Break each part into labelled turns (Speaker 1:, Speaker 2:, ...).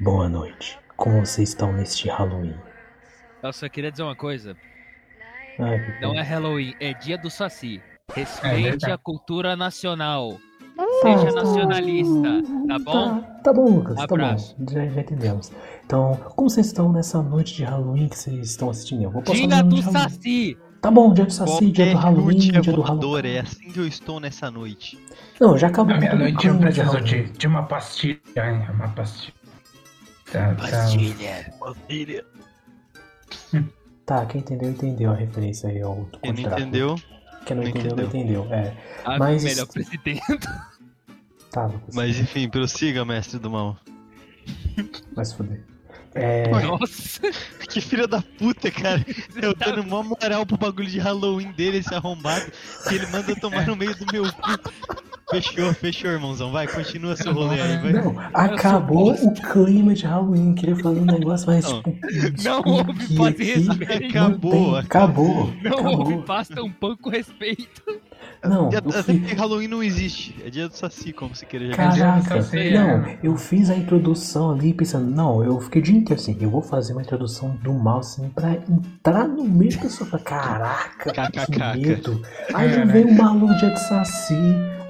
Speaker 1: Boa noite. Como vocês estão neste Halloween?
Speaker 2: Eu só queria dizer uma coisa.
Speaker 1: Ai, que
Speaker 2: Não
Speaker 1: bom.
Speaker 2: é Halloween, é dia do Saci.
Speaker 3: É
Speaker 2: Respeite
Speaker 3: verdade.
Speaker 2: a cultura nacional. Seja nacionalista, tá bom? Um
Speaker 1: Tá, tá bom, Lucas, tá
Speaker 2: Abraço.
Speaker 1: bom. Já, já entendemos. Então, como vocês estão nessa noite de Halloween que vocês estão assistindo? Eu vou postar
Speaker 2: Dia
Speaker 1: no
Speaker 2: do
Speaker 1: Halloween.
Speaker 2: Saci!
Speaker 1: Tá bom, dia do Saci, dia
Speaker 4: Qualquer
Speaker 1: do Halloween,
Speaker 4: chute
Speaker 1: dia
Speaker 4: é
Speaker 1: do
Speaker 4: voador,
Speaker 1: Halloween.
Speaker 4: é assim que eu estou nessa noite.
Speaker 1: Não, já acabou.
Speaker 3: Na minha noite eu
Speaker 1: Acabou de
Speaker 3: preciso
Speaker 1: Halloween.
Speaker 3: de, de uma pastilha, hein? É Uma pastilha. Tá, tá.
Speaker 4: Família.
Speaker 1: Tá, quem entendeu, entendeu a referência aí ao do
Speaker 4: Quem não
Speaker 1: contrato.
Speaker 4: entendeu,
Speaker 1: Quem não
Speaker 4: não
Speaker 1: entendeu, não entendeu. É,
Speaker 2: Ah,
Speaker 1: Mas-
Speaker 2: melhor presidente.
Speaker 1: tá, Lucas.
Speaker 4: mas enfim, prossiga, mestre do mal.
Speaker 1: Vai se fuder. É,
Speaker 2: Nossa,
Speaker 4: Que filha da puta, cara. Eu dando mó moral pro bagulho de Halloween dele, esse arrombado, que ele manda eu tomar no meio do meu cu. Fechou, fechou, irmãozão. Vai, continua seu rolê aí, vai.
Speaker 1: Não, acabou o clima de Halloween. Queria falar um negócio mais.
Speaker 4: Não.
Speaker 2: Não houve
Speaker 1: spooky
Speaker 2: paz e
Speaker 1: aqui.
Speaker 2: respeito.
Speaker 1: Não
Speaker 4: Acabou,
Speaker 1: tem, Acabou.
Speaker 2: não houve
Speaker 1: Acabou.
Speaker 2: pasta um pão com respeito.
Speaker 1: Não,
Speaker 4: Já-
Speaker 1: eu
Speaker 4: Até
Speaker 1: fui-
Speaker 4: porque Halloween não existe. É dia do Saci, como você queira já.
Speaker 3: Cara.
Speaker 1: Caraca,
Speaker 3: Eu sei,
Speaker 1: não,
Speaker 3: é.
Speaker 1: eu fiz a introdução ali pensando, não, eu fiquei o dia inteiro assim, eu vou fazer uma introdução do mal assim pra entrar no meio da pessoa. falar, Caraca,
Speaker 4: Kkk.
Speaker 1: que medo. Aí já
Speaker 3: Caraca.
Speaker 1: veio o maluco dia de Saci.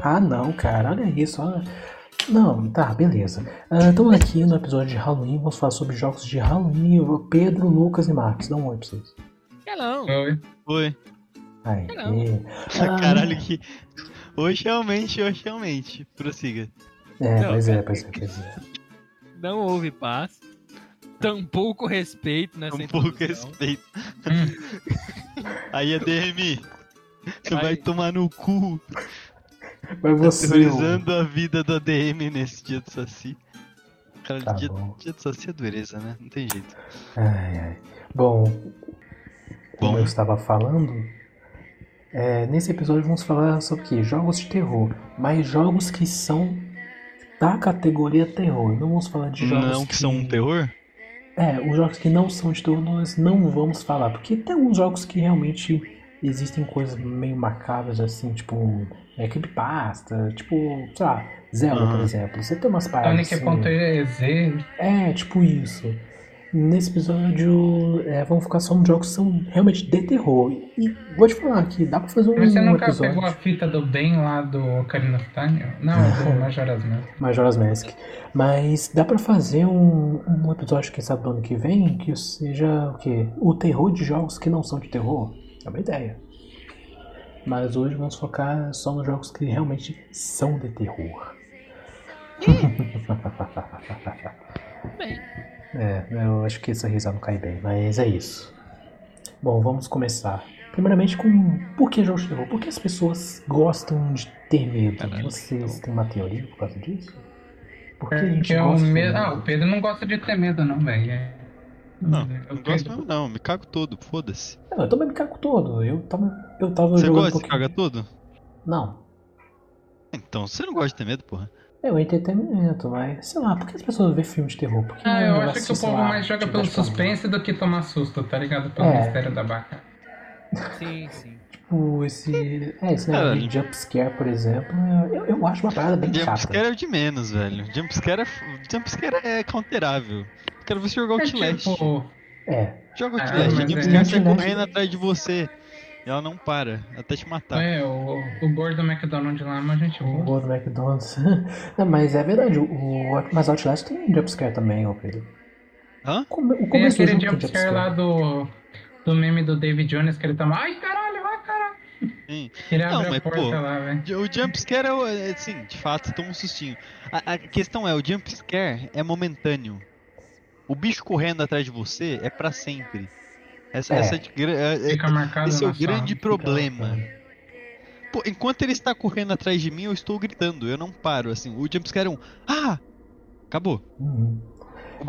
Speaker 1: Ah não, cara, olha isso, olha. Não, tá, beleza. Ah, Estamos aqui no episódio de Halloween, vamos falar sobre jogos de Halloween. Eu- Pedro, Lucas e Marcos, dá um oi pra vocês.
Speaker 2: É não.
Speaker 3: Oi.
Speaker 4: Foi.
Speaker 1: Aí.
Speaker 2: Caramba.
Speaker 1: Ah,
Speaker 4: Caralho, que. Hoje realmente, hoje realmente. Prossiga.
Speaker 1: É,
Speaker 2: Não,
Speaker 1: pois é, pois é, pois é.
Speaker 2: Não houve paz. Tampouco respeito
Speaker 5: é
Speaker 2: nessa
Speaker 4: Um pouco
Speaker 2: introdução.
Speaker 4: respeito. Aí é DMI. Você vai
Speaker 2: Vai.
Speaker 4: tomar no cu, tá
Speaker 1: Mas você.
Speaker 4: terrorizando a vida da DM nesse dia do Saci. Cara,
Speaker 1: Tá
Speaker 4: dia,
Speaker 1: bom.
Speaker 4: dia do Saci é dureza, né? Não tem jeito.
Speaker 1: Ai, ai. Bom, como
Speaker 4: Bom.
Speaker 1: eu estava falando, é, nesse episódio vamos falar sobre o quê? Jogos de terror, mas jogos que são da categoria terror. Não vamos falar de jogos
Speaker 4: Não que são um terror?
Speaker 1: É, os jogos que não são de terror nós não vamos falar, porque tem alguns jogos que realmente existem coisas meio macabras assim, tipo é, creepypasta, tipo, sei lá, Zelda, por
Speaker 4: Aham.
Speaker 1: exemplo. Você tem umas paradas
Speaker 3: é
Speaker 1: assim-
Speaker 3: Sonic.exe.
Speaker 1: é, tipo isso. Nesse episódio, é, vamos focar só nos jogos que são realmente de terror. E vou te falar que dá pra fazer um,
Speaker 3: Mas você nunca
Speaker 1: episódio
Speaker 3: pegou a fita do Ben lá do Ocarina of Time? Não, do Majora's Mask.
Speaker 1: Majora's Mask. Mas dá pra fazer um, um episódio, quem sabe, do ano que vem, que seja o quê? O terror de jogos que não são de terror. É uma ideia. Mas hoje vamos focar só nos jogos que realmente são de terror.
Speaker 2: Bem.
Speaker 1: É, eu acho que essa risada não cai bem, mas é isso. Bom, vamos começar. Primeiramente com por que jogos de terror? Por que as pessoas gostam de ter medo?
Speaker 4: Caralho,
Speaker 1: Vocês
Speaker 4: então.
Speaker 1: têm uma teoria por causa disso? Por que a gente
Speaker 3: Porque o
Speaker 1: gosta né? de
Speaker 3: medo.
Speaker 1: medo?
Speaker 3: Ah, o Pedro não gosta de ter medo, não, velho. É-
Speaker 4: Não,
Speaker 3: Eu
Speaker 4: Não gosto mesmo, não. Me cago todo, foda-se.
Speaker 1: Não, eu também me cago todo. Eu tava, eu tava
Speaker 4: Você
Speaker 1: jogando
Speaker 4: gosta
Speaker 1: um
Speaker 4: de
Speaker 1: pouquinho-
Speaker 4: cagar todo?
Speaker 1: Não.
Speaker 4: Então, você não gosta de ter medo, porra.
Speaker 1: É o entretenimento, mas sei lá, por que as pessoas vê filme de terror? Por que
Speaker 3: Ah,
Speaker 1: não
Speaker 3: eu acho
Speaker 1: assiste,
Speaker 3: que o
Speaker 1: sei
Speaker 3: povo
Speaker 1: lá,
Speaker 3: mais joga pelo
Speaker 1: atividade paranormal?
Speaker 3: suspense do que tomar susto, tá ligado? Pelo
Speaker 1: tipo, É.
Speaker 3: mistério da barca.
Speaker 2: Sim, sim.
Speaker 1: Tipo, esse. É, esse negócio
Speaker 4: Caralho.
Speaker 1: de jumpscare, por exemplo, eu, eu acho uma parada bem chata.
Speaker 4: Jumpscare é o de menos, velho. Jumpscare é, f- jumpscare é counterável. Quero ver você jogar
Speaker 3: É
Speaker 4: Outlast.
Speaker 3: tipo.
Speaker 1: É,
Speaker 4: Joga
Speaker 3: Ah,
Speaker 4: Outlast.
Speaker 3: mas
Speaker 4: A
Speaker 3: é-
Speaker 4: jumpscare sai
Speaker 1: Outlast-
Speaker 4: correndo atrás de você. E ela não para, até te matar.
Speaker 3: É, o, o gordo do McDonald's lá, mas gente
Speaker 1: o
Speaker 3: boa.
Speaker 1: gol um do McDonald's. não, mas é verdade, o, o, mas Outlast tem jumpscare também, ô Pedro.
Speaker 4: Hã?
Speaker 1: Come- o
Speaker 3: Tem
Speaker 1: começo do
Speaker 3: aquele
Speaker 1: jogo tem
Speaker 3: jumpscare lá do, do meme do David Jones que ele tá ai caralho, ai caralho.
Speaker 4: Sim.
Speaker 3: Ele
Speaker 4: Não,
Speaker 3: abre
Speaker 4: mas,
Speaker 3: a porta
Speaker 4: pô,
Speaker 3: lá, velho.
Speaker 4: O jumpscare é, o- é, sim, de fato, você toma um sustinho. A, a questão é, o jumpscare é momentâneo. O bicho correndo atrás de você é pra sempre. Essa,
Speaker 1: É.
Speaker 4: essa de gra- é- é-
Speaker 3: Fica marcado
Speaker 4: esse é o
Speaker 3: na sua-
Speaker 4: grande problema.
Speaker 1: bacana.
Speaker 4: Pô, enquanto ele está correndo atrás de mim, eu estou gritando, eu não paro, assim. O jumpscare é um, ah, acabou.
Speaker 1: Uhum.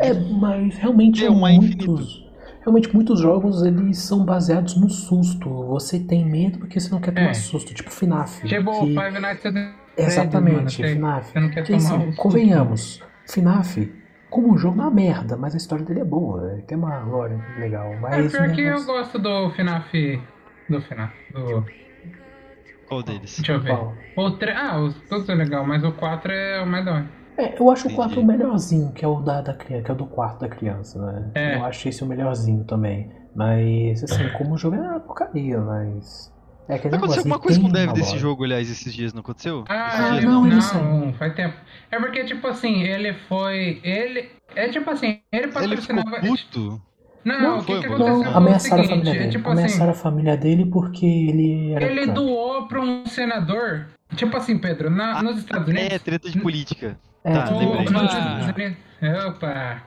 Speaker 1: É, mas realmente
Speaker 4: É um mar
Speaker 1: muitos, realmente muitos jogos eles são baseados no susto. Você tem medo porque você não quer tomar
Speaker 3: É.
Speaker 1: susto, tipo FNAF.
Speaker 3: Tipo,
Speaker 1: que-
Speaker 3: Five Nights at Freddy's, mano,
Speaker 1: É, Exatamente,
Speaker 3: você,
Speaker 1: FNAF.
Speaker 3: você não quer
Speaker 1: Que assim,
Speaker 3: tomar o susto.
Speaker 1: convenhamos, FNAF, como um jogo é uma merda, mas a história dele é boa, né? tem uma lore legal,
Speaker 3: É
Speaker 1: mas
Speaker 3: pior
Speaker 1: né,
Speaker 3: que eu
Speaker 1: nossa,
Speaker 3: gosto do FNAF. Do FNAF. Do,
Speaker 4: Qual deles?
Speaker 3: deixa eu ver.
Speaker 1: Tipo, qual?
Speaker 3: O tre... Ah, os, todos são legais, mas o 4 é o mais da hora.
Speaker 1: É, eu acho o 4 o
Speaker 4: Entendi.
Speaker 1: melhorzinho, que é o da, da criança, que é o do quarto da criança, né?
Speaker 3: É.
Speaker 1: Eu acho esse o melhorzinho também. Mas, assim, como jogo é uma porcaria, mas. É aquele
Speaker 4: Aconteceu
Speaker 1: negócio,
Speaker 4: alguma coisa com o
Speaker 1: ele tem
Speaker 4: dev
Speaker 1: uma
Speaker 4: desse
Speaker 1: lore.
Speaker 4: jogo, aliás, esses dias, não aconteceu?
Speaker 3: Ah,
Speaker 4: Esses
Speaker 1: Ah,
Speaker 4: dias
Speaker 1: não,
Speaker 3: não,
Speaker 1: ele
Speaker 3: não,
Speaker 1: saiu.
Speaker 3: faz tempo. É porque, tipo assim, ele foi. Ele. É tipo assim, ele
Speaker 4: Ele ficou
Speaker 3: patrocinava.
Speaker 4: puto?
Speaker 3: Não,
Speaker 1: Não,
Speaker 3: o que, que
Speaker 4: foi,
Speaker 3: aconteceu
Speaker 1: Não,
Speaker 3: foi
Speaker 4: Esse é o
Speaker 1: Então, ameaçaram
Speaker 3: o
Speaker 1: a
Speaker 3: seguinte,
Speaker 1: família
Speaker 3: é
Speaker 1: dele.
Speaker 3: tipo assim,
Speaker 1: ameaçaram a família dele porque ele era.
Speaker 3: ele
Speaker 1: crente.
Speaker 3: doou pra um senador. Tipo assim, Pedro, na-
Speaker 4: Ah,
Speaker 3: nos Estados
Speaker 4: É,
Speaker 3: Unidos.
Speaker 4: treta de política.
Speaker 1: É,
Speaker 4: Tá,
Speaker 1: tudo bem,
Speaker 4: lembrei.
Speaker 1: tudo
Speaker 2: Opa.
Speaker 1: bem.
Speaker 4: né?
Speaker 3: Opa!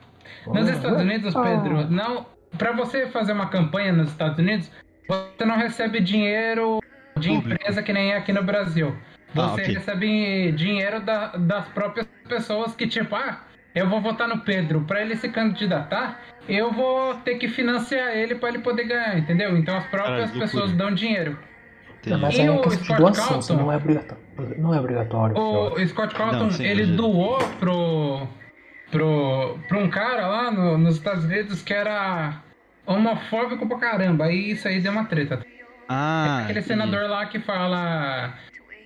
Speaker 3: Nos Estados Unidos,
Speaker 1: Ah.
Speaker 3: Pedro, não. Pra você fazer uma campanha nos Estados Unidos, você não recebe dinheiro de
Speaker 4: Público.
Speaker 3: empresa que nem é aqui no Brasil. Você
Speaker 4: Ah, ok.
Speaker 3: recebe dinheiro da- das próprias pessoas que, tipo, ah, eu vou votar no Pedro. Pra ele se candidatar, eu vou ter que financiar ele pra ele poder ganhar, entendeu? Então as próprias
Speaker 4: Caralho, que
Speaker 3: pessoas
Speaker 4: loucura.
Speaker 3: dão dinheiro.
Speaker 1: Não,
Speaker 4: Entendi.
Speaker 1: mas
Speaker 3: E
Speaker 1: aí é
Speaker 3: o
Speaker 1: questão de
Speaker 3: Scott
Speaker 1: doação,
Speaker 3: Calton?
Speaker 1: assim, não é obrigatório. Não é obrigatório. eu-
Speaker 3: O Scott Calton,
Speaker 4: Não, sim,
Speaker 3: ele
Speaker 4: eu já-
Speaker 3: doou pro, pro, pro um cara lá no- nos Estados Unidos que era homofóbico pra caramba. E isso aí deu uma treta.
Speaker 4: Ah,
Speaker 3: Aquele
Speaker 4: entendi.
Speaker 3: senador lá que fala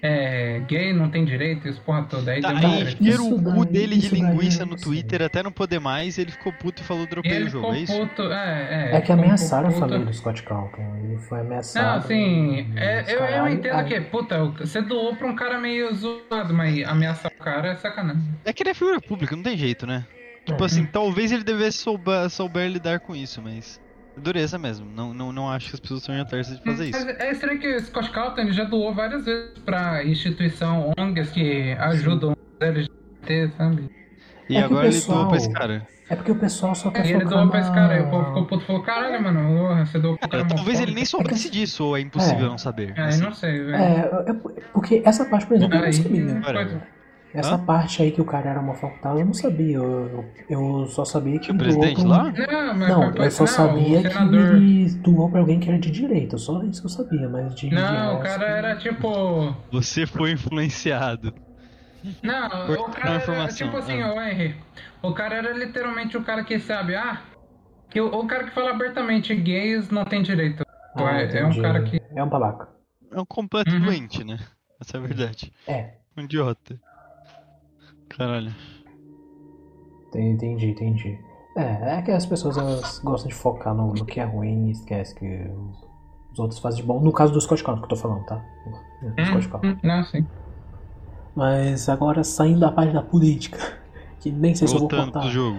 Speaker 3: é, gay não tem direito, isso porra toda. Aí
Speaker 4: Tá,
Speaker 3: deu uma
Speaker 4: aí
Speaker 1: Cara,
Speaker 3: treta.
Speaker 4: encheram o
Speaker 1: isso
Speaker 4: cu
Speaker 1: daí-
Speaker 4: dele de
Speaker 1: isso daí
Speaker 4: linguiça
Speaker 1: eu
Speaker 4: no
Speaker 1: não sei.
Speaker 4: Twitter até não poder mais, ele ficou puto e falou dropei o
Speaker 3: Ele
Speaker 4: jogo,
Speaker 3: ficou
Speaker 4: é isso?
Speaker 3: puto, é, é.
Speaker 1: É que
Speaker 3: ficou um
Speaker 1: ameaçaram a
Speaker 3: pouco puto.
Speaker 1: família Hum, do Scott Calton. Ele foi
Speaker 3: Não,
Speaker 1: ameaçado.
Speaker 3: assim,
Speaker 1: e-
Speaker 3: é, eu, eu
Speaker 1: caralho,
Speaker 3: entendo
Speaker 1: aí-
Speaker 3: que, puta, você doou pra um cara meio zoado, mas ameaçar o cara é sacanagem.
Speaker 4: É que ele é figura pública, não tem jeito, né? Tipo
Speaker 1: É.
Speaker 4: assim, talvez ele devesse souber, souber lidar com isso, mas. é Dureza mesmo. Não, não, não acho que as pessoas são alertas de fazer isso.
Speaker 3: Mas é estranho que o Scott Calton ele já doou várias vezes pra instituição ONGs que ajudam os LGBT, sabe?
Speaker 4: E
Speaker 1: É que o
Speaker 4: agora ele
Speaker 1: pessoal-
Speaker 4: doou pra esse cara.
Speaker 1: É porque o pessoal só quer
Speaker 3: E ele
Speaker 1: focar
Speaker 3: doou pra esse cara, aí
Speaker 1: na- É.
Speaker 3: o povo ficou puto e falou, caralho, mano, porra, você doou pro cara
Speaker 4: Talvez ele
Speaker 3: homofóbico."
Speaker 4: nem soubesse disso, ou é impossível
Speaker 1: É.
Speaker 4: não saber.
Speaker 3: Aí
Speaker 4: assim.
Speaker 3: não sei, velho.
Speaker 1: É, é- porque essa parte, por exemplo, eu não né?
Speaker 3: Aí-
Speaker 1: sabia.
Speaker 4: Whatever.
Speaker 1: Essa
Speaker 4: Hã?
Speaker 1: parte aí que o cara era homofóbico e tal, eu não sabia. Eu, eu só sabia que.
Speaker 4: Tinha o
Speaker 1: doou
Speaker 4: é presidente
Speaker 1: pra um-
Speaker 4: lá?
Speaker 3: Não, mas
Speaker 1: Não, eu
Speaker 3: mas-
Speaker 1: só
Speaker 3: não,
Speaker 1: sabia
Speaker 3: o
Speaker 1: que
Speaker 3: senador.
Speaker 1: ele doou pra alguém que era de direita. Só isso que eu sabia, mas de.
Speaker 3: Não, o
Speaker 1: de-
Speaker 3: cara era tipo.
Speaker 4: Você foi influenciado.
Speaker 3: Não,
Speaker 4: Por-
Speaker 3: o
Speaker 4: não,
Speaker 3: cara era
Speaker 4: informação,
Speaker 3: tipo assim,
Speaker 4: ah.
Speaker 3: ô Henry. O cara era literalmente o cara que sabe, ah. Que o, o cara que fala abertamente gays não tem direito.
Speaker 1: Ah,
Speaker 3: é, é um
Speaker 1: entendi.
Speaker 3: cara que.
Speaker 1: É um babaca.
Speaker 4: É um completo
Speaker 3: Uhum.
Speaker 4: doente, né? Essa é a verdade.
Speaker 1: É,
Speaker 4: Um idiota. Caralho.
Speaker 1: entendi, entendi. É, é que as pessoas elas gostam de focar no, no que é ruim e esquece que os outros fazem de bom. No caso do Scott Calton que eu tô falando, tá? Do
Speaker 4: Uhum.
Speaker 1: Scott Calton.
Speaker 3: Hum, Não, sim.
Speaker 1: Mas agora saindo da parte da política, que nem sei se eu vou
Speaker 4: Voltando
Speaker 1: contar.
Speaker 4: pro jogo.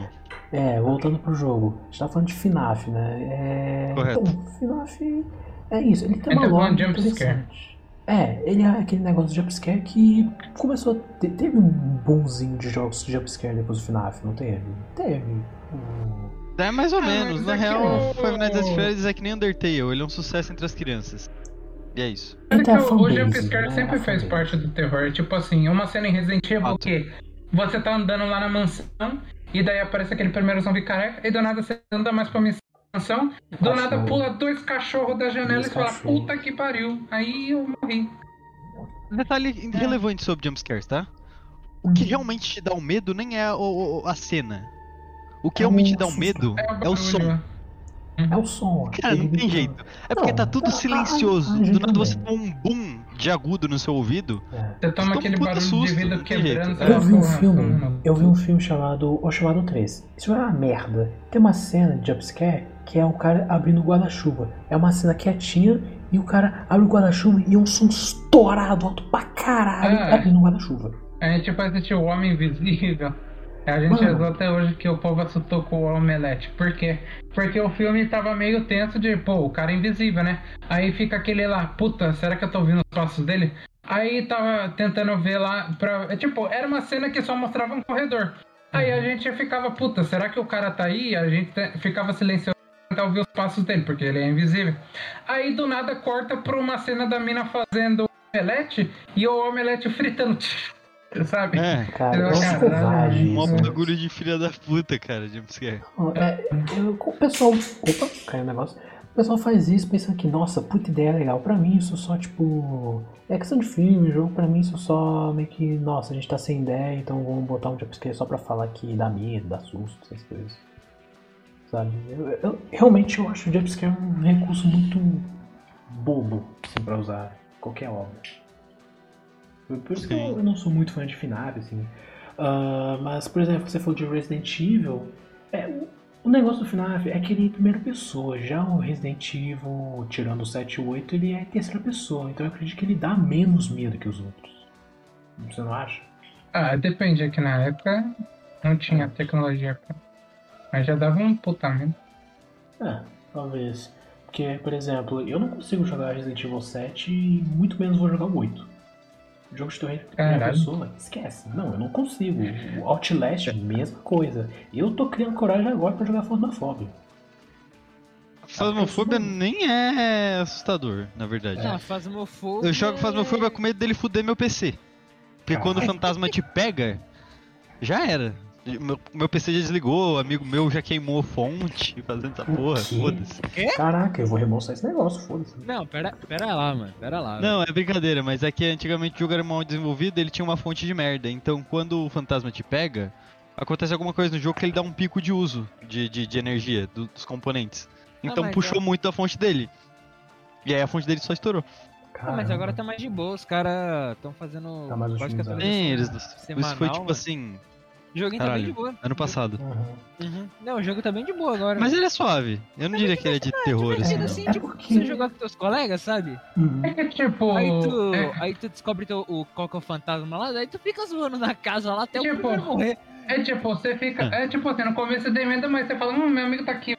Speaker 1: É, voltando pro jogo. A gente tá falando de FNAF, né? É...
Speaker 4: Correto.
Speaker 1: Então, FNAF é isso. Ele tem uma
Speaker 3: Ele tá
Speaker 1: lore
Speaker 3: falando de jumpscare.
Speaker 1: interessante. É, ele é aquele negócio de jumpscare que começou a ter, Teve um bonzinho de jogos de jumpscare depois do FNAF, não teve? Teve. Hum.
Speaker 4: É mais ou
Speaker 3: Ah, mas
Speaker 4: menos. Na
Speaker 3: é que
Speaker 4: real,
Speaker 3: o-
Speaker 4: Five Nights at Freddy's é que nem Undertale. Ele é um sucesso entre as crianças. E é isso.
Speaker 3: Porque
Speaker 1: Então, é a
Speaker 3: o, o
Speaker 1: fanbase,
Speaker 3: Jumpscare
Speaker 1: né?
Speaker 3: sempre
Speaker 1: A
Speaker 3: fez
Speaker 1: fanbase.
Speaker 3: parte do terror. Tipo assim, uma cena em Resident Evil
Speaker 4: Fato.
Speaker 3: que você tá andando lá na mansão e daí aparece aquele primeiro zumbi careca e do nada você anda mais pra mansão, do
Speaker 1: Cachorro.
Speaker 3: nada pula dois cachorros da janela
Speaker 1: Dois
Speaker 3: e fala,
Speaker 1: cachorros.
Speaker 3: puta que pariu. Aí eu morri.
Speaker 4: Detalhe relevante sobre jumpscares, tá? O que realmente te dá o medo nem é o- o- a cena. O que
Speaker 1: É o
Speaker 4: realmente te dá o
Speaker 1: susto.
Speaker 4: medo é o
Speaker 3: barulho. né?
Speaker 4: som.
Speaker 1: É o som.
Speaker 4: Cara, não
Speaker 1: aquele-
Speaker 4: tem jeito. É porque
Speaker 1: Não,
Speaker 4: tá
Speaker 1: a-
Speaker 4: tudo
Speaker 1: a- a
Speaker 4: silencioso.
Speaker 1: gente
Speaker 4: Do nada
Speaker 1: também.
Speaker 4: você toma um boom de agudo no seu ouvido.
Speaker 1: É.
Speaker 3: Você toma
Speaker 4: Toma
Speaker 3: aquele
Speaker 4: um puta
Speaker 3: barulho de
Speaker 4: susto,
Speaker 3: vida
Speaker 4: não tem
Speaker 3: quebrando.
Speaker 4: jeito.
Speaker 3: sabe?
Speaker 1: Eu vi um
Speaker 3: Porra,
Speaker 1: filme,
Speaker 3: mano.
Speaker 1: eu vi um filme chamado O Chamado 3. Isso é uma merda. Tem uma cena de jumpscare que é um cara abrindo o guarda-chuva. É uma cena quietinha e o cara abre o guarda-chuva e é um som estourado alto pra caralho
Speaker 3: Ah.
Speaker 1: abrindo o guarda-chuva.
Speaker 3: A gente vai assistir O Homem Invisível. A gente
Speaker 1: Mano.
Speaker 3: rezou até hoje que o povo assustou com o Omelete. Por quê? Porque o filme tava meio tenso de, pô, o cara é invisível, né? Aí fica aquele lá, puta, será que eu tô ouvindo os passos dele? Aí tava tentando ver lá pra. é, Tipo, era uma cena que só mostrava um corredor. Aí a gente ficava, puta, será que o cara tá aí? A gente te- ficava silencioso pra tentar ouvir os passos dele, porque ele é invisível. Aí do nada corta pra uma cena da mina fazendo omelete e o omelete fritando. Sabe?
Speaker 4: É.
Speaker 1: Cara, eu
Speaker 3: Eu
Speaker 1: acho
Speaker 3: acho
Speaker 1: covarde
Speaker 4: Um
Speaker 1: isso. né?
Speaker 4: bagulho de filha da puta, cara, jumpscare.
Speaker 1: É, eu- o pessoal. Opa, caiu o negócio. O pessoal faz isso pensando que, nossa, puta ideia legal. Pra mim, isso só, tipo. É questão de filme, jogo. Pra mim, isso só meio que, nossa, a gente tá sem ideia, então vamos botar um jumpscare só pra falar que dá medo, dá susto, essas coisas. Sabe? Eu, eu- realmente, eu acho o jumpscare um recurso muito bobo, assim, pra usar em qualquer obra. Por por isso que
Speaker 4: Sim.
Speaker 1: eu, eu não sou muito fã de FNAF, assim. Ah, mas, por exemplo, você falou de Resident Evil. É, o- o negócio do FNAF é que ele é em primeira pessoa. Já o Resident Evil, tirando o 7 e o 8, ele é em terceira pessoa. Então eu acredito que ele dá menos medo que os outros. Você não acha?
Speaker 3: Ah, depende, aqui na época não tinha tecnologia. pra- Mas já dava um puta medo.
Speaker 1: É, talvez. Porque, por exemplo, eu não consigo jogar Resident Evil 7 e muito menos vou jogar o 8. Jogo de terror primeira
Speaker 3: Caralho.
Speaker 1: pessoa, esquece. Não, eu não consigo. O Outlast, mesma coisa. Eu tô criando coragem agora pra jogar Formafobia.
Speaker 4: Fasmofobia nem é assustador, na
Speaker 1: É.
Speaker 4: verdade.
Speaker 2: Não, Fasmofobia.
Speaker 4: Eu jogo Fasmofobia com medo dele fuder meu PC. Porque quando o fantasma te pega, já era. Meu, meu PC já desligou, amigo meu já queimou fonte fazendo essa porra,
Speaker 1: quê?
Speaker 4: foda-se.
Speaker 1: Caraca, eu vou remontar esse negócio, foda-se.
Speaker 2: Não, pera, pera lá, mano. Pera lá. velho.
Speaker 4: Não, é brincadeira, mas é que antigamente o jogo era mal desenvolvido ele tinha uma fonte de merda. Então quando o fantasma te pega, acontece alguma coisa no jogo que ele dá um pico de uso de, de, de energia do- dos componentes. Então
Speaker 2: Ah, mas é.
Speaker 4: puxou muito da fonte dele. E aí a fonte dele só estourou.
Speaker 2: Ah, mas
Speaker 1: Caramba.
Speaker 2: agora tá mais de boa, os caras estão fazendo.
Speaker 1: Tá mais
Speaker 2: quase que
Speaker 1: otimizado.
Speaker 2: atualização
Speaker 4: Sim, eles.
Speaker 2: semanal, né?
Speaker 4: Isso foi tipo
Speaker 2: mano.
Speaker 4: assim,
Speaker 2: O joguinho tá bem
Speaker 4: Caralho.
Speaker 2: de boa.
Speaker 4: ano passado.
Speaker 1: Uhum.
Speaker 2: Uhum. Não, o jogo tá bem de boa agora.
Speaker 4: Mas ele é suave. Eu não diria que ele é de terror, assim.
Speaker 2: tá divertido
Speaker 4: não.
Speaker 2: assim,
Speaker 1: É
Speaker 2: tipo,
Speaker 1: porque-
Speaker 2: você jogar com teus colegas, sabe?
Speaker 1: Uhum.
Speaker 3: É que tipo.
Speaker 2: Aí tu,
Speaker 3: é-
Speaker 2: aí tu descobre teu- o, qual que é o fantasma lá, daí tu fica zoando na casa lá até o
Speaker 3: Tipo-
Speaker 2: primeiro morrer.
Speaker 3: É, tipo, você fica. É tipo assim, no começo você demenda, mas você fala, hum, meu amigo tá aqui.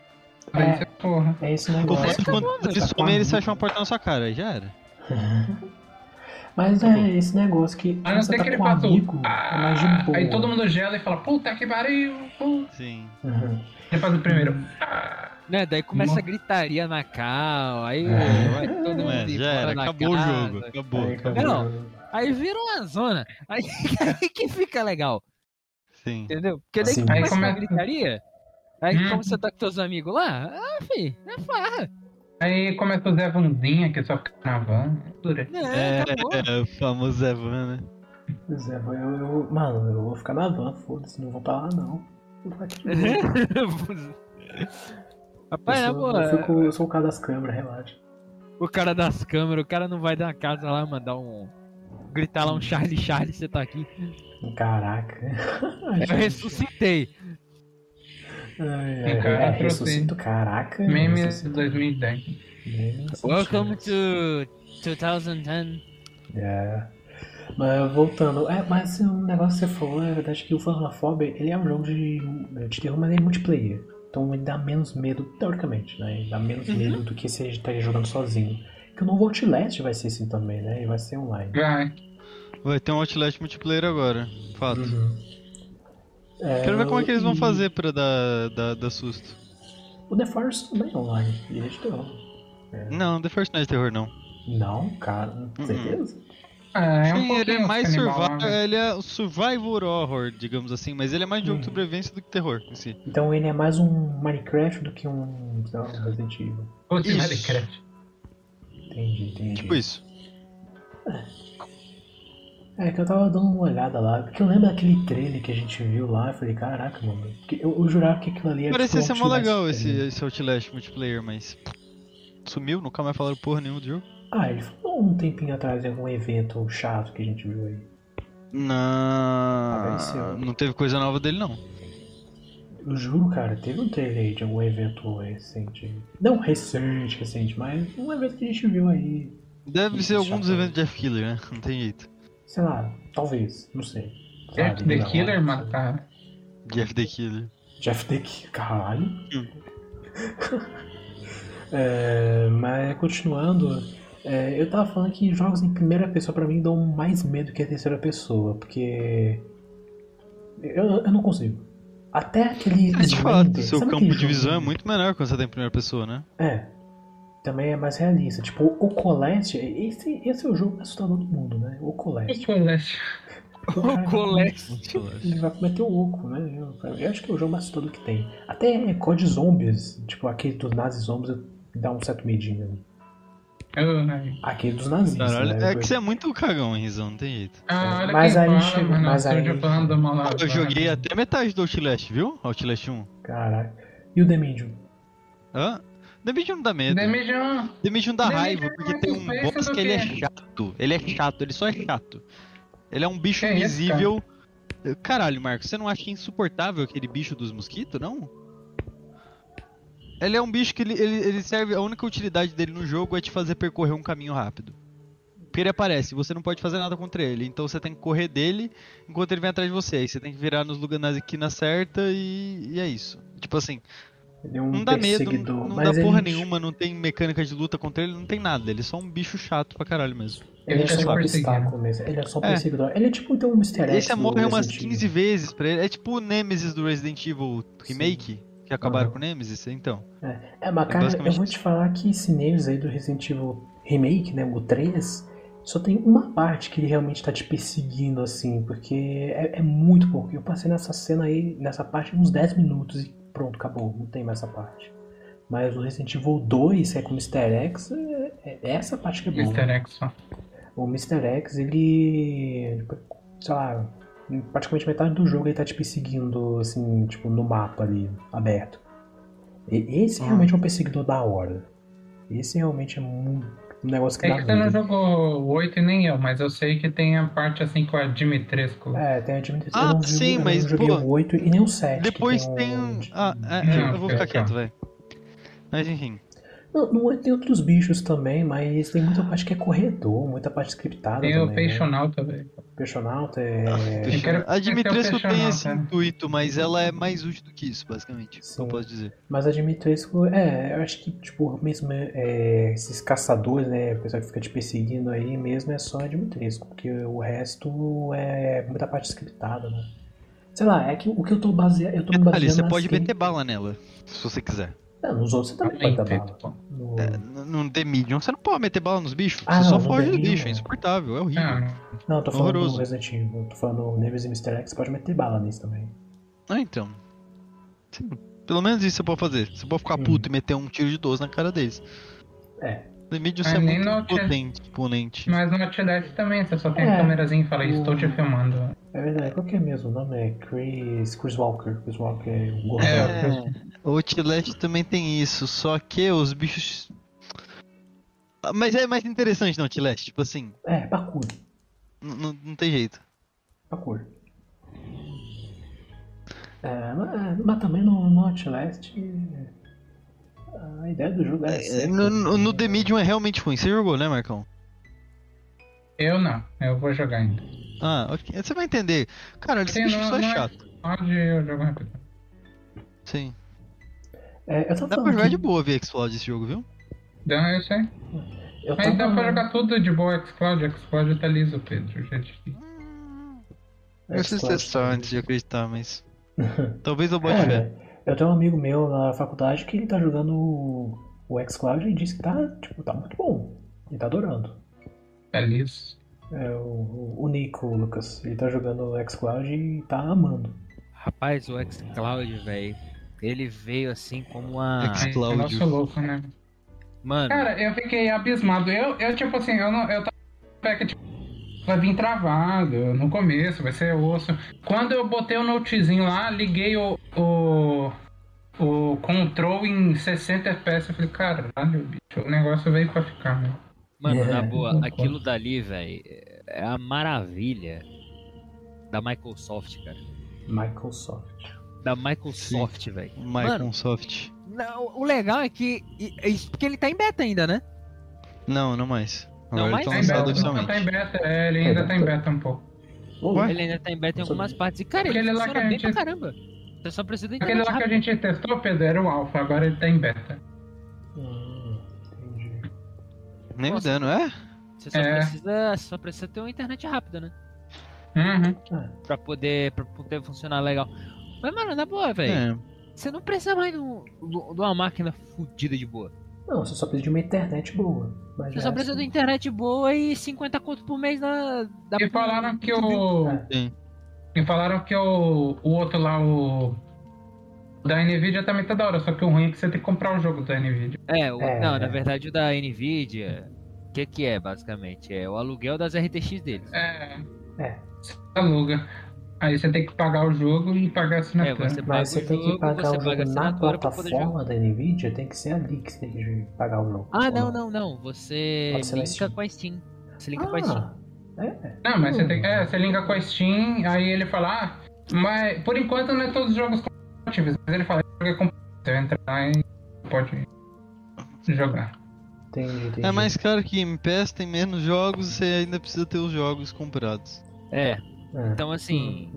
Speaker 1: É.
Speaker 3: Aí você, porra.
Speaker 1: É esse
Speaker 4: O
Speaker 1: negócio.
Speaker 4: foda é que quando
Speaker 1: Tá
Speaker 2: né?
Speaker 4: ele
Speaker 1: com
Speaker 4: some, ele
Speaker 1: amigo.
Speaker 4: se acha uma porta na sua cara, aí já era.
Speaker 1: Mas
Speaker 2: Tipo,
Speaker 1: é esse negócio que
Speaker 3: A não
Speaker 1: você
Speaker 3: ser
Speaker 1: tá
Speaker 3: que ele
Speaker 1: com um
Speaker 3: faça o.
Speaker 1: amigo, é mais de
Speaker 3: Ah,
Speaker 1: boa.
Speaker 3: aí todo mundo gela e fala, puta que pariu. pô.
Speaker 4: Sim.
Speaker 1: Uhum.
Speaker 3: Ele faz o primeiro. "Ah".
Speaker 2: Né? Daí começa
Speaker 1: Mo-
Speaker 2: a gritaria na cal, aí
Speaker 1: É.
Speaker 2: vai todo mundo
Speaker 4: Mas já
Speaker 2: embora
Speaker 4: era,
Speaker 2: da
Speaker 4: acabou o
Speaker 2: casa.
Speaker 4: jogo. Acabou.
Speaker 3: É,
Speaker 1: Aí
Speaker 4: acabou.
Speaker 1: acabou.
Speaker 2: Não. Aí vira uma zona. Aí, aí que fica legal,
Speaker 4: Sim.
Speaker 2: entendeu? Porque daí
Speaker 1: Sim.
Speaker 2: começa
Speaker 3: Aí
Speaker 2: uma
Speaker 3: começa-
Speaker 2: gritaria. Aí
Speaker 3: Hum.
Speaker 2: como você tá com teus amigos lá, ah, fi, é farra.
Speaker 3: Aí começa o Zé Vandinha, que só fica na van. É dura.
Speaker 2: É,
Speaker 4: É,
Speaker 2: acabou.
Speaker 4: é, o famoso Evan, né?
Speaker 1: Pois é, eu, eu- mano, eu vou ficar na van, foda-se, não vou pra lá não. Eu vou aqui.
Speaker 2: Rapaz,
Speaker 1: eu,
Speaker 2: na
Speaker 1: sou,
Speaker 2: boa,
Speaker 1: eu fico- eu sou o cara das câmeras, relaxa.
Speaker 2: o cara das câmeras, o cara não vai dar casa lá mandar um. gritar lá um Charlie Charlie, você tá aqui.
Speaker 1: Caraca.
Speaker 2: Eu ressuscitei.
Speaker 1: Ai,
Speaker 3: Sim,
Speaker 1: ai,
Speaker 3: um cara,
Speaker 1: é,
Speaker 3: eu
Speaker 1: ressuscito, caraca.
Speaker 3: Meme de
Speaker 1: ressuscito,
Speaker 3: 2010.
Speaker 1: memes.
Speaker 2: Welcome to 2010.
Speaker 1: É. Mas voltando, é, mas assim, um negócio que você falou, é verdade que o Phasmophobia, ele é um jogo de, de terror, mas ele é multiplayer. Então ele dá menos medo, teoricamente, né? Ele dá menos medo do que você estaria tá jogando sozinho. Porque o novo Outlast vai ser assim também, né? Ele vai ser online.
Speaker 3: Vai.
Speaker 4: Vai ter um Outlast multiplayer agora. Fato.
Speaker 3: Uhum.
Speaker 1: É,
Speaker 4: Quero ver como é que eles vão
Speaker 1: e
Speaker 4: fazer pra dar, dar, dar susto.
Speaker 1: O The Forest também é online, ele é de terror.
Speaker 4: Não, The First não é de terror, não.
Speaker 1: Não, cara, certeza?
Speaker 3: Ah, é um
Speaker 4: Sim,
Speaker 3: pouquinho
Speaker 4: ele é mais
Speaker 3: canibal,
Speaker 4: survival,
Speaker 3: né? Uhum.
Speaker 4: ele é o survival horror, digamos assim, mas ele é mais jogo de sobrevivência do que terror em si.
Speaker 1: Então ele é mais um Minecraft do que um, sei lá, um Resident Evil.
Speaker 3: Putz,
Speaker 4: É Isso.
Speaker 3: Minecraft.
Speaker 1: Entendi, entendi.
Speaker 4: Tipo isso.
Speaker 1: É que eu tava dando uma olhada lá, porque eu lembro daquele trailer que a gente viu lá, eu falei, caraca, mano, que- eu, eu jurava que aquilo ali era
Speaker 4: Parecia
Speaker 1: tipo
Speaker 4: ser
Speaker 1: um
Speaker 4: mó
Speaker 1: Outlast,
Speaker 4: legal
Speaker 1: tá
Speaker 4: esse,
Speaker 1: ligado?
Speaker 4: esse Outlast multiplayer, mas. Sumiu, nunca mais falaram porra nenhuma do jogo.
Speaker 1: Ah, ele falou um tempinho atrás em algum evento chato que a gente viu aí.
Speaker 4: Não.
Speaker 1: Apareceu.
Speaker 4: Não teve coisa nova dele, não.
Speaker 1: Eu juro, cara, teve um trailer aí de algum evento recente. Não recente, recente, mas um evento que a gente viu aí.
Speaker 4: Deve
Speaker 1: Isso,
Speaker 4: ser algum dos
Speaker 1: é chato.
Speaker 4: eventos de Jeff Killer, né? Não tem jeito.
Speaker 1: Sei lá, talvez, não sei.
Speaker 3: Jeff
Speaker 1: Sabe,
Speaker 3: É, The
Speaker 1: não,
Speaker 3: Killer
Speaker 1: não.
Speaker 3: matar.
Speaker 4: Jeff the Killer.
Speaker 1: Jeff The Killer, caralho.
Speaker 4: Hum.
Speaker 1: É, mas continuando, é, eu tava falando que jogos em primeira pessoa pra mim dão mais medo que a terceira pessoa, porque eu, eu não consigo. Até aquele.
Speaker 4: É, de fato,
Speaker 1: Slender,
Speaker 4: seu
Speaker 1: sabe
Speaker 4: campo
Speaker 1: aquele
Speaker 4: de visão é
Speaker 1: jogo?
Speaker 4: muito menor quando você tá em primeira pessoa, né?
Speaker 1: É. Também é mais realista. Tipo, o Colette, esse, esse é o jogo mais assustador do mundo, né? O Colette.
Speaker 3: Colete.
Speaker 2: O colégio.
Speaker 1: Ele vai cometer o oco, né? Eu, eu acho que é o jogo mais assustador que tem. Até COD Zombies, tipo, aquele dos nazis zombies dá um certo medinho. né?
Speaker 3: Ah,
Speaker 1: Aquele dos nazis,
Speaker 4: Caralho,
Speaker 1: né?
Speaker 4: é que você é muito cagão, Rizão, não tem jeito.
Speaker 3: Ah, olha
Speaker 1: Mas
Speaker 3: quem
Speaker 1: aí
Speaker 3: fala,
Speaker 1: chega-
Speaker 3: mano.
Speaker 1: mas aí-
Speaker 3: Sérgio Panda,
Speaker 1: Ah,
Speaker 3: malandro.
Speaker 1: tá.
Speaker 4: Eu joguei até metade do Outlast, viu? Outlast 1.
Speaker 1: Caralho. E o The Medium?
Speaker 4: Hã? The Medium não dá medo. né? The,
Speaker 3: Demijon.
Speaker 1: Hum.
Speaker 4: Medium dá
Speaker 3: The
Speaker 4: raiva,
Speaker 3: Medium é
Speaker 4: porque
Speaker 3: mais
Speaker 4: tem um
Speaker 3: suspense
Speaker 4: boss
Speaker 3: do
Speaker 4: que ele é
Speaker 3: que-
Speaker 4: chato. Ele é chato, ele só é chato. Ele é um bicho
Speaker 3: Que isso,
Speaker 4: invisível Caralho, Marcos, você não acha insuportável aquele bicho dos mosquitos, não? Ele é um bicho que ele, ele, ele serve. A única utilidade dele no jogo é te fazer percorrer um caminho rápido. Porque ele aparece, você não pode fazer nada contra ele. Então você tem que correr dele enquanto ele vem atrás de você. Aí você tem que virar nos lugares nas esquinas certa e, e é isso. Tipo assim,
Speaker 1: Ele é um
Speaker 4: não dá medo,
Speaker 1: perseguidor.
Speaker 4: não, não
Speaker 1: mas
Speaker 4: dá porra
Speaker 1: ele, é um
Speaker 4: nenhuma, não tem mecânica de luta contra ele, não tem nada. Ele é só um bicho chato pra caralho mesmo.
Speaker 1: Ele é
Speaker 3: Ele
Speaker 1: só um
Speaker 3: tá te perseguindo.
Speaker 1: obstáculo mesmo. Ele é só um
Speaker 4: É.
Speaker 1: perseguidor. Ele é tipo então um Mr. X
Speaker 4: Esse
Speaker 1: do
Speaker 4: morre umas
Speaker 1: Resident Evil.
Speaker 4: 15 vezes pra ele. É tipo o Nemesis do Resident Evil Remake, que acabaram
Speaker 1: Aham.
Speaker 4: com o Nemesis, então.
Speaker 1: É, mas cara, eu
Speaker 4: basicamente
Speaker 1: vou te falar que esse Nemesis aí do Resident Evil Remake, né, o 3, só tem uma parte que ele realmente tá te perseguindo, assim, porque é, é muito pouco. Eu passei nessa cena aí, nessa parte, uns 10 minutos e pronto, acabou, não tem mais essa parte. Mas o Resident Evil 2, é com o Mr. X, é, é essa parte que é boa.
Speaker 3: Mr. X, ó.
Speaker 1: O Mr. X, ele. Sei lá, em praticamente metade do jogo ele tá te perseguindo, assim, tipo, no mapa ali, aberto. E- esse
Speaker 4: Ah.
Speaker 1: realmente é um perseguidor da hora. Esse realmente é um, um negócio que
Speaker 3: É
Speaker 1: dá
Speaker 3: que você não
Speaker 1: medo.
Speaker 3: jogou o 8 e nem eu, mas eu sei que tem a parte assim com a Dimitrescu.
Speaker 1: É, tem a Dimitrescu.
Speaker 4: Ah,
Speaker 1: eu não vi,
Speaker 4: sim,
Speaker 1: eu não
Speaker 4: mas,
Speaker 1: joguei
Speaker 4: pô,
Speaker 1: o 8 e nem o 7. que
Speaker 4: Depois
Speaker 1: um-
Speaker 4: tem. Ah, é,
Speaker 3: Não,
Speaker 4: eu vou ficar
Speaker 3: cara.
Speaker 4: quieto, velho. Mas enfim.
Speaker 1: Não, no 8 tem outros bichos também, mas tem muita parte que é corredor, muita parte scriptada
Speaker 3: Ah. Tem o
Speaker 1: também. né?
Speaker 3: Peixonauta, velho.
Speaker 1: Peixonauta
Speaker 4: Ah,
Speaker 1: é...
Speaker 3: Eu quero
Speaker 4: A Dimitrescu
Speaker 3: até o
Speaker 4: tem esse
Speaker 3: Peixonauta.
Speaker 4: intuito, mas ela é mais útil do que isso, basicamente. é o que
Speaker 1: Sim.
Speaker 4: Eu posso dizer.
Speaker 1: Mas a Dimitrescu, é, eu acho que, tipo, mesmo é, esses caçadores, né, o pessoal que fica te perseguindo aí mesmo é só a Dimitrescu, porque o resto é muita parte scriptada, né? Sei lá, é que o que eu tô baseando, eu tô assim. me
Speaker 4: Detalhe,
Speaker 1: baseando
Speaker 4: você
Speaker 1: nas
Speaker 4: pode
Speaker 1: quem-
Speaker 4: meter bala nela, se você quiser.
Speaker 1: Não, nos outros você também pode dar bala. No-
Speaker 4: É, n- no The Medium, você não pode meter bala nos bichos.
Speaker 1: Ah,
Speaker 4: você
Speaker 1: não,
Speaker 4: só
Speaker 1: no
Speaker 4: foge
Speaker 1: The
Speaker 4: do
Speaker 1: Medium,
Speaker 4: bicho, é
Speaker 1: não.
Speaker 4: insuportável, é horrível.
Speaker 3: Ah,
Speaker 1: Não, eu tô falando
Speaker 4: horroroso.
Speaker 1: do Resident Evil, tô falando do Nemesis e Mr. X, pode meter bala nisso também.
Speaker 4: Ah, então. Sim, Pelo menos isso você pode fazer. Você pode ficar
Speaker 1: Hum.
Speaker 4: puto e meter um tiro de 12 na cara deles.
Speaker 1: É.
Speaker 4: The Medium
Speaker 3: Ah,
Speaker 4: você é
Speaker 3: nem
Speaker 4: muito
Speaker 3: não tinha-
Speaker 4: potente, imponente.
Speaker 3: mas no Outlet também, você só tem
Speaker 1: É.
Speaker 3: a câmerazinha e fala, estou te filmando.
Speaker 1: É verdade, qual que é mesmo o nome? É Chris, Chris Walker, Chris Walker é o gordão.
Speaker 3: É.
Speaker 4: O Outlet também tem isso, só que os bichos. Ah, Mas é mais interessante no Outlast, tipo assim,
Speaker 1: É, parkour,
Speaker 4: n- n- não tem jeito.
Speaker 1: parkour. É, mas, mas também no, no Outlast é, a ideia do jogo era
Speaker 4: É,
Speaker 1: essa.
Speaker 4: No, no- no The Medium é realmente ruim. Você jogou, né, Marcão?
Speaker 3: Eu não, eu vou jogar ainda.
Speaker 4: Ah, ok. Você vai entender. Cara, esse
Speaker 3: Sim,
Speaker 4: bicho
Speaker 3: não-
Speaker 4: só é
Speaker 3: não é-
Speaker 4: chato.
Speaker 3: Pode eu jogo rápido.
Speaker 4: Sim.
Speaker 1: É, eu tava
Speaker 4: Dá pra
Speaker 1: falando
Speaker 4: jogar
Speaker 1: que-
Speaker 4: de boa ver Explode esse jogo, viu?
Speaker 3: Então, eu sei.
Speaker 1: Eu
Speaker 3: Mas
Speaker 1: tava-
Speaker 3: dá pra É, então jogar tudo de boa Xcloud, Xcloud tá liso, Pedro. Já te digo.
Speaker 1: É,
Speaker 4: Eu sei se é
Speaker 1: Xcloud.
Speaker 4: só antes de acreditar, mas. Talvez eu bote fé.
Speaker 1: Olha, É, eu tenho um amigo meu na faculdade que ele tá jogando o, o xCloud e disse que tá, tipo, tá muito bom. Ele tá adorando.
Speaker 3: Tá liso.
Speaker 1: É, o, o Nico, o Lucas, ele tá jogando o xCloud e tá amando.
Speaker 2: Rapaz, o xCloud, velho, ele veio assim como uma.
Speaker 4: Ex-
Speaker 3: Aí, tá
Speaker 4: Xcloud.
Speaker 3: Nosso louco, né?
Speaker 2: Mano,
Speaker 3: Cara, eu fiquei abismado. Eu, eu tipo assim, eu, não, eu tava com pé que tipo, vai vir travado no começo, vai ser osso. Quando eu botei o notezinho lá, liguei o, o, o control em 60 FPS, eu falei, caralho, bicho, o negócio veio pra ficar, né?
Speaker 2: mano, na
Speaker 1: É,
Speaker 2: boa,
Speaker 3: concordo.
Speaker 2: aquilo dali, velho, é a maravilha da Microsoft, cara.
Speaker 1: Microsoft.
Speaker 2: Da Microsoft, velho.
Speaker 4: Microsoft.
Speaker 2: Não, O legal é que. e- é Isso porque ele tá em beta ainda, né?
Speaker 4: Não, não mais.
Speaker 2: Não
Speaker 4: Agora
Speaker 2: mais?
Speaker 4: ele tá
Speaker 3: Tá em
Speaker 4: lançado
Speaker 3: beta, não,
Speaker 4: oficialmente.
Speaker 3: tá em beta, é, ele ainda tá em beta um pouco.
Speaker 1: Ô,
Speaker 4: Ué?
Speaker 2: Ele ainda tá em beta em
Speaker 1: Só-
Speaker 2: algumas partes. E, cara, ele
Speaker 3: Aquele lá
Speaker 2: funciona
Speaker 3: que a
Speaker 2: bem pra
Speaker 3: gente- é-
Speaker 2: caramba. Você só precisa da
Speaker 3: Aquele
Speaker 2: internet
Speaker 3: lá que a
Speaker 2: rápida.
Speaker 3: gente testou, Pedro, era o alpha, agora ele tá em beta.
Speaker 1: Hum, entendi.
Speaker 4: Nem me
Speaker 2: Nossa.
Speaker 4: dando, é?
Speaker 2: Você só,
Speaker 3: É.
Speaker 2: precisa, só precisa ter uma internet rápida, né?
Speaker 3: Uhum.
Speaker 2: Pra poder, pra poder funcionar legal. Mas, mano, na boa, velho.
Speaker 4: É.
Speaker 2: Você não precisa mais de, um- de uma máquina fodida de boa.
Speaker 1: Não, você só precisa de uma internet boa. Mas
Speaker 2: Você
Speaker 1: o
Speaker 2: só
Speaker 3: É,
Speaker 1: resto-
Speaker 2: precisa de internet boa e 50 conto por mês na. Da
Speaker 3: E
Speaker 5: um
Speaker 3: falaram que o.
Speaker 1: É.
Speaker 4: Sim.
Speaker 3: E falaram que o, o outro lá, o. Da Nvidia também tá da hora, só que o ruim é que você tem que comprar o jogo da Nvidia.
Speaker 2: É, o-
Speaker 1: É.
Speaker 2: não, na verdade o da Nvidia. O que, que é, basicamente? É o aluguel das RTX deles.
Speaker 3: É.
Speaker 1: É.
Speaker 3: Você aluga. Aí você tem que pagar o jogo e pagar a
Speaker 2: É,
Speaker 3: assinatura.
Speaker 2: você paga
Speaker 1: Mas
Speaker 2: o
Speaker 1: você tem que
Speaker 2: jogo,
Speaker 1: pagar
Speaker 2: você paga
Speaker 1: o
Speaker 2: a
Speaker 1: jogo na
Speaker 2: assinatura pra poder jogar.
Speaker 1: plataforma da Nvidia, tem que ser ali que você tem que pagar o jogo.
Speaker 2: Ah,
Speaker 1: ou
Speaker 2: não, não, não. Você
Speaker 3: Ah,
Speaker 1: Pode ser na
Speaker 2: linka
Speaker 1: Steam.
Speaker 2: com a Steam. Você linka com a Steam.
Speaker 1: Ah, É.
Speaker 3: Não, mas
Speaker 4: Hum.
Speaker 3: você, tem, é, você linka com a Steam, aí ele fala, ah, mas por enquanto não é todos os jogos compatíveis, mas ele fala, esse jogo é compatível, você entra lá e pode jogar.
Speaker 1: Entendi, entendi.
Speaker 4: É mais caro que Game Pass, tem menos jogos, você ainda precisa ter os jogos comprados.
Speaker 2: É.
Speaker 1: É.
Speaker 2: Então assim.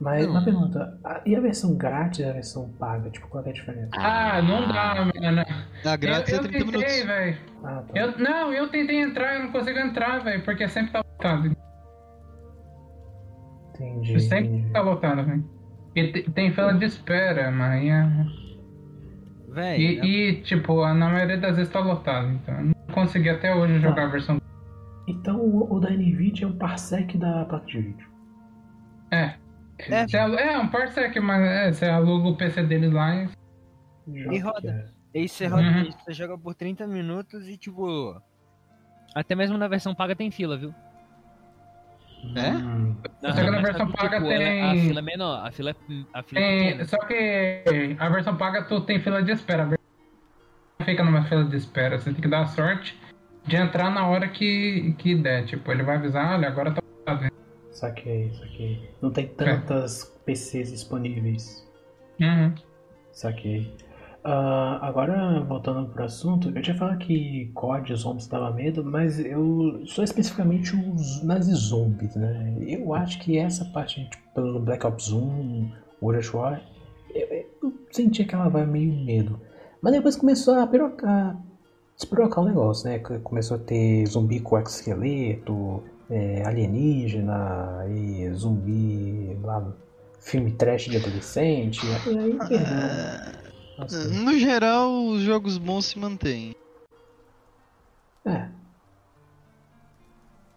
Speaker 1: Mas
Speaker 4: Não.
Speaker 1: uma pergunta, a- e a versão grátis e a versão paga? Tipo, qual que é a diferença?
Speaker 3: Ah, não dá, mano.
Speaker 4: A grátis
Speaker 3: eu,
Speaker 4: é
Speaker 3: eu
Speaker 4: 30
Speaker 3: tentei,
Speaker 4: minutos.
Speaker 3: velho.
Speaker 1: Ah, tá.
Speaker 3: Eu, não, eu tentei entrar, eu não consigo entrar, velho, porque sempre tá lotado.
Speaker 1: Entendi. entendi.
Speaker 3: Sempre tá lotado, velho. E te- tem fila de espera, amanhã.
Speaker 5: É,
Speaker 2: Véi.
Speaker 3: Hum.
Speaker 5: então.
Speaker 3: E, e, tipo, a- na maioria das vezes tá lotado, então eu não consegui até hoje jogar a versão.
Speaker 1: Então o, o da NVIDIA é um parsec da placa de vídeo.
Speaker 3: É.
Speaker 2: É.
Speaker 3: Você alu- é, um parsec, mas é, você aluga o PC deles lá e.
Speaker 1: Joga
Speaker 5: E
Speaker 1: que
Speaker 5: roda.
Speaker 1: é.
Speaker 5: E você roda
Speaker 3: Uhum.
Speaker 5: isso, você joga por 30 minutos e tipo.
Speaker 2: Até mesmo na versão paga tem fila, viu?
Speaker 4: É?
Speaker 1: Hum,
Speaker 3: Só que na versão
Speaker 2: Tipo,
Speaker 3: paga
Speaker 2: ela- A
Speaker 3: tem-
Speaker 2: fila é menor, a fila é, a fila é
Speaker 3: Tem,
Speaker 2: pequena.
Speaker 3: só que a versão paga tu tem fila de espera. a versão Não fica numa fila de espera, você tem que dar a sorte de entrar na hora que, que der. Tipo, ele vai avisar, olha, agora tá lotado. hein?
Speaker 1: saquei, saquei. Não
Speaker 2: É.
Speaker 1: tem tantas PCs disponíveis.
Speaker 3: Uhum.
Speaker 1: Saquei. Ah, agora, voltando pro assunto, eu tinha falado que COD e zombies dava medo, mas eu só especificamente os nazis zombies, né? Eu acho que essa parte, tipo, pelo Black Ops 1, World at War, eu, eu sentia que ela vai meio medo. Mas depois começou a pirocar, despirocar o negócio, né? Que Começou a ter zumbi com esqueleto, é, alienígena e zumbi lá, filme trash de adolescente. E aí, perdeu.
Speaker 4: Ah,
Speaker 1: Assim.
Speaker 4: No geral, os jogos bons se mantêm.
Speaker 1: É,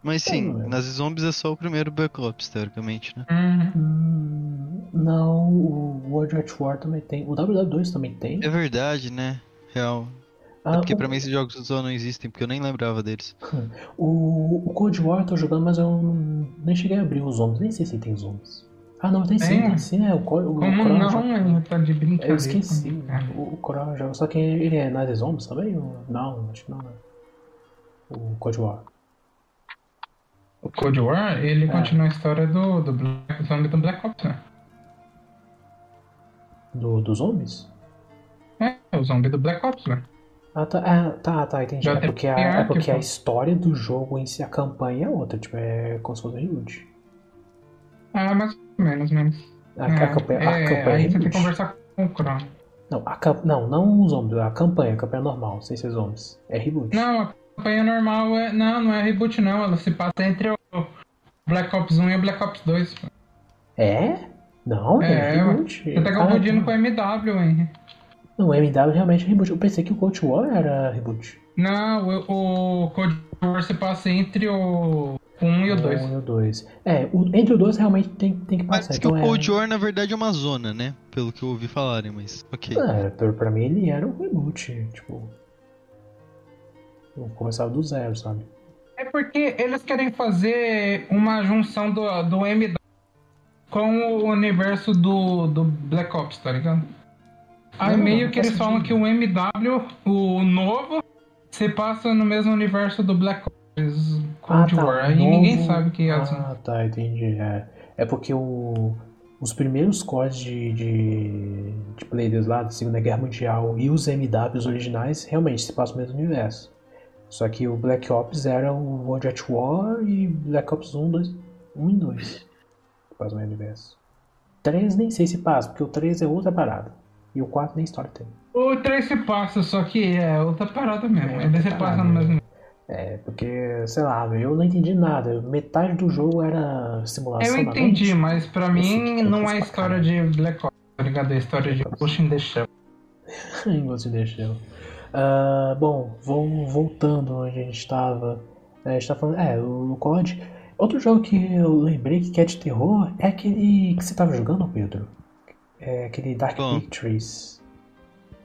Speaker 4: Mas sim,
Speaker 1: É, né?
Speaker 4: nas zombies é só o primeiro Black Ops, teoricamente, né?
Speaker 3: Uhum.
Speaker 1: hum, não, o World at War também tem. O WW2 também tem.
Speaker 4: É verdade, né? Real. É
Speaker 1: Ah,
Speaker 4: porque
Speaker 1: o,
Speaker 4: pra mim esses jogos só não existem, porque eu nem lembrava deles.
Speaker 1: o, o Cold War eu tô jogando, mas eu não- nem cheguei a abrir os zombies. Nem sei se tem zombies. Ah, não, tem sim,
Speaker 3: Tem.
Speaker 1: tem sim, né? O, Co- o
Speaker 3: É? Como
Speaker 1: Coral
Speaker 3: não,
Speaker 1: joga-
Speaker 3: hein? Tá de brincadeira.
Speaker 1: Eu esqueci. né,
Speaker 3: cara.
Speaker 1: O, o Coral joga. Só que ele é Nazi Zombies também? ou- Não, acho que não, né? O Cold War.
Speaker 3: O Cold War,
Speaker 1: É.
Speaker 3: ele continua a história do, do Black Zombie do Black Ops, né?
Speaker 1: Do, dos zombies?
Speaker 3: É, o zumbi do Black Ops, né?
Speaker 1: Ah, tá, ah, tá, tá, entendi.
Speaker 3: Já
Speaker 1: É
Speaker 3: tem
Speaker 1: porque, a,
Speaker 3: pior
Speaker 1: é
Speaker 3: que
Speaker 1: porque a
Speaker 3: foi.
Speaker 1: história do jogo em si, a campanha é outra, tipo, é como se fosse um reboot.
Speaker 3: Ah, mais ou menos, menos.
Speaker 1: A,
Speaker 3: É,
Speaker 1: a campanha, a
Speaker 3: é,
Speaker 1: campanha
Speaker 3: aí você tem que
Speaker 1: reboot.
Speaker 3: conversar com o Crown.
Speaker 1: Não, a camp... não, não os zombies, a campanha, a campanha é normal, sem ser zombies. É reboot.
Speaker 3: Não, a campanha normal é. Não, não é reboot, não. Ela se passa entre o Black Ops 1 e o Black Ops 2. pô.
Speaker 1: É? Não, é,
Speaker 3: É,
Speaker 1: reboot.
Speaker 3: Você tá
Speaker 1: Ah,
Speaker 3: confundindo
Speaker 1: tá.
Speaker 3: com o MW, hein?
Speaker 1: Não, o MW realmente é reboot. Eu pensei que o Coach War era reboot.
Speaker 3: Não, o, o Cold War se passa entre o 1 e o 2.
Speaker 1: Um e o dois. É, o- entre o dois realmente tem, tem que
Speaker 4: Mas
Speaker 1: passar.
Speaker 4: diz que
Speaker 1: então
Speaker 4: o
Speaker 1: é-
Speaker 4: Cold War, na verdade, é uma zona, né? Pelo que eu ouvi falarem, mas ok.
Speaker 1: É, pra, pra mim ele era um reboot, tipo. eu Começava do zero, sabe?
Speaker 3: É porque eles querem fazer uma junção do, do MW com o universo do, do Black Ops, tá ligado? Aí
Speaker 1: Não,
Speaker 3: meio
Speaker 1: não
Speaker 3: que
Speaker 1: faz
Speaker 3: eles falam que
Speaker 1: sentido.
Speaker 3: o MW, o novo, se passa no mesmo universo do Black Ops Cold
Speaker 1: Ah, tá,
Speaker 3: War. Aí
Speaker 1: novo-
Speaker 3: ninguém sabe que é assim.
Speaker 1: Ah, tá, entendi. É, é porque o- os primeiros cores de, de, de players lá da Segunda Guerra Mundial e os MWs originais realmente se passam no mesmo universo. Só que o Black Ops era o World at War e Black Ops 1, 2, 1 e 2. Que passa no mesmo universo. 3 nem sei se passa, porque o 3 é outra parada. E o 4 nem história tem.
Speaker 3: O 3 se passa, só que é outra parada mesmo.
Speaker 1: É,
Speaker 3: Ele
Speaker 1: outra
Speaker 3: se
Speaker 1: parada,
Speaker 3: passa no mesmo.
Speaker 1: É porque, sei lá, eu não entendi nada. Metade do jogo era
Speaker 3: Eu
Speaker 1: simulação. da
Speaker 3: entendi,
Speaker 1: mente.
Speaker 3: mas pra
Speaker 1: Esse
Speaker 3: mim
Speaker 1: aqui
Speaker 3: não
Speaker 1: faz
Speaker 3: é
Speaker 1: pra
Speaker 3: história de Black Ops, tá ligado? É história de Push in the Shell.
Speaker 1: Em Ghost in the Shell. Ah, bom, vou, voltando onde a gente estava. A gente tá falando. É, o COD. Outro jogo que eu lembrei que é de terror é aquele que você tava jogando, Pedro. É aquele Dark
Speaker 4: Bom.
Speaker 1: Pictures.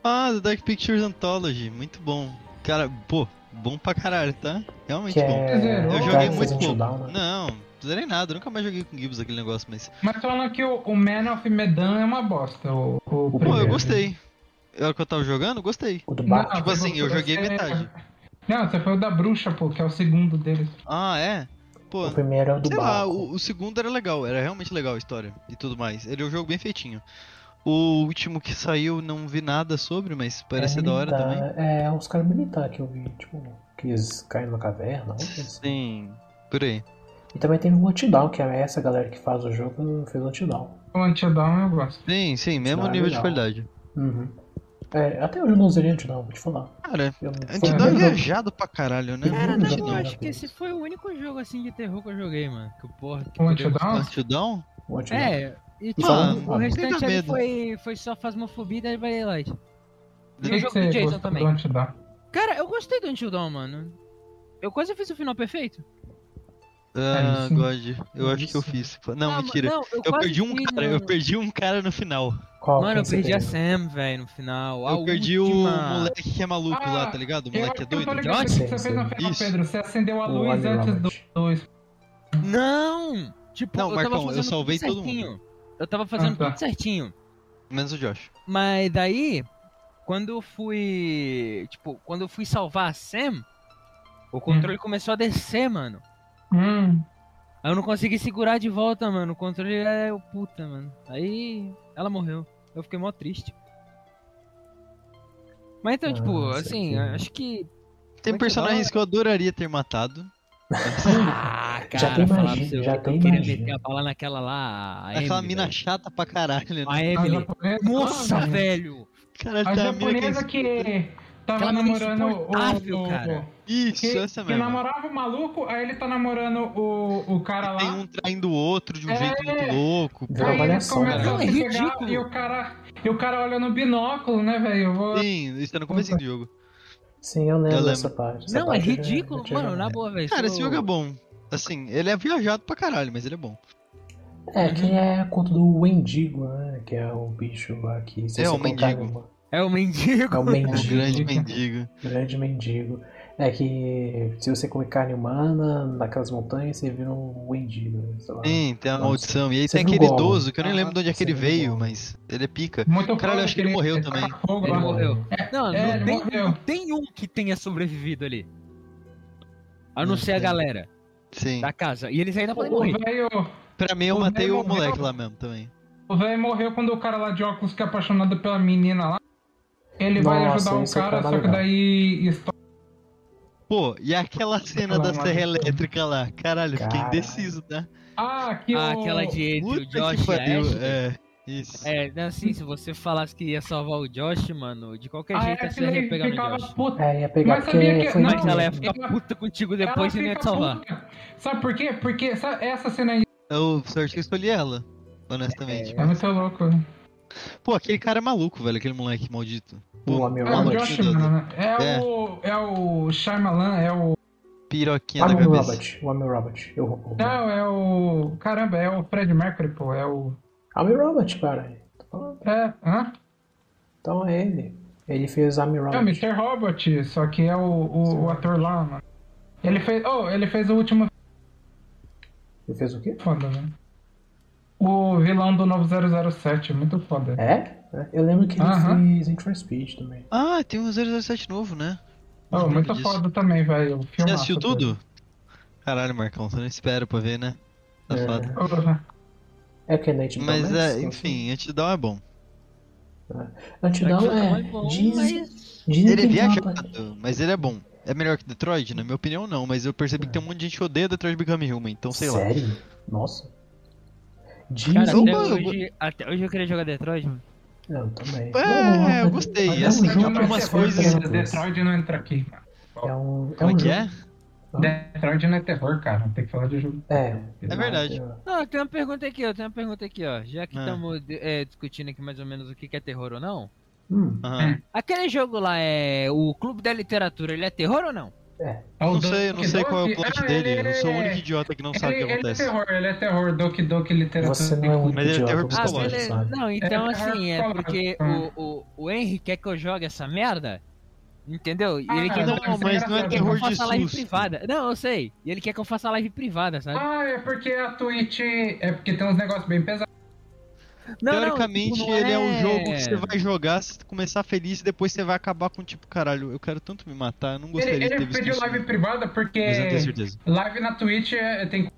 Speaker 4: Ah, The Dark Pictures Anthology, muito bom. Cara, pô, bom pra caralho, tá? Realmente
Speaker 1: Que
Speaker 4: bom.
Speaker 1: é.
Speaker 3: Eu
Speaker 4: Eu
Speaker 1: Dark
Speaker 4: joguei
Speaker 3: Dark
Speaker 4: muito
Speaker 1: Phoenix
Speaker 4: pouco.
Speaker 1: Down, né?
Speaker 4: Não, não zerei nada, nunca mais joguei com Gibbs aquele negócio, mas.
Speaker 3: Mas falando que o, o Man of Medan é uma bosta. O, o
Speaker 4: Pô,
Speaker 3: primeiro.
Speaker 4: eu gostei. A hora que eu tava jogando, gostei.
Speaker 1: O do
Speaker 3: Não,
Speaker 1: Batman.
Speaker 4: Tipo assim, eu
Speaker 3: você-
Speaker 4: joguei metade.
Speaker 3: Não, você foi o da bruxa, pô, que é o segundo deles.
Speaker 4: Ah, é? Pô,
Speaker 1: O primeiro é o do
Speaker 4: sei lá,
Speaker 1: barco.
Speaker 4: o, o segundo era legal, era realmente legal a história e tudo mais. Ele é um jogo bem feitinho. O último que saiu, não vi nada sobre, mas parece ser da hora
Speaker 1: militar,
Speaker 4: também.
Speaker 1: É, uns caras militares que eu vi, tipo, que eles caem numa caverna. alguma coisa assim.
Speaker 4: Sim, por aí.
Speaker 1: E também tem o Antidown, que é essa galera que faz o jogo, fez o Antidown.
Speaker 3: O Antidown eu gosto.
Speaker 4: Sim, sim, mesmo
Speaker 5: é
Speaker 1: Ah,
Speaker 4: nível de
Speaker 1: legal.
Speaker 4: qualidade.
Speaker 1: Uhum. É, até hoje eu não usei Antidown, vou te falar.
Speaker 4: Cara,
Speaker 1: Eu não-
Speaker 4: a gente
Speaker 5: é
Speaker 1: foi-
Speaker 4: dá viajado pra caralho, né?
Speaker 1: Cara,
Speaker 5: Cara,
Speaker 1: Hum,
Speaker 5: na
Speaker 3: um
Speaker 1: não,
Speaker 5: boa, eu
Speaker 1: não,
Speaker 5: acho que
Speaker 1: não.
Speaker 5: esse foi o único jogo assim de terror que eu joguei, mano. Que porra que
Speaker 3: O
Speaker 5: poderia-
Speaker 3: Antidown?
Speaker 4: Antidão?
Speaker 1: O Antidown.
Speaker 5: É, e tipo,
Speaker 1: Mano,
Speaker 5: o
Speaker 3: um
Speaker 5: restante
Speaker 4: tenha
Speaker 5: ali
Speaker 4: medo.
Speaker 5: foi, foi só Fasmofobia e Dead by Daylight.
Speaker 3: O
Speaker 5: E o
Speaker 3: que né? que
Speaker 5: jogo do
Speaker 3: você
Speaker 5: Jason
Speaker 3: gostou
Speaker 5: também.
Speaker 3: do Antidown?
Speaker 5: Cara, eu gostei do Until Dawn, mano. Eu quase fiz o final perfeito. É
Speaker 4: Ah,
Speaker 3: isso.
Speaker 4: God, eu acho que eu
Speaker 3: Isso.
Speaker 4: fiz. Não,
Speaker 5: Ah,
Speaker 4: mentira.
Speaker 5: mano, não,
Speaker 4: Eu
Speaker 5: quase
Speaker 4: perdi um
Speaker 5: fiz,
Speaker 4: cara, eu
Speaker 5: mano.
Speaker 4: perdi um cara no final.
Speaker 1: Qual,
Speaker 5: Mano,
Speaker 1: quem
Speaker 5: eu
Speaker 1: você
Speaker 5: perdi a
Speaker 1: pegou?
Speaker 5: Sam, velho, no final. A
Speaker 4: Eu perdi o
Speaker 5: última.
Speaker 4: moleque que é maluco
Speaker 3: Ah,
Speaker 4: lá, tá ligado? O
Speaker 3: Eu
Speaker 4: moleque é
Speaker 3: acho que eu
Speaker 4: doido.
Speaker 3: tô ligado o que
Speaker 5: Johnson?
Speaker 3: você fez no final,
Speaker 4: Isso.
Speaker 3: Pedro. Você acendeu a
Speaker 1: O
Speaker 3: luz
Speaker 1: Wally
Speaker 3: antes do
Speaker 1: Robert.
Speaker 3: 2.
Speaker 5: Não! Tipo,
Speaker 4: Não,
Speaker 5: eu
Speaker 4: Marcão,
Speaker 5: tava
Speaker 4: eu
Speaker 5: fazendo
Speaker 4: salvei
Speaker 5: tudo
Speaker 4: todo mundo.
Speaker 5: certinho. Eu tava fazendo
Speaker 3: Ah, tá.
Speaker 5: tudo certinho.
Speaker 4: Menos o Josh.
Speaker 5: Mas daí, quando eu fui. Tipo, quando eu fui salvar a Sam, o controle começou a descer, mano.
Speaker 3: Hum,
Speaker 5: Aí eu não consegui segurar de volta, mano. O controle é o puta, mano. Aí ela morreu. Eu fiquei mó triste. Mas então,
Speaker 1: Ah,
Speaker 5: tipo,
Speaker 1: isso
Speaker 5: assim,
Speaker 1: aqui.
Speaker 5: acho é que.
Speaker 4: Tem
Speaker 5: Muito
Speaker 4: personagens
Speaker 5: da
Speaker 4: que eu adoraria ter matado.
Speaker 5: Ah, cara,
Speaker 1: tem
Speaker 5: falar pra
Speaker 1: magia,
Speaker 5: você,
Speaker 1: já
Speaker 5: eu
Speaker 1: tem
Speaker 5: queria
Speaker 1: magia.
Speaker 5: meter a bala naquela lá. A
Speaker 4: Aquela
Speaker 5: Emily,
Speaker 4: mina
Speaker 5: velho.
Speaker 4: chata pra caralho,
Speaker 5: A
Speaker 4: né?
Speaker 3: a
Speaker 5: Emily.
Speaker 3: japonesa-
Speaker 5: Nossa,
Speaker 3: Ah,
Speaker 5: velho!
Speaker 4: Cara,
Speaker 3: A
Speaker 4: tá a mina
Speaker 3: japonesa
Speaker 4: que...
Speaker 3: que tava
Speaker 5: Aquela mina
Speaker 3: namorando
Speaker 5: insuportável,
Speaker 3: o. o-
Speaker 5: cara.
Speaker 4: Isso,
Speaker 3: Que,
Speaker 4: essa
Speaker 3: que
Speaker 4: mesmo.
Speaker 3: namorava o maluco, aí ele tá namorando o, o cara lá.
Speaker 4: Tem um traindo o outro de um
Speaker 3: É.
Speaker 4: jeito muito louco. pô.
Speaker 1: Virou
Speaker 3: Aí ele
Speaker 1: malhação,
Speaker 3: começa
Speaker 1: né?
Speaker 5: Não,
Speaker 3: a
Speaker 5: é
Speaker 3: se pegar
Speaker 5: ridículo.
Speaker 3: e o cara. E o cara olha no binóculo, né, velho? Eu vou.
Speaker 4: Sim, isso é no começo do jogo.
Speaker 1: Sim, eu lembro,
Speaker 4: Eu lembro.
Speaker 1: dessa parte. essa
Speaker 5: Não, é
Speaker 1: parte eu já-
Speaker 5: ridículo,
Speaker 1: eu já
Speaker 5: mano, na
Speaker 1: joguei.
Speaker 5: boa, velho.
Speaker 4: Cara,
Speaker 5: se
Speaker 4: esse
Speaker 5: eu-
Speaker 4: jogo é bom. Assim, ele é viajado pra caralho, mas ele é bom.
Speaker 1: É, que é conta do Wendigo, né? Que é o bicho lá que... se
Speaker 4: É,
Speaker 1: você
Speaker 4: o
Speaker 1: colocar
Speaker 4: mendigo.
Speaker 1: numa-
Speaker 5: É o mendigo.
Speaker 1: É o
Speaker 4: O
Speaker 1: mendigo.
Speaker 4: Um grande mendigo.
Speaker 1: Grande mendigo. É que se você comer carne humana naquelas montanhas, você vira um mendigo, né? sei lá.
Speaker 4: Sim, tem a
Speaker 1: Nossa.
Speaker 4: maldição. E aí
Speaker 1: Você
Speaker 4: tem
Speaker 1: viu
Speaker 4: aquele
Speaker 1: o Gollum?
Speaker 4: idoso, que eu nem
Speaker 3: Ah,
Speaker 4: lembro de onde é que
Speaker 1: você
Speaker 4: ele
Speaker 1: viu o
Speaker 4: veio,
Speaker 1: Gollum.
Speaker 4: mas ele é pica.
Speaker 3: Muito
Speaker 4: Caralho, eu acho que ele morreu também.
Speaker 3: Fogo
Speaker 5: Ele
Speaker 3: lá.
Speaker 5: morreu. Não,
Speaker 3: É,
Speaker 5: não,
Speaker 3: ele
Speaker 5: tem,
Speaker 3: morreu.
Speaker 5: não tem um que tenha sobrevivido ali. A não
Speaker 4: Não
Speaker 5: ser a
Speaker 4: tem.
Speaker 5: galera
Speaker 4: Sim.
Speaker 5: da casa. E eles ainda podem
Speaker 3: O
Speaker 5: morrer.
Speaker 3: velho.
Speaker 4: Pra mim, eu
Speaker 3: O
Speaker 4: matei
Speaker 3: Nemo
Speaker 4: o moleque
Speaker 3: morreu.
Speaker 4: lá mesmo também.
Speaker 3: O velho morreu quando o cara lá de óculos que é apaixonado pela menina lá. Ele vai
Speaker 1: Nossa,
Speaker 3: ajudar o
Speaker 1: esse é o
Speaker 3: cara,
Speaker 1: cara
Speaker 3: só que
Speaker 1: legal.
Speaker 3: daí. esto-
Speaker 4: Pô, e aquela cena da
Speaker 3: Aquela
Speaker 4: serra
Speaker 3: maldição.
Speaker 4: elétrica lá? Caralho, eu fiquei
Speaker 1: Caralho.
Speaker 4: indeciso, tá?
Speaker 3: Ah, que
Speaker 5: Ah,
Speaker 3: o...
Speaker 5: aquela de entre o
Speaker 4: Puta
Speaker 5: Josh
Speaker 4: que
Speaker 5: e a
Speaker 4: pariu.
Speaker 5: Ashley.
Speaker 4: É, isso.
Speaker 5: É, né, assim, se você falasse que ia salvar o Josh, mano, de qualquer
Speaker 3: A
Speaker 5: jeito a Sarah ia
Speaker 3: Ashley
Speaker 5: pegar no
Speaker 3: Ah, é ficava
Speaker 5: Josh.
Speaker 3: puta.
Speaker 1: É, ia pegar
Speaker 3: Mas
Speaker 1: porque
Speaker 3: sabia que-
Speaker 1: foi um
Speaker 3: não,
Speaker 5: Mas ela é- ia
Speaker 1: muito-
Speaker 5: ficar puta contigo É, depois e
Speaker 3: Ela
Speaker 5: não ia te
Speaker 3: fica
Speaker 5: salvar.
Speaker 3: puta. Sabe por quê? Porque essa, essa cena aí
Speaker 4: Eu, É sorte que eu escolhi ela, honestamente.
Speaker 3: é muito louco. né?
Speaker 4: Pô, aquele cara é maluco, velho, aquele moleque maldito.
Speaker 1: O
Speaker 4: Pô,
Speaker 1: homem
Speaker 3: É
Speaker 1: Eu
Speaker 3: o
Speaker 1: amo
Speaker 3: Josh,
Speaker 4: aquilo.
Speaker 3: mano. né? É,
Speaker 4: É.
Speaker 3: o. É o Shyamalan, é o.
Speaker 1: O
Speaker 4: piroquinha da
Speaker 1: homem
Speaker 4: cabeça.
Speaker 1: Robert. O homem Robert. Eu roubo.
Speaker 3: Não, é o. Caramba, é o Fred Mercury, pô. É o.
Speaker 1: Homem Robert, cara. Tô falando.
Speaker 3: É, hã?
Speaker 1: Então é ele. Ele fez Homem
Speaker 3: É o
Speaker 1: Robert.
Speaker 3: Mr. Robot, só que é o, o, o ator lá, mano. Ele fez. Oh, ele fez o último.
Speaker 1: Ele fez o quê?
Speaker 3: Foda, né? O vilão do novo 007, muito foda.
Speaker 1: É? É, Eu lembro que ele
Speaker 3: Aham.
Speaker 1: fez Intro Speed também.
Speaker 4: Ah, tem um 007 novo, né?
Speaker 3: Oh,
Speaker 4: Não
Speaker 5: tá
Speaker 3: muito
Speaker 4: lembro disso.
Speaker 3: foda também, velho.
Speaker 4: Você assistiu tudo? Caralho, Marcão, você não espera pra ver, né? Tá
Speaker 1: É.
Speaker 4: foda.
Speaker 1: É porque na HBO
Speaker 4: Mas,
Speaker 1: Max,
Speaker 4: é,
Speaker 1: eu
Speaker 4: enfim, Antidão é bom.
Speaker 1: sei. Antidão é.
Speaker 5: Mas bom,
Speaker 1: Dizem,
Speaker 5: mas-
Speaker 1: dizem
Speaker 4: Ele é
Speaker 1: que tem uma-
Speaker 4: viajado, mas ele é bom. É melhor que Detroit? Na minha opinião, não. Mas eu percebi que tem um monte de gente que odeia Detroit Become Human, então sei lá.
Speaker 1: Sério? Nossa. Dizem.
Speaker 5: Cara, até
Speaker 4: Eu- eu-
Speaker 5: hoje, até hoje eu queria jogar Detroit, mano.
Speaker 1: Eu também.
Speaker 4: É, eu
Speaker 1: Mas
Speaker 4: gostei.
Speaker 1: é um
Speaker 4: Assim,
Speaker 1: jogo,
Speaker 4: abre umas
Speaker 1: mas é coisa-
Speaker 4: coisas.
Speaker 3: Detroit não entra aqui, cara.
Speaker 1: É um.
Speaker 4: Como é
Speaker 1: um
Speaker 4: que
Speaker 1: jogo-
Speaker 4: é?
Speaker 3: Detroit não é terror, cara. Tem que falar de jogo.
Speaker 1: É.
Speaker 4: É verdade.
Speaker 5: Não, eu tenho uma pergunta aqui, eu tenho uma pergunta aqui, ó. Já que
Speaker 4: Ah.
Speaker 5: estamos discutindo aqui mais ou menos o que que é terror ou não.
Speaker 1: Hum,
Speaker 4: Aham.
Speaker 5: Aquele jogo lá é. O Clube da Literatura, ele é terror ou não?
Speaker 3: É o
Speaker 4: Não
Speaker 3: Doki
Speaker 4: sei, não sei
Speaker 3: Doki.
Speaker 4: qual é o plot
Speaker 3: Ah,
Speaker 4: dele.
Speaker 3: ele
Speaker 4: Eu sou o único
Speaker 3: é-
Speaker 4: idiota que não sabe o
Speaker 3: ele,
Speaker 4: que
Speaker 3: ele é
Speaker 4: acontece.
Speaker 3: terror, ele é terror, Doki Doki literatura.
Speaker 1: você não é um
Speaker 4: Mas ele é
Speaker 1: idiota,
Speaker 4: terror
Speaker 1: você
Speaker 5: Ah,
Speaker 4: psicológico,
Speaker 1: sabe.
Speaker 5: beleza. Não, então
Speaker 3: É,
Speaker 5: assim, é
Speaker 3: fala,
Speaker 5: porque
Speaker 3: fala.
Speaker 5: o, o, o Henry quer que eu jogue essa merda. Entendeu? E ele
Speaker 3: Ah,
Speaker 5: quer
Speaker 4: Não,
Speaker 5: que eu-
Speaker 3: Isso é
Speaker 4: mas não é
Speaker 3: engraçado,
Speaker 5: que eu
Speaker 4: terror de
Speaker 5: faça live
Speaker 4: susto.
Speaker 5: privada. Não, eu sei. E ele quer que eu faça live privada, sabe?
Speaker 3: Ah, é porque a Twitch. É porque tem uns negócios bem pesados.
Speaker 5: Não, não,
Speaker 4: Teoricamente,
Speaker 5: tipo, não
Speaker 4: ele é... um jogo que você vai jogar, você começar feliz e depois você vai acabar com tipo, caralho, eu quero tanto me matar, eu não
Speaker 3: Ele,
Speaker 4: gostaria de ter
Speaker 3: ele
Speaker 4: visto
Speaker 3: pediu
Speaker 4: isso.
Speaker 3: live privada porque
Speaker 4: Mas eu tenho certeza.
Speaker 3: live na Twitch é- tem.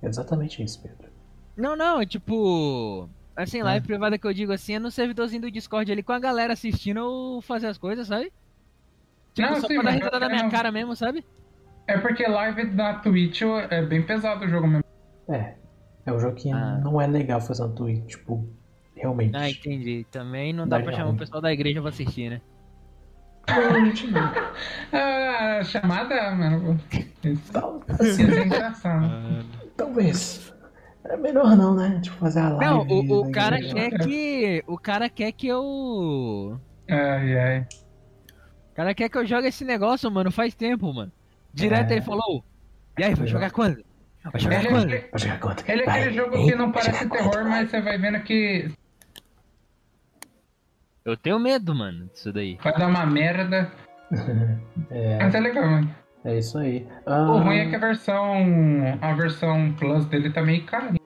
Speaker 1: Exatamente isso, Pedro.
Speaker 5: Não, não, é tipo. Assim, live privada que eu digo assim é no servidorzinho do Discord ali com a galera assistindo ou fazer as coisas, sabe? Tipo,
Speaker 3: Não,
Speaker 5: só
Speaker 3: sim,
Speaker 5: pra dar
Speaker 3: mas
Speaker 5: risada
Speaker 3: eu
Speaker 5: na minha
Speaker 3: quero-
Speaker 5: cara mesmo, sabe?
Speaker 3: É porque live na Twitch é bem pesado o jogo mesmo.
Speaker 1: É. É um jogo que
Speaker 5: Ah.
Speaker 1: não é legal fazer no Twitch, tipo, realmente.
Speaker 5: Ah, entendi. Também não dá
Speaker 1: Dá
Speaker 5: pra
Speaker 1: não.
Speaker 5: chamar o pessoal da igreja pra assistir, né?
Speaker 1: Realmente não.
Speaker 3: Ah, chamada, mano. Isso,
Speaker 1: Tal- assim,
Speaker 3: isso é engraçado.
Speaker 4: Caralho.
Speaker 1: talvez. É melhor não, né? Tipo, fazer a
Speaker 5: Não,
Speaker 1: live.
Speaker 5: o,
Speaker 1: da
Speaker 5: o cara
Speaker 1: igreja.
Speaker 5: quer que. O cara quer que eu.
Speaker 3: Ai, ai.
Speaker 5: O cara quer que eu jogue esse negócio, mano, faz tempo, mano. Direto
Speaker 1: É.
Speaker 5: ele falou. E aí, vai jogar quando? Vai
Speaker 3: Ele,
Speaker 5: jogar
Speaker 3: é
Speaker 5: quando?
Speaker 3: aquele-
Speaker 1: Vai jogar contra.
Speaker 3: ele é
Speaker 1: Vai,
Speaker 3: aquele jogo
Speaker 1: hein?
Speaker 3: que não
Speaker 1: Vai
Speaker 3: parece
Speaker 1: jogar
Speaker 3: terror,
Speaker 1: contra.
Speaker 3: mas você vai vendo que
Speaker 5: Eu tenho medo, mano, disso daí.
Speaker 3: vai dar uma merda.
Speaker 1: É,
Speaker 3: Mas é legal, mano.
Speaker 1: é isso aí. Ah,
Speaker 3: O ruim é que a versão. A versão plus dele tá meio carinha.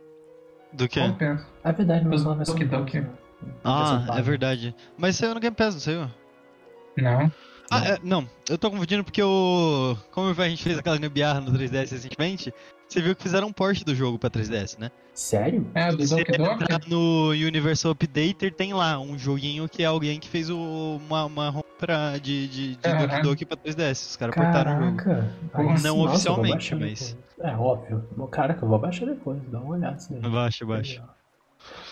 Speaker 4: Do que?
Speaker 3: Compensa.
Speaker 1: É verdade, não é só uma
Speaker 3: Os
Speaker 1: versão.
Speaker 3: Doki
Speaker 1: boa,
Speaker 3: Doki.
Speaker 1: né? Versão
Speaker 4: Ah,
Speaker 1: paga.
Speaker 4: é verdade. Mas saiu no Game Pass, não saiu?
Speaker 3: Não.
Speaker 4: Ah, é, não, eu tô confundindo porque o. Como a gente fez aquela gambiarra no 3DS recentemente, você viu que fizeram um port do jogo pra 3DS, né?
Speaker 1: Sério?
Speaker 3: É, do
Speaker 4: Se você
Speaker 3: Doki Doki?
Speaker 4: entrar no Universal Updater, tem lá um joguinho que é alguém que fez o- uma, uma ROM pra- de, de, de Doki
Speaker 3: Caraca.
Speaker 4: Doki pra 3DS. Os caras portaram o jogo.
Speaker 1: Caraca. Aí
Speaker 3: Não
Speaker 1: sim, eu vou
Speaker 4: oficialmente,
Speaker 1: baixar
Speaker 4: mas-
Speaker 1: depois. É óbvio. Caraca, eu vou baixar depois, dá uma olhada. Assim.
Speaker 4: Baixa, baixa.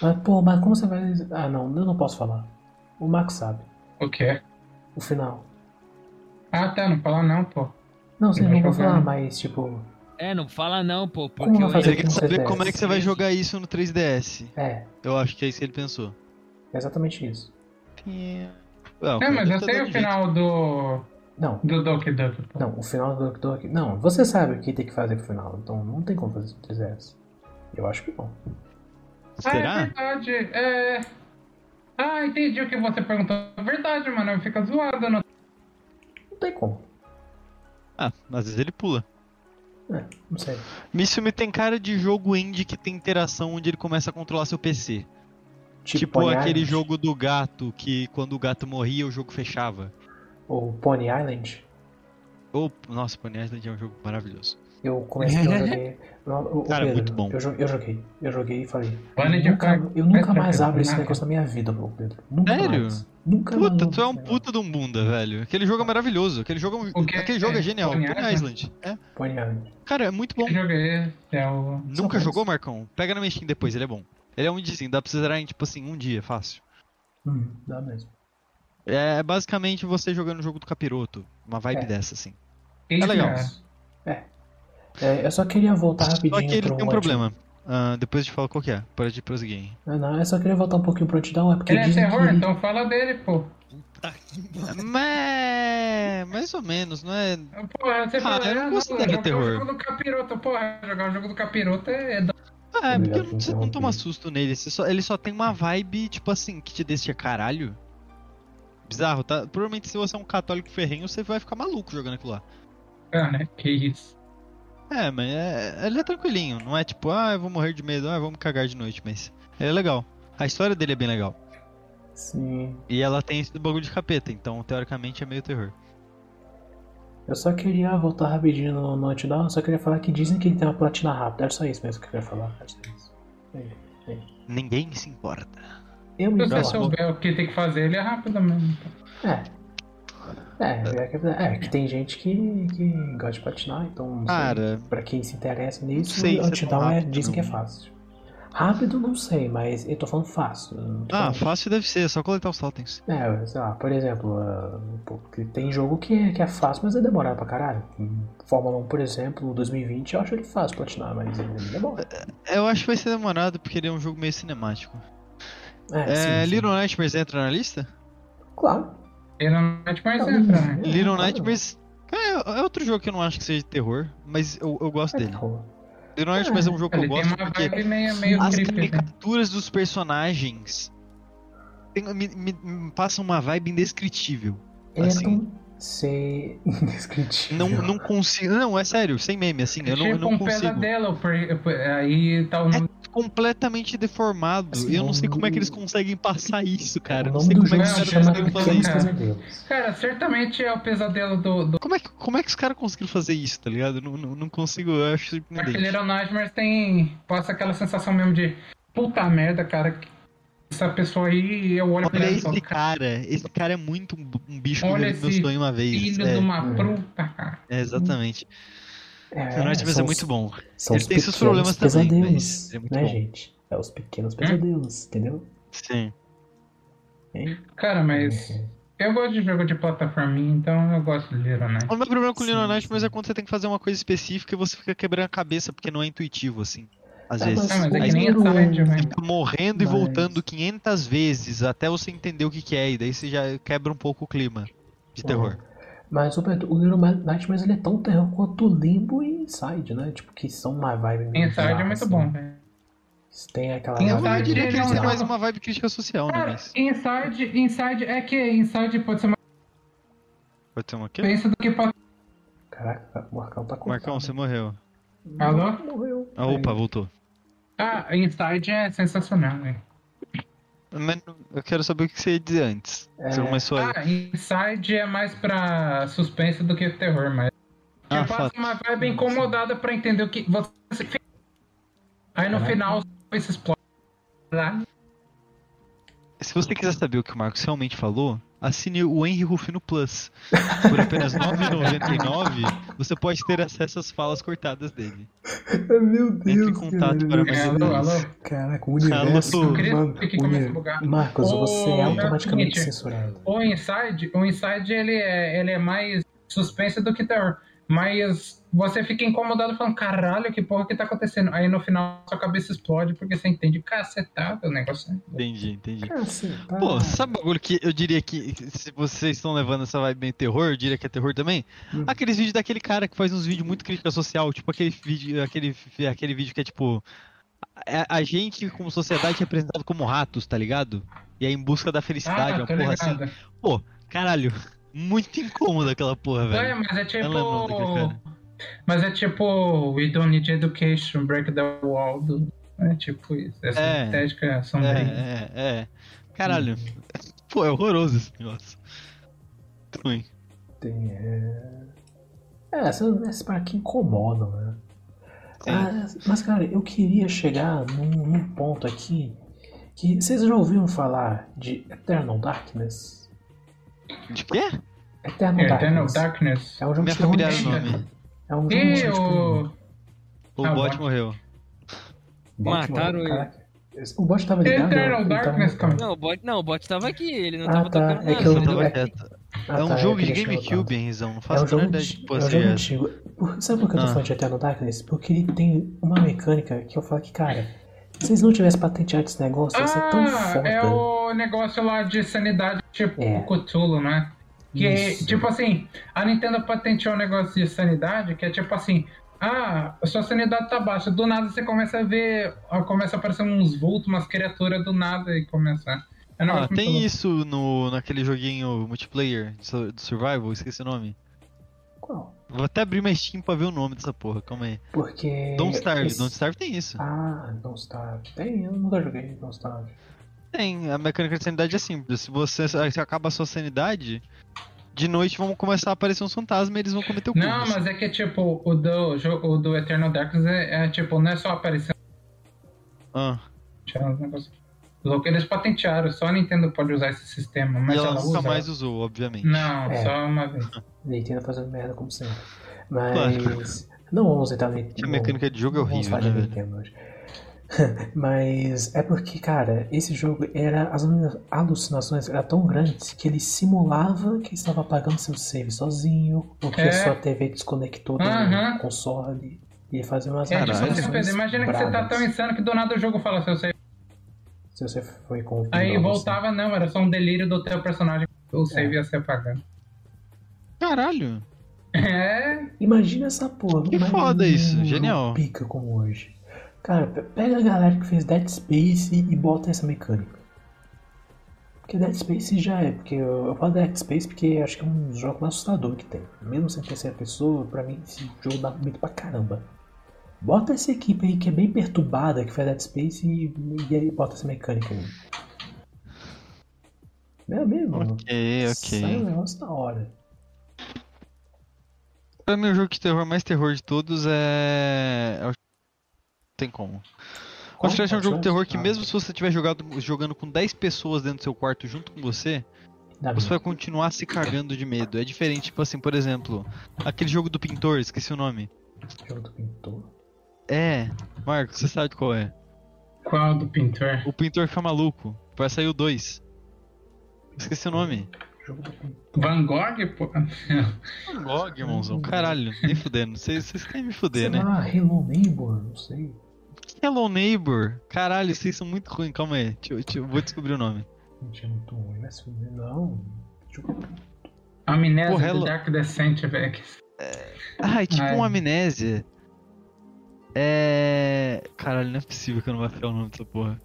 Speaker 1: Mas, pô, mas como você vai. Ah, não, eu não posso falar. O Marco sabe.
Speaker 3: O quê?
Speaker 1: O final.
Speaker 3: Ah, tá, não fala não, pô.
Speaker 1: Não, vocês
Speaker 3: Vai
Speaker 1: não vão
Speaker 3: jogar.
Speaker 1: falar, mas, tipo.
Speaker 5: É, não fala não, pô,
Speaker 1: Como
Speaker 5: porque
Speaker 1: vai
Speaker 5: eu
Speaker 1: fazer
Speaker 4: Ele
Speaker 1: com
Speaker 4: quer saber
Speaker 1: 3DS?
Speaker 4: como é que você vai jogar isso no 3DS.
Speaker 1: É,
Speaker 4: Eu acho que é isso que ele pensou.
Speaker 1: é exatamente isso.
Speaker 4: Não,
Speaker 3: É, mas eu
Speaker 4: tá
Speaker 3: sei
Speaker 4: dando
Speaker 3: o
Speaker 4: jeito.
Speaker 3: final do.
Speaker 1: Não,
Speaker 3: do Doki Doki. pô.
Speaker 1: não, o final do Doki Doki. Não, você sabe o que tem que fazer com o final, então não tem como fazer com 3DS. Eu acho que não.
Speaker 3: Ah, é
Speaker 4: Será?
Speaker 3: verdade. É. Ah, entendi o que você perguntou. É Verdade, mano. Fica zoado. Não...
Speaker 1: Não tem como.
Speaker 4: Ah, às vezes ele pula.
Speaker 1: É, não sei.
Speaker 4: Mitsumi tem cara de jogo indie que tem interação onde ele começa a controlar seu PC. Tipo
Speaker 1: Pony
Speaker 4: aquele
Speaker 1: Island,
Speaker 4: jogo do gato que quando o gato morria o jogo fechava.
Speaker 1: Ou Pony Island.
Speaker 4: Ou, nossa, Pony Island é um jogo maravilhoso.
Speaker 1: Eu comecei, eu joguei. Não, o- o
Speaker 4: Cara,
Speaker 1: Pedro,
Speaker 4: muito bom.
Speaker 1: Eu, jo- eu joguei, eu joguei e falei.
Speaker 3: Pane de
Speaker 1: Eu nunca,
Speaker 3: é cara.
Speaker 1: eu nunca
Speaker 3: Vai
Speaker 1: mais
Speaker 3: trocar,
Speaker 1: abro esse
Speaker 3: nada.
Speaker 1: negócio na minha vida, meu Pedro. Nunca
Speaker 4: Sério?
Speaker 1: mais. Nunca mais.
Speaker 4: Puta, tu é um puta de um bunda, velho. Aquele jogo é maravilhoso. Aquele jogo é, um-
Speaker 3: O que é-
Speaker 4: aquele jogo é genial.
Speaker 3: Pony
Speaker 4: Pony Island. É.
Speaker 1: Pony Island.
Speaker 4: Cara, é muito bom.
Speaker 3: Eu joguei. É o.
Speaker 4: Nunca
Speaker 1: Saudades.
Speaker 4: jogou, Marcão? Pega na minha Steam depois, ele é bom. Ele é um indiezinho, dá pra você zerar em, tipo assim, um dia, fácil.
Speaker 1: Hum, dá mesmo.
Speaker 4: É basicamente você jogando o jogo do capiroto. Uma vibe
Speaker 1: É.
Speaker 4: dessa, assim.
Speaker 3: Eita,
Speaker 4: legal.
Speaker 1: É, eu só queria voltar
Speaker 4: Só
Speaker 1: rapidinho
Speaker 4: que ele
Speaker 1: pro
Speaker 4: tem um
Speaker 1: What-
Speaker 4: problema. Ah, depois eu te falo qual que é, para de prosseguir. hein.
Speaker 1: Ah, Não, eu só queria voltar um pouquinho pro Antidown, é porque
Speaker 3: Ele é
Speaker 1: dizem
Speaker 3: terror,
Speaker 1: que...
Speaker 3: então fala dele, pô.
Speaker 4: Mas... Mais ou menos, não é...
Speaker 3: Porra, você
Speaker 4: Ah,
Speaker 3: fala.
Speaker 4: eu não considero
Speaker 3: jogar
Speaker 4: terror.
Speaker 3: o jogo do capiroto, porra. Jogar o jogo do capiroto é. é da-
Speaker 4: Ah, é
Speaker 1: Obrigado
Speaker 4: porque
Speaker 1: por
Speaker 4: eu não, você não
Speaker 1: interromper.
Speaker 4: toma susto nele. você só- ele só tem uma vibe, tipo assim, que te deixa caralho. Bizarro, tá? Provavelmente se você é um católico ferrenho, você vai ficar maluco jogando aquilo lá.
Speaker 3: Ah, né? Que isso.
Speaker 4: É, mas é- ele é tranquilinho. Não é tipo, ah, eu vou morrer de medo, ah, eu vou me cagar de noite, mas... É legal. A história dele é bem legal.
Speaker 1: Sim,
Speaker 4: E ela tem esse bagulho de capeta, então teoricamente é meio terror.
Speaker 1: eu só queria voltar rapidinho no, no Antidown, eu só queria falar que dizem que ele tem uma platina rápida, era só isso mesmo que eu queria falar. era só isso. É, é.
Speaker 4: Ninguém se importa.
Speaker 1: Eu me
Speaker 3: Se você
Speaker 1: importo.
Speaker 3: souber o que tem que fazer, ele é rápido mesmo.
Speaker 1: É. É, é que, é que tem gente que, que gosta de patinar, então não sei.
Speaker 4: Cara,
Speaker 1: pra quem se interessa nisso,
Speaker 4: sei se é tão
Speaker 1: antidown é,
Speaker 4: rápido,
Speaker 1: dizem que é
Speaker 4: não.
Speaker 1: fácil. Rápido não sei, mas eu tô falando fácil. eu não tô
Speaker 4: ah,
Speaker 1: falando-
Speaker 4: fácil deve ser, é só coletar os totens.
Speaker 1: É, sei lá, por exemplo, ah, pô, que tem jogo que é, que é fácil, mas é demorado pra caralho. Um Fórmula 1, por exemplo, 2020, eu acho ele fácil platinar, mas ele é demora.
Speaker 4: Eu acho que vai ser demorado porque ele é um jogo meio cinemático.
Speaker 1: É,
Speaker 4: É,
Speaker 1: sim, sim.
Speaker 4: Little Nightmares entra na lista?
Speaker 1: Claro.
Speaker 3: Ele não vai te mais
Speaker 1: Talvez.
Speaker 3: entrar, né?
Speaker 1: É,
Speaker 4: Little
Speaker 1: claro.
Speaker 4: Nightmares é, é outro jogo que eu não acho que seja de terror, mas eu, eu gosto
Speaker 1: É
Speaker 4: dele.
Speaker 1: terror.
Speaker 4: Little Nightmares é um jogo que eu
Speaker 3: Ele tem
Speaker 4: gosto
Speaker 3: uma
Speaker 4: porque
Speaker 3: vibe meio, meio
Speaker 4: as
Speaker 3: creepy, né?
Speaker 4: caricaturas dos personagens tem- me, me- me passam uma vibe indescritível.
Speaker 1: Ele é
Speaker 4: Assim,
Speaker 1: tão ser indescritível.
Speaker 4: Não, não consigo. Não, é sério, sem meme, assim. Eu não, eu
Speaker 3: tipo
Speaker 4: não
Speaker 3: um
Speaker 4: consigo.
Speaker 3: pesadelo, por- por- aí tá o nome
Speaker 4: Completamente deformado.
Speaker 1: Assim,
Speaker 4: E eu não sei
Speaker 1: não-
Speaker 4: como é que eles conseguem passar isso, cara.
Speaker 1: o
Speaker 4: Eu Não
Speaker 1: nome
Speaker 4: sei
Speaker 1: do
Speaker 4: como é
Speaker 1: jogo
Speaker 4: que os
Speaker 1: se
Speaker 4: caras
Speaker 1: chama
Speaker 4: conseguem fazer
Speaker 1: Pequenos
Speaker 4: isso.
Speaker 3: cara.
Speaker 1: Pesadelos.
Speaker 3: Cara, certamente é o pesadelo do. do...
Speaker 4: Como é, que, como é que os caras conseguiram fazer isso, tá ligado? Eu Não, não, não consigo, eu acho surpreendente.
Speaker 3: Artilheiro Nightmares tem. Passa aquela sensação mesmo de. Puta merda, cara. que- Essa pessoa aí, eu olho pra
Speaker 4: Olha
Speaker 3: ela e falo,
Speaker 4: esse cara, esse cara é muito um, um bicho que
Speaker 3: Olha
Speaker 4: veio do meu
Speaker 3: esse
Speaker 4: sonho uma vez.
Speaker 3: filho
Speaker 4: É,
Speaker 3: de uma
Speaker 1: é.
Speaker 3: puta, cara.
Speaker 4: é, exatamente.
Speaker 1: É,
Speaker 4: É, Nightmares é
Speaker 1: são
Speaker 4: muito
Speaker 1: os-
Speaker 4: bom.
Speaker 1: São
Speaker 4: Ele
Speaker 1: os
Speaker 4: tem seus
Speaker 1: pequenos
Speaker 4: problemas também,
Speaker 1: pesadelos,
Speaker 4: mas é muito
Speaker 1: né,
Speaker 4: bom.
Speaker 1: gente? É os pequenos pesadelos, entendeu? É,
Speaker 4: Sim.
Speaker 1: Hein?
Speaker 3: Cara, mas.
Speaker 1: é.
Speaker 3: Eu gosto de jogo de plataforminha, então eu gosto de Little Nightmares.
Speaker 4: O meu problema com o
Speaker 1: Sim,
Speaker 4: Little Nightmares
Speaker 1: sim.
Speaker 4: é quando você tem que fazer uma coisa específica e você fica quebrando a cabeça porque não é intuitivo, assim. Às
Speaker 1: Ah,
Speaker 4: vezes.
Speaker 3: Ah, mas é
Speaker 4: Aí
Speaker 3: que nem
Speaker 1: o-
Speaker 3: Asylum, né?
Speaker 4: você fica morrendo e
Speaker 1: Mas-
Speaker 4: voltando 500 vezes até você entender o que, que é, e daí você já quebra um pouco o clima de terror.
Speaker 1: Mas o, o Little Nightmares ele é tão terror quanto Limbo e Inside, né? Tipo, que são uma vibe meio
Speaker 3: Inside é
Speaker 1: bizarra,
Speaker 3: muito
Speaker 1: assim.
Speaker 3: bom, velho.
Speaker 1: Tem aquela
Speaker 3: Tem
Speaker 1: vibe
Speaker 3: Inside
Speaker 4: Eu
Speaker 1: meio- assim,
Speaker 4: diria que eles
Speaker 3: não,
Speaker 4: têm
Speaker 3: não.
Speaker 4: mais uma vibe crítica social, né?
Speaker 3: Cara,
Speaker 4: Mas
Speaker 3: Inside, Inside é que Inside pode ser mais
Speaker 4: pode ter uma quê?
Speaker 3: pensa do que pra...
Speaker 1: Caraca, o Marcão tá com.
Speaker 4: Marcão, você morreu.
Speaker 3: Alô?
Speaker 1: morreu.
Speaker 4: Ah, opa, voltou.
Speaker 3: Ah, Inside é sensacional, né?
Speaker 4: Mas não- eu quero saber o que você ia dizer antes.
Speaker 1: É.
Speaker 4: Você começou aí.
Speaker 3: Ah, Inside é mais pra suspense do que terror, mas.
Speaker 4: Ah,
Speaker 3: eu faço
Speaker 4: fato.
Speaker 3: uma vibe incomodada pra entender o que. Você... Aí no
Speaker 1: Caraca.
Speaker 3: final esse explode lá.
Speaker 4: Se você quiser saber o que o Marcos realmente falou, assine o Henry Rufino Plus. Por apenas R$ 9,99, você pode ter acesso às falas cortadas dele.
Speaker 1: É, Meu
Speaker 4: Entre em
Speaker 1: Deus.
Speaker 4: contato
Speaker 1: cara.
Speaker 4: para mais
Speaker 3: Alô, alô.
Speaker 4: detalhes.
Speaker 1: Caraca, o universo.
Speaker 4: Alô?
Speaker 3: Eu queria
Speaker 1: Mano,
Speaker 3: que
Speaker 1: o
Speaker 3: começa a
Speaker 1: uni-
Speaker 3: bugar.
Speaker 1: Marcos,
Speaker 3: Ô,
Speaker 1: você é automaticamente
Speaker 3: Marquinhos.
Speaker 1: censurado.
Speaker 3: O Inside, o Inside ele é, ele é mais suspense do que terror. Mas você fica incomodado falando, caralho, que porra que tá acontecendo? Aí no final sua cabeça explode porque você entende, cacetada o negócio. é-
Speaker 4: Entendi, entendi.
Speaker 1: Ah, Caceta.
Speaker 4: Pô, sabe o bagulho que eu diria que se vocês estão levando essa vibe meio terror, eu diria que é terror também?
Speaker 1: Hum.
Speaker 4: Aqueles vídeos daquele cara que faz uns vídeos muito crítica social, tipo aquele vídeo, aquele, aquele vídeo que é tipo. A, a gente, como sociedade, é representado como ratos, tá ligado? E é em busca da felicidade, uma
Speaker 3: Ah, tô
Speaker 4: porra assim.
Speaker 3: tá ligado.
Speaker 4: Caralho, muito incômodo aquela porra,
Speaker 3: É,
Speaker 4: velho.
Speaker 3: mas é
Speaker 4: Eu lembro daquele
Speaker 3: tipo.
Speaker 4: cara.
Speaker 3: Mas é tipo, we don't need education, break the wall. do- É tipo isso. Essa
Speaker 4: É.
Speaker 3: estética sombria.
Speaker 4: É, é, é. Caralho. Pô, é horroroso esse negócio. Muito ruim.
Speaker 1: Tem, é... É, essas, essas paradas que incomodam, né?
Speaker 4: Sim.
Speaker 1: Ah, mas, cara, eu queria chegar num, num ponto aqui que vocês já ouviram falar de Eternal Darkness?
Speaker 4: De quê? é,
Speaker 1: Eternal
Speaker 3: É, Eternal
Speaker 1: Darkness.
Speaker 3: Darkness.
Speaker 1: É um jogo
Speaker 4: Minha
Speaker 1: de terror
Speaker 4: família era o
Speaker 1: antigo.
Speaker 4: nome.
Speaker 1: É um jogo de
Speaker 3: E
Speaker 1: terror.
Speaker 3: o.
Speaker 4: O
Speaker 3: Ah,
Speaker 4: bot
Speaker 3: bot.
Speaker 4: morreu.
Speaker 2: Mataram ele.
Speaker 1: Caraca, O bot tava ligado? então
Speaker 3: Eternal
Speaker 1: Ele tava
Speaker 3: Darkness,
Speaker 1: mutado.
Speaker 5: Não, o bot, não, o bot tava aqui, ele não
Speaker 1: Ah,
Speaker 5: tava
Speaker 1: tá,
Speaker 5: tocando
Speaker 1: é
Speaker 5: nada. né?
Speaker 1: que eu
Speaker 5: só
Speaker 1: vi-
Speaker 5: tava-
Speaker 4: Tava
Speaker 1: é-
Speaker 4: quieto.
Speaker 1: Ah,
Speaker 4: É um
Speaker 1: tá, eu
Speaker 4: jogo de
Speaker 1: queria chegar lá.
Speaker 4: GameCube, Renzão. Não
Speaker 1: É
Speaker 4: faço
Speaker 1: um
Speaker 4: a menor
Speaker 1: jogo,
Speaker 4: ideia de
Speaker 1: anti-
Speaker 4: que
Speaker 1: é
Speaker 4: porra
Speaker 1: um jogo
Speaker 4: seja essa.
Speaker 1: antigo. Por- sabe por que eu tô
Speaker 4: Ah.
Speaker 1: falando de Eternal Darkness? Porque ele tem uma mecânica que eu falo que, cara, se eles não tivessem patenteado esse negócio, ia ser tão
Speaker 3: Ah,
Speaker 1: foda.
Speaker 3: é o negócio lá de sanidade, tipo
Speaker 1: É.
Speaker 3: o Cthulhu, né? Que,
Speaker 1: Isso.
Speaker 3: tipo assim, a Nintendo patenteou um negócio de sanidade, que é tipo assim, ah, a sua sanidade tá baixa, do nada você começa a ver, ah, começa a aparecer uns vultos, umas criaturas do nada e começa... É um
Speaker 4: Ah,
Speaker 3: negócio
Speaker 4: tem
Speaker 3: muito
Speaker 4: isso no, naquele joguinho multiplayer de su- do Survival, esqueci o nome.
Speaker 1: Qual?
Speaker 4: Vou até abrir minha Steam pra ver o nome dessa porra, calma aí.
Speaker 1: Porque.
Speaker 4: Don't Starve,
Speaker 1: esse-
Speaker 4: Don't Starve tem isso.
Speaker 1: Ah, Don't Starve. Tem, eu nunca joguei então tá Don't Starve.
Speaker 4: Tem, a mecânica de sanidade é simples. Se você se acaba a sua sanidade, de noite vão começar a aparecer uns fantasmas e eles vão cometer o cu.
Speaker 3: Não, mas é que tipo, o do, jo- o do Eternal Darkness é, é, tipo, não é só aparecer
Speaker 4: Ah,
Speaker 3: é um negócio louco. Eles patentearam, só a Nintendo pode usar esse sistema, mas
Speaker 4: e
Speaker 3: ela,
Speaker 4: ela nunca
Speaker 3: usa.
Speaker 4: mais usou, obviamente.
Speaker 3: Não,
Speaker 1: É.
Speaker 3: só uma vez.
Speaker 1: Nintendo fazendo merda como sempre. Mas. Não tá vamos entrar no.
Speaker 4: A mecânica de jogo é
Speaker 1: Vamos
Speaker 4: horrível,
Speaker 1: falar
Speaker 4: né,
Speaker 1: de
Speaker 4: velho?
Speaker 1: Nintendo hoje. Mas é porque, cara, esse jogo era. As alucinações eram tão grandes que ele simulava que estava apagando seu save sozinho, ou que
Speaker 3: É.
Speaker 1: a sua TV desconectou do
Speaker 3: Aham.
Speaker 1: console. E ele fazia umas
Speaker 3: É tipo
Speaker 4: Caralho.
Speaker 3: assim, Pedro, imagina que você tá tão insano que do nada o jogo fala seu save.
Speaker 1: Se você foi com né?
Speaker 3: Aí voltava, não, era só um delírio do teu personagem. O save ia se apagando.
Speaker 4: Caralho!
Speaker 3: É,
Speaker 1: Imagina essa porra.
Speaker 4: Que
Speaker 1: mas
Speaker 4: foda
Speaker 1: num
Speaker 4: isso,
Speaker 1: jogo
Speaker 4: genial.
Speaker 1: Pica como hoje. Cara, pe- pega a galera que fez Dead Space e e bota essa mecânica. Que Dead Space já é, porque eu, eu falo Dead Space porque acho que é um dos jogos mais assustador que tem. Mesmo sem terceira pessoa, pra mim esse jogo dá medo pra caramba. Bota essa equipe aí que é bem perturbada, que faz Dead Space e, e aí bota essa mecânica aí. Meu amigo,
Speaker 4: Ok,
Speaker 1: sai um
Speaker 4: ok.
Speaker 1: negócio da hora.
Speaker 4: Pra mim, o jogo de terror mais terror de todos é. é o- Não tem como.
Speaker 1: Qual?
Speaker 4: Outcast é um jogo de terror que,
Speaker 1: Ah,
Speaker 4: mesmo se você estiver jogado- jogando com 10 pessoas dentro do seu quarto junto com você,
Speaker 1: dá
Speaker 4: você
Speaker 1: medo.
Speaker 4: vai continuar se cagando de medo. É diferente, tipo assim, por exemplo, aquele jogo do pintor, esqueci o nome.
Speaker 1: Jogo do pintor.
Speaker 4: É, Marcos, você sabe qual é.
Speaker 3: Qual do pintor?
Speaker 4: O pintor fica maluco. Vai sair o 2. Esqueci o nome.
Speaker 1: Jogo do pintor.
Speaker 3: Van Gogh, pô.
Speaker 4: Van Gogh, irmãozão. Caralho, nem fudendo. Vocês vocês querem me
Speaker 1: Sei
Speaker 4: fuder, né?
Speaker 1: lá, Hello Neighbor, não sei.
Speaker 4: Hello Neighbor. Caralho, vocês são muito ruins. Calma aí. Deixa eu- deixa eu- vou descobrir o nome.
Speaker 1: Gente, é muito ruim, vai se fuder, não. Jogo do pintor.
Speaker 3: Amnésia
Speaker 4: Porra,
Speaker 3: do
Speaker 4: ela-
Speaker 3: Dark Descent, velho.
Speaker 4: Ah, é tipo
Speaker 3: Ai.
Speaker 4: uma amnésia. É. Caralho, não é possível que eu não vou achar o nome dessa porra.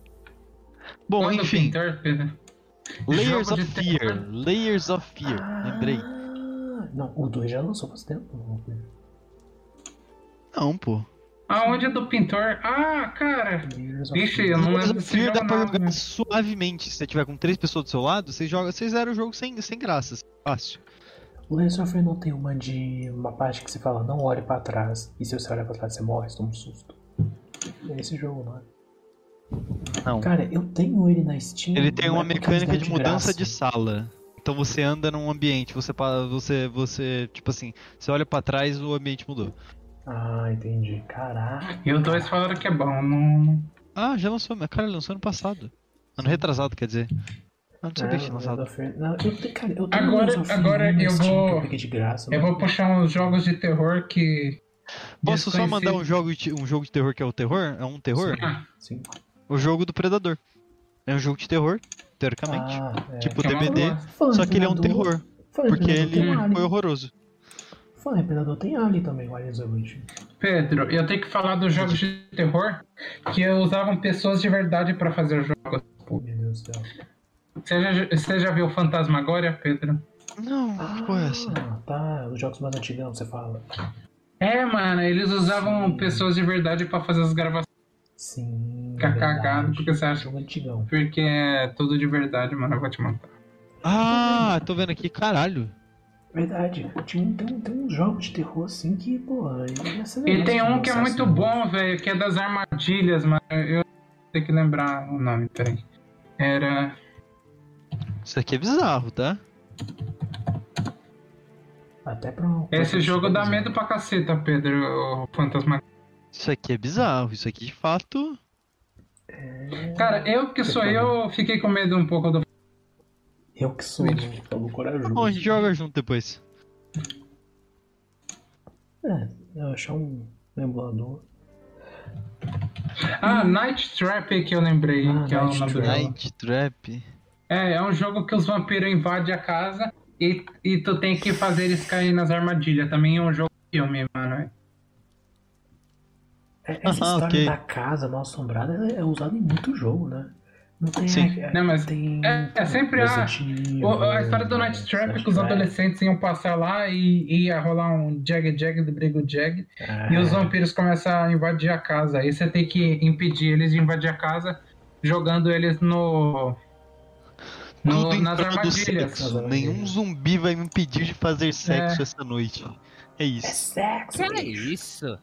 Speaker 4: Bom,
Speaker 3: Qual do
Speaker 4: enfim.
Speaker 3: pintor, Pedro?
Speaker 4: Layers
Speaker 3: Jogo
Speaker 4: of
Speaker 3: de Ah.
Speaker 4: Fear.
Speaker 3: terror.
Speaker 4: Layers of Fear. Lembrei.
Speaker 1: Ah, Não, o 2 já lançou faz tempo. né?
Speaker 4: Não, pô.
Speaker 3: Aonde é do pintor? Ah, cara.
Speaker 1: Layers of
Speaker 3: Vixe,
Speaker 1: Fear.
Speaker 3: eu não
Speaker 4: Layers
Speaker 3: lembro
Speaker 4: of
Speaker 3: desse
Speaker 4: Fear dá
Speaker 3: jogo
Speaker 4: pra
Speaker 3: não.
Speaker 4: jogar suavemente. Se você tiver com três pessoas do seu lado, vocês jogam, vocês zeram o jogo sem, sem graça. assim, Fácil.
Speaker 1: O Layers of Fear não tem uma de uma parte que você fala não olhe pra trás e se você olhar pra trás você morre, você toma um susto. É esse jogo lá.
Speaker 4: Não.
Speaker 1: Cara, eu tenho ele na Steam.
Speaker 4: Ele tem
Speaker 1: na
Speaker 4: uma
Speaker 1: época que
Speaker 4: mecânica
Speaker 1: eles
Speaker 4: de
Speaker 1: deram
Speaker 4: mudança
Speaker 1: graça.
Speaker 4: de sala. Então você anda num ambiente, você pa- você você, tipo assim, você olha pra trás, o ambiente mudou.
Speaker 1: Ah, entendi. Caraca.
Speaker 3: E os dois falaram que é bom. Não...
Speaker 4: Ah, já lançou, mas cara, lançou ano passado. Ano retrasado, quer dizer. Ah, não sabia que tinha
Speaker 1: Não,
Speaker 4: lançado.
Speaker 1: Layers of Fear- não, eu te- cara, eu tenho
Speaker 3: Agora-
Speaker 1: Layers of Fear
Speaker 3: agora
Speaker 1: na
Speaker 3: eu
Speaker 1: Steam
Speaker 3: vou-
Speaker 1: que eu peguei de graça, né?
Speaker 3: Eu
Speaker 1: mas-
Speaker 3: vou puxar uns jogos de terror que.
Speaker 4: Posso só
Speaker 3: desconhecido.
Speaker 4: mandar um jogo de, um jogo de terror que é o terror? É um terror?
Speaker 3: Ah,
Speaker 1: Sim.
Speaker 4: O jogo do predador. É um jogo de terror, teoricamente.
Speaker 1: Ah, é.
Speaker 4: tipo
Speaker 3: que é uma
Speaker 4: DBD,
Speaker 3: boa.
Speaker 1: Falando
Speaker 4: só
Speaker 1: em
Speaker 4: que ele é um
Speaker 1: Ah, Predador-
Speaker 4: terror,
Speaker 1: falando em
Speaker 4: porque
Speaker 1: Predador,
Speaker 4: ele
Speaker 1: tem um Alien.
Speaker 4: foi horroroso.
Speaker 1: Falando em Predador, tem Alien também, tipo, o Alien Isolation.
Speaker 3: Pedro, eu tenho que falar dos jogos de terror que usavam pessoas de verdade pra fazer jogos.
Speaker 1: Pô, meu Deus do céu.
Speaker 3: Você já, você já viu Fantasma agora, Pedro?
Speaker 4: Não, que porra é essa?
Speaker 1: Ah, tá. Os jogos mais antigos, você fala.
Speaker 3: É, mano, eles usavam
Speaker 1: Sim.
Speaker 3: pessoas de verdade pra fazer as gravações.
Speaker 1: Sim.
Speaker 3: Fica
Speaker 1: verdade.
Speaker 3: cagado, porque você acha-
Speaker 1: Jogo antigão.
Speaker 3: Porque é tudo de verdade, mano. Eu vou te mandar.
Speaker 4: Ah, tô vendo aqui, caralho.
Speaker 1: Verdade. Tinha um, tem, um- tem uns jogos de terror assim que, pô.
Speaker 3: E tem
Speaker 1: tipo,
Speaker 3: um que é muito bom, velho, que é das armadilhas, mano. Eu tenho que lembrar o nome, peraí. Era.
Speaker 4: Isso aqui é bizarro, tá?
Speaker 1: Até pra um-
Speaker 3: Esse
Speaker 1: pra
Speaker 3: jogo dá
Speaker 1: pessoas,
Speaker 3: medo pra caceta, Pedro, o Fantasma.
Speaker 4: Isso aqui é bizarro, isso aqui de fato.
Speaker 1: né?
Speaker 3: Cara, eu que sou eu, fiquei com medo um pouco do.
Speaker 1: Eu É, que sou. né? Falou corajoso.
Speaker 4: Tá Bom, a gente joga junto depois.
Speaker 1: É, eu achar um emulador.
Speaker 3: Ah, Night Trap que eu lembrei,
Speaker 1: Ah,
Speaker 3: que é o
Speaker 1: Night
Speaker 3: nome do
Speaker 1: Trap.
Speaker 3: jogo.
Speaker 4: Night Trap.
Speaker 3: É, é um jogo que os vampiros invadem a casa e, e tu tem que fazer eles caírem nas armadilhas. Também é um jogo filme, mano.
Speaker 1: É, Essa
Speaker 4: Ah,
Speaker 1: história
Speaker 4: ok.
Speaker 1: da casa mal assombrada é, é usada em muito jogo, né? Não tem.
Speaker 4: Sim.
Speaker 1: é,
Speaker 3: Não, mas
Speaker 1: tem
Speaker 3: é- é sempre a-
Speaker 1: Resident
Speaker 3: O- a
Speaker 1: Evil,
Speaker 3: história do Night Trap é que os
Speaker 1: Trap.
Speaker 3: adolescentes iam passar lá e e ia rolar um jag jag do brigo jag
Speaker 1: É.
Speaker 3: e os vampiros começam a invadir a casa. Aí você tem que impedir eles de invadir a casa jogando eles no. no-
Speaker 4: Tudo em
Speaker 3: nas
Speaker 4: prol do
Speaker 3: armadilhas. tá É.
Speaker 4: sexo. Nenhum zumbi vai me impedir de fazer sexo essa noite. É
Speaker 1: É
Speaker 4: isso.
Speaker 1: sexo!
Speaker 5: Que isso?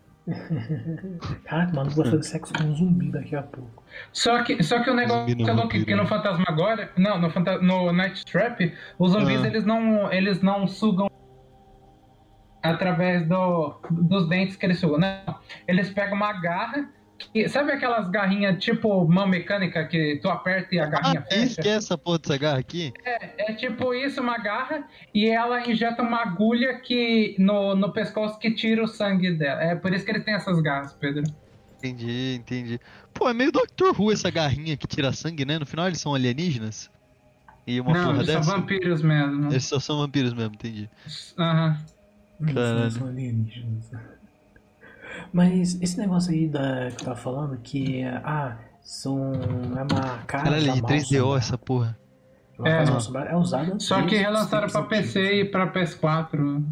Speaker 1: Caraca, mano, vou fazer sexo com um zumbi daqui a pouco.
Speaker 3: Só que, só que o negócio
Speaker 4: Zumbi
Speaker 3: que
Speaker 4: não
Speaker 3: eu
Speaker 4: vampiro,
Speaker 3: louco que no
Speaker 4: né?
Speaker 3: Fantasma agora. Não, no, fanta no Night Trap, os zumbis
Speaker 4: Ah.
Speaker 3: eles, não, eles não sugam através do, dos dentes que eles sugam. Não. Eles pegam uma garra. Que, sabe aquelas garrinhas tipo mão mecânica que tu aperta e a
Speaker 4: Ah,
Speaker 3: garrinha fecha?
Speaker 4: esquece essa porra dessa garra aqui.
Speaker 3: É tipo isso, uma garra, e ela injeta uma agulha que no, no pescoço que tira o sangue dela. É por isso que ele tem essas garras, Pedro.
Speaker 4: Entendi, entendi. Pô, é meio Doctor Who essa garrinha que tira sangue, né? No final eles são alienígenas. E uma
Speaker 3: não,
Speaker 4: porra
Speaker 3: eles são
Speaker 4: dessa.
Speaker 3: vampiros mesmo.
Speaker 4: Eles só são vampiros mesmo, entendi.
Speaker 3: Aham.
Speaker 1: Hum,
Speaker 4: Caralho.
Speaker 1: são alienígenas. né? Mas esse negócio aí da, que eu tava falando, que ah, são. É uma casa.
Speaker 4: Caralho, é
Speaker 1: mal
Speaker 4: de
Speaker 3: tá
Speaker 4: 3DO
Speaker 1: assombrada.
Speaker 4: essa porra.
Speaker 1: Ela
Speaker 3: É.
Speaker 1: faz uma sombra- é usada.
Speaker 3: Só que
Speaker 1: desde
Speaker 3: relançaram
Speaker 1: os
Speaker 3: pra
Speaker 1: tempos
Speaker 3: PC
Speaker 1: antigos.
Speaker 3: e pra PS4.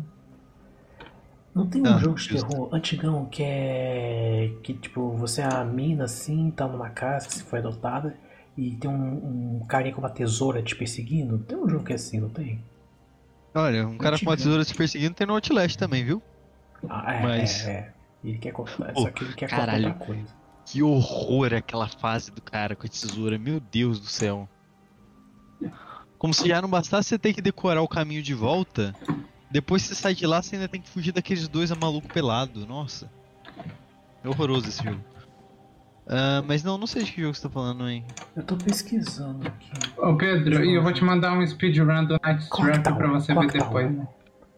Speaker 1: Não tem um
Speaker 4: Ah,
Speaker 1: jogo de
Speaker 4: justo.
Speaker 1: terror antigão que é. que tipo, você é a mina assim, tá numa casa que se foi adotada e tem um, um carinha com uma tesoura te perseguindo? Tem um jogo que é assim, não tem?
Speaker 4: Olha, um cara com uma
Speaker 1: tive.
Speaker 4: tesoura te perseguindo tem no Outlast também, viu?
Speaker 1: Ah, é,
Speaker 4: Mas-
Speaker 1: é, é. E Ele quer contar,
Speaker 4: Pô,
Speaker 1: só que ele quer contar
Speaker 4: caralho.
Speaker 1: outra coisa.
Speaker 4: Que horror aquela fase do cara com a tesoura, meu Deus do céu. Como se já não bastasse você ter que decorar o caminho de volta, depois você sai de lá você ainda tem que fugir daqueles dois maluco pelado, nossa. É horroroso esse jogo. Ah, mas não, não sei de que jogo você tá falando, hein?
Speaker 1: Eu tô pesquisando aqui.
Speaker 3: Ô Pedro, e eu vou te mandar um speedrun do Night Trap
Speaker 1: Crackdown,
Speaker 3: pra você ver
Speaker 1: Crackdown.
Speaker 3: depois. né?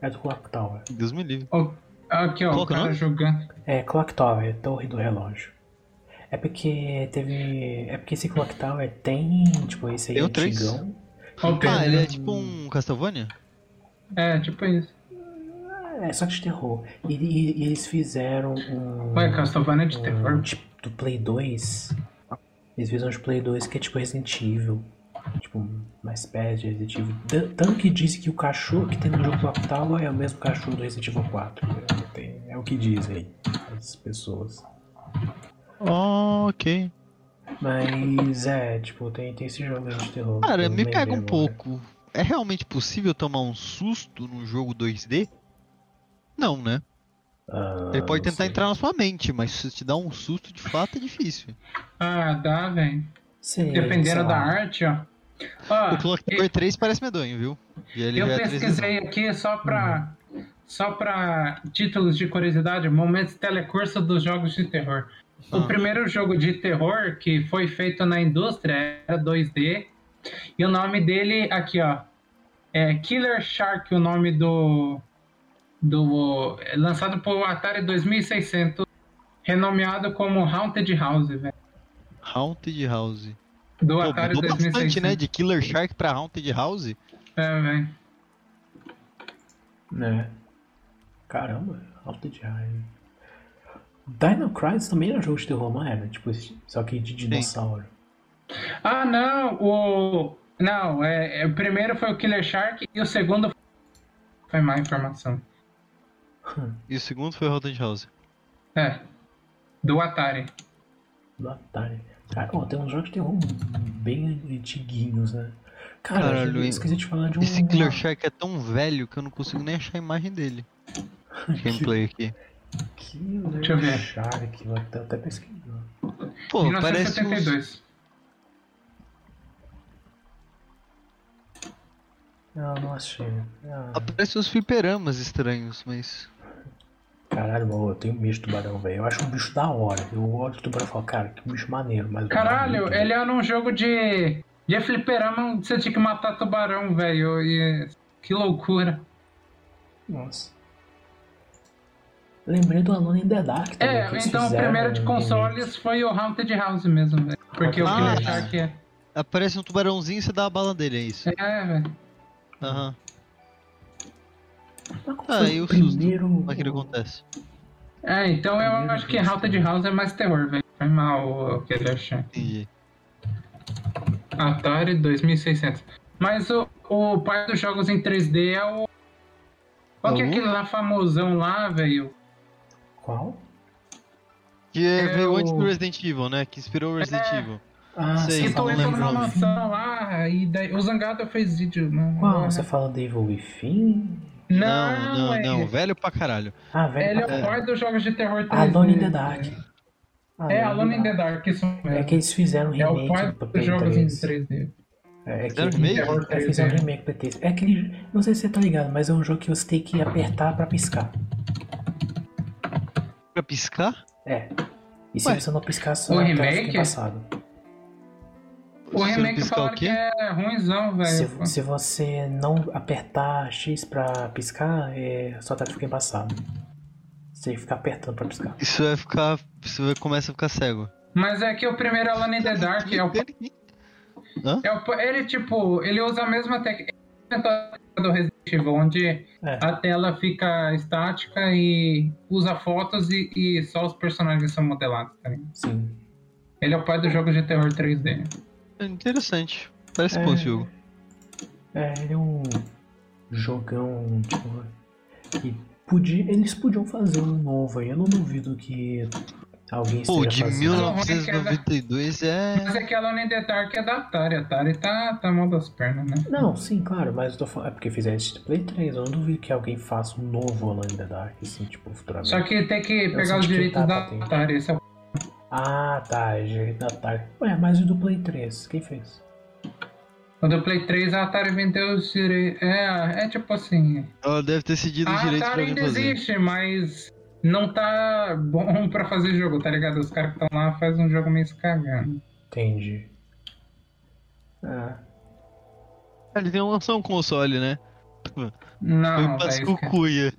Speaker 1: É do Clock Tower.
Speaker 4: Deus me livre.
Speaker 3: Ô, Aqui, ó,
Speaker 4: Qual
Speaker 3: o
Speaker 4: que é o
Speaker 3: cara
Speaker 4: nome?
Speaker 3: jogando.
Speaker 1: É, Clock Tower, Torre do Relógio. É porque teve. É porque esse Clock Tower tem, tipo, esse aí
Speaker 4: Tem o três.
Speaker 1: antigão.
Speaker 3: Ô
Speaker 4: Ah, ele
Speaker 3: Pedro,
Speaker 4: é tipo um Castlevania?
Speaker 3: é tipo isso.
Speaker 1: É, só que de terror. E, e- e eles fizeram um.
Speaker 3: Ué, Castlevania é de
Speaker 1: um
Speaker 3: terror.
Speaker 1: tipo do Play 2. Eles fizeram de Play 2 que é tipo Resident Evil. Tipo, uma espécie de Resident Evil. Tan- Tanto que dizem que o cachorro que tem no jogo Clock Tower é o mesmo cachorro do Resident Evil 4. É, tem- É o que dizem as pessoas.
Speaker 4: Oh, ok.
Speaker 1: Mas é, tipo, tem, tem esse jogo aí de terror.
Speaker 4: Cara,
Speaker 1: eu
Speaker 4: me
Speaker 1: lembrei
Speaker 4: pega um
Speaker 1: agora.
Speaker 4: pouco. É realmente possível tomar um susto num jogo 2D? Não, né?
Speaker 1: Ah,
Speaker 4: Ele pode
Speaker 1: não
Speaker 4: tentar
Speaker 1: sei.
Speaker 4: entrar na sua mente, mas se te dá um susto de fato é difícil.
Speaker 3: Ah, dá, velho.
Speaker 1: Seria, sei
Speaker 3: Dependendo
Speaker 1: lá,
Speaker 3: da arte, ó.
Speaker 4: O
Speaker 3: Ó,
Speaker 4: Clock Tower 3 parece medonho, viu? E ele
Speaker 3: eu
Speaker 4: já é 3D.
Speaker 3: pesquisei aqui só pra.
Speaker 1: Uhum.
Speaker 3: Só pra títulos de curiosidade, momentos telecurso dos jogos de terror. O
Speaker 4: Ah.
Speaker 3: primeiro jogo de terror que foi feito na indústria era 2D. E o nome dele, aqui, ó. É Killer Shark, o nome do. do é lançado por Atari 2600. Renomeado como Haunted House, velho.
Speaker 4: Haunted House.
Speaker 3: Do
Speaker 4: Pô,
Speaker 3: Atari
Speaker 4: mudou bastante,
Speaker 3: 2600.
Speaker 4: né? De Killer Shark pra Haunted House.
Speaker 3: É, velho.
Speaker 1: Né? Caramba, alto de raio. Dino Crisis também era jogo de terror, não era? Tipo, esse- só que de dinossauro.
Speaker 3: Ah, não, o. Não, é, é, o primeiro foi o Killer Shark e o segundo foi má informação.
Speaker 1: Hum.
Speaker 4: E o segundo foi Haunted House.
Speaker 3: É. Do Atari.
Speaker 1: Do Atari. Cara, ó, tem uns jogos de terror bem antiguinhos, né? Cara,
Speaker 4: Caralho,
Speaker 1: eu esqueci de falar de um.
Speaker 4: Esse Killer Shark é tão velho que eu não consigo nem achar a imagem dele. Gameplay aqui.
Speaker 1: Killer
Speaker 3: Deixa eu ver.
Speaker 1: Shark, vou até, até pesquisar.
Speaker 4: Pô, parece uns...
Speaker 3: 1972.
Speaker 1: Não, não achei. Ah,
Speaker 4: Aparece uns fliperamas estranhos, mas...
Speaker 1: Caralho, mano, eu tenho medo de tubarão, velho. Eu acho um bicho da hora. Eu olho o tubarão e falo, cara, que bicho maneiro. Mas o
Speaker 3: Caralho,
Speaker 1: tubarão é muito
Speaker 3: ele era um jogo de. De fliperama, onde você tinha que matar tubarão, velho. E... Que loucura. é-
Speaker 1: Nossa. Lembrei do Alone in the Dark também.
Speaker 3: É,
Speaker 1: que eles
Speaker 3: então o
Speaker 1: fizeram
Speaker 3: primeiro de
Speaker 1: um
Speaker 3: consoles foi o Haunted House mesmo, velho. Porque o
Speaker 4: Ah,
Speaker 3: Killer
Speaker 4: é.
Speaker 3: Shark é.
Speaker 4: Aparece um tubarãozinho e você dá a bala dele, é isso?
Speaker 3: É, velho.
Speaker 4: Aham.
Speaker 1: remake. Mas qual
Speaker 4: Ah,
Speaker 1: foi
Speaker 4: e
Speaker 1: o
Speaker 4: o susto?
Speaker 1: primeiro...
Speaker 4: Como é que ele acontece?
Speaker 3: É, então eu acho que Haunted House é mais terror, velho. Foi mal o Killer Shark.
Speaker 4: Entendi.
Speaker 3: Atari 2600. Mas o, o pai dos jogos em 3D é o. Qual que é
Speaker 4: Uhum.
Speaker 3: aquele lá famosão lá, velho?
Speaker 1: Qual?
Speaker 4: Que é,
Speaker 3: É
Speaker 4: veio antes
Speaker 3: o-
Speaker 4: do Resident Evil, né? Que inspirou o Resident
Speaker 3: É.
Speaker 4: Evil.
Speaker 1: Ah,
Speaker 4: Sei,
Speaker 1: você
Speaker 3: Que tu
Speaker 1: fala
Speaker 4: não
Speaker 3: entra
Speaker 1: do
Speaker 4: lembro
Speaker 3: numa
Speaker 1: Evil
Speaker 4: nome.
Speaker 1: Within.
Speaker 3: mansão lá e daí. O Zangado fez vídeo. Não,
Speaker 1: Qual? Você fala do Evil Within?
Speaker 3: não,
Speaker 4: Não, não,
Speaker 3: é-
Speaker 4: não. Velho pra caralho.
Speaker 1: Ah, velho.
Speaker 3: Ele é o pai dos jogos de terror 3D.
Speaker 1: Alone in the Dark.
Speaker 3: É, Alone in the Dark, isso mesmo.
Speaker 1: É que eles fizeram um
Speaker 3: É o
Speaker 1: remake
Speaker 3: pai
Speaker 1: do
Speaker 3: dos jogos em
Speaker 1: Play 3.
Speaker 3: 3D.
Speaker 1: É, é que
Speaker 4: Fizeram um remake?
Speaker 1: é, fizeram um remake do Play 3. É aquele... Não sei se você tá ligado, mas é um jogo que você tem que apertar pra piscar.
Speaker 4: Pra piscar?
Speaker 1: É. E se
Speaker 4: Ué.
Speaker 1: você não piscar, só
Speaker 3: O
Speaker 1: a tela
Speaker 3: remake?
Speaker 1: fica embaçada.
Speaker 3: O
Speaker 4: Se eu
Speaker 3: remake
Speaker 4: piscar
Speaker 3: falaram
Speaker 4: o
Speaker 3: que
Speaker 4: quê?
Speaker 3: é ruimzão,
Speaker 1: Se,
Speaker 3: velho.
Speaker 1: se você não apertar X pra piscar, é, sua tela fica embaçada. Você tem que ficar apertando pra piscar.
Speaker 4: Isso vai ficar. Isso vai- começa a ficar cego.
Speaker 3: Mas é que o primeiro Alone in the Dark é o É o- ele, tipo, ele usa a mesma técnica do Resident Evil, onde
Speaker 1: É.
Speaker 3: a tela fica estática e usa fotos e, e só os personagens são modelados. Tá ligado?
Speaker 1: Sim.
Speaker 3: ele é o pai do jogo de terror 3D.
Speaker 4: É Interessante. Parece
Speaker 1: É.
Speaker 4: bom esse jogo.
Speaker 1: É, ele é um jogão, tipo, que podia, eles podiam fazer um novo aí. Eu não duvido que alguém
Speaker 4: Pô,
Speaker 1: esteja
Speaker 4: de
Speaker 1: fazendo.
Speaker 3: Mas
Speaker 4: 1992 é.
Speaker 3: é que a Lone de Dark é da Atari. A Atari tá, tá mal das pernas, né?
Speaker 1: Não, sim, claro, mas eu tô falando. É porque fizeram esse de Play 3, eu não duvido que alguém faça um novo Alan in the Dark, assim, tipo, futuramente.
Speaker 3: Só que tem que pegar
Speaker 1: sei
Speaker 3: os
Speaker 1: de que
Speaker 3: direitos
Speaker 1: tá,
Speaker 3: da
Speaker 1: tem.
Speaker 3: Atari. Esse é o-
Speaker 1: Ah, tá, direito da tarde. Ué, mas e o do Play 3? Quem fez?
Speaker 3: O do Play 3, a Atari vendeu os direitos. É, é tipo assim.
Speaker 4: Ela deve ter cedido os
Speaker 3: A
Speaker 4: direitos pra
Speaker 3: Atari
Speaker 4: alguém
Speaker 3: ainda
Speaker 4: fazer.
Speaker 3: Ah, tá, existe, mas não tá bom pra fazer jogo, tá ligado? Os caras que estão lá fazem um jogo meio se cagando.
Speaker 1: Entendi. Ah,
Speaker 4: Ele tem um só um console, né?
Speaker 3: Não,
Speaker 4: Foi
Speaker 3: daí
Speaker 4: pras
Speaker 3: esquece.
Speaker 4: cucuia.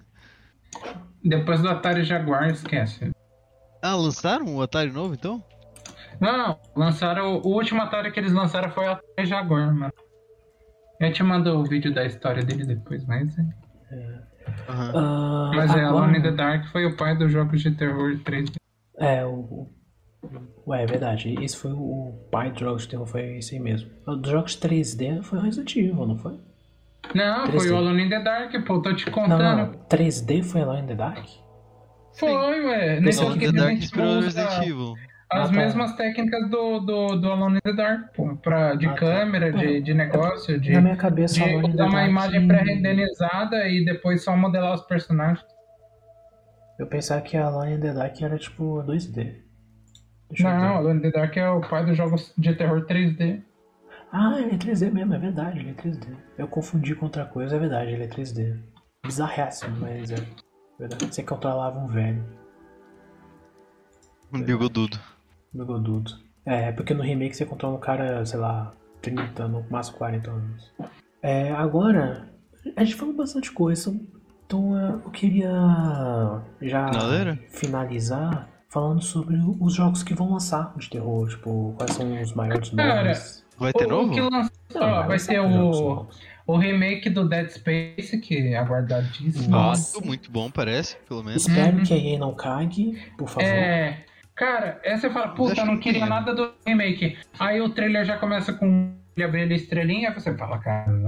Speaker 3: depois do Atari Jaguar, esquece.
Speaker 4: Ah, lançaram um Atari novo então?
Speaker 3: Não, não, lançaram. O último Atari que eles lançaram foi o Atari Jaguar, mano. Eu te mando o vídeo da história dele depois, mas. é.
Speaker 4: Aham.
Speaker 1: Ah,
Speaker 3: Mas é,
Speaker 1: agora-
Speaker 3: Alone in the Dark foi o pai dos jogos de terror 3.
Speaker 1: É, o. o- Ué, é verdade. Esse foi o o pai de jogos de terror, foi esse aí mesmo. O dos jogos 3D foi o Resident Evil, não foi?
Speaker 3: Não, foi
Speaker 1: 3D.
Speaker 3: o Alone in the Dark, pô, tô te
Speaker 1: Não,
Speaker 3: contando.
Speaker 1: não. 3D foi Alan in the Dark?
Speaker 3: Foi, ué. Nesse
Speaker 1: Não,
Speaker 4: Não,
Speaker 3: aqui
Speaker 4: Então, The
Speaker 3: eles
Speaker 4: Dark
Speaker 3: tipo,
Speaker 4: inspirou
Speaker 3: usam
Speaker 4: Resident Evil.
Speaker 3: As
Speaker 1: Ah, tá.
Speaker 3: mesmas técnicas do, do, do Alone in the Dark, pô, pra, de
Speaker 1: Ah, tá.
Speaker 3: câmera,
Speaker 1: É.
Speaker 3: de, de negócio, de,
Speaker 1: Na minha cabeça,
Speaker 3: de
Speaker 1: Alan in the
Speaker 3: usar
Speaker 1: Dark.
Speaker 3: uma imagem pré-renderizada e depois só modelar os personagens.
Speaker 1: Eu pensava que a Alan in the Dark era tipo 2D. Deixa eu
Speaker 3: Não,
Speaker 1: ver.
Speaker 3: Alone in the Dark é o pai dos jogos de terror 3D.
Speaker 1: Ah, ele é 3D mesmo, é verdade, ele é 3D. Eu confundi com outra coisa, é verdade, ele é 3D. Bizarréssimo, mas é verdade. Você controlava um velho,
Speaker 4: Um bigodudo.
Speaker 1: bigodudo. É, porque no remake você controla um cara, sei lá, 30, no máximo 40 anos. É, agora, a gente falou bastante coisa, então é, eu queria já
Speaker 4: Finaleira?
Speaker 1: finalizar falando sobre os jogos que vão lançar de terror, tipo, quais são os maiores
Speaker 3: Cara,
Speaker 1: nomes.
Speaker 4: Vai
Speaker 3: O,
Speaker 4: ter
Speaker 3: o
Speaker 4: novo?
Speaker 3: que lançou
Speaker 1: Não,
Speaker 3: vai ser
Speaker 1: jogos
Speaker 3: o,
Speaker 1: novos.
Speaker 3: o remake do Dead Space, que é aguardadíssimo.
Speaker 1: Nossa.
Speaker 4: Nossa, muito bom, parece, pelo menos.
Speaker 1: Espero que a EA não cague, por favor.
Speaker 3: Uhum. É. Cara, aí você fala, puta,
Speaker 4: Deixa
Speaker 3: eu não
Speaker 4: eu
Speaker 3: queria
Speaker 4: ver.
Speaker 3: nada do remake. Aí o trailer já começa com ele abrindo a estrelinha, aí você fala, caralho.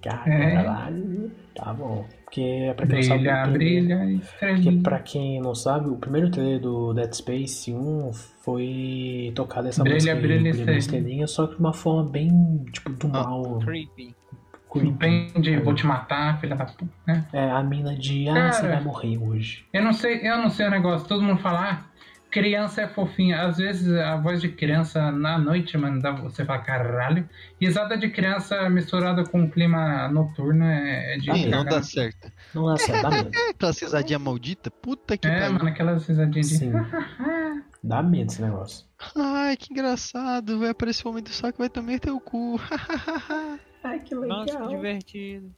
Speaker 1: Caralho,
Speaker 3: É.
Speaker 1: caralho. Tá bom. Porque pra quem não sabe.
Speaker 3: Brilha,
Speaker 1: o primeiro-
Speaker 3: brilha,
Speaker 1: Porque
Speaker 3: estrelinha.
Speaker 1: pra quem não sabe, o primeiro trailer do Dead Space 1 foi tocado essa
Speaker 3: Brilha,
Speaker 1: música aí,
Speaker 3: brilha, estrelinha.
Speaker 1: estrelinha, só que de uma forma bem, tipo, do
Speaker 4: Ah,
Speaker 1: mal.
Speaker 5: Creepy.
Speaker 1: creepy.
Speaker 3: Bem de vou te matar, filha da puta, né?
Speaker 1: É, a mina de, ah,
Speaker 3: Cara.
Speaker 1: você vai morrer hoje.
Speaker 3: Eu não sei, eu não sei o negócio, todo mundo fala, ah, criança é fofinha. Às vezes a voz de criança na noite, mano, dá- você fala, caralho. Risada de criança misturada com um clima noturno é, é de
Speaker 1: Ah,
Speaker 4: Ih, não
Speaker 3: cagar.
Speaker 4: dá certo. É,
Speaker 1: Não dá certo, dá medo.
Speaker 4: Aquela risadinha maldita, puta que
Speaker 3: É,
Speaker 4: pariu.
Speaker 3: mano, aquelas risadinhas de.
Speaker 1: Sim. Dá medo esse negócio.
Speaker 4: Ai, que engraçado, vai aparecer o homem do saco e vai também teu cu.
Speaker 1: Ai, que
Speaker 5: Nossa, que divertido.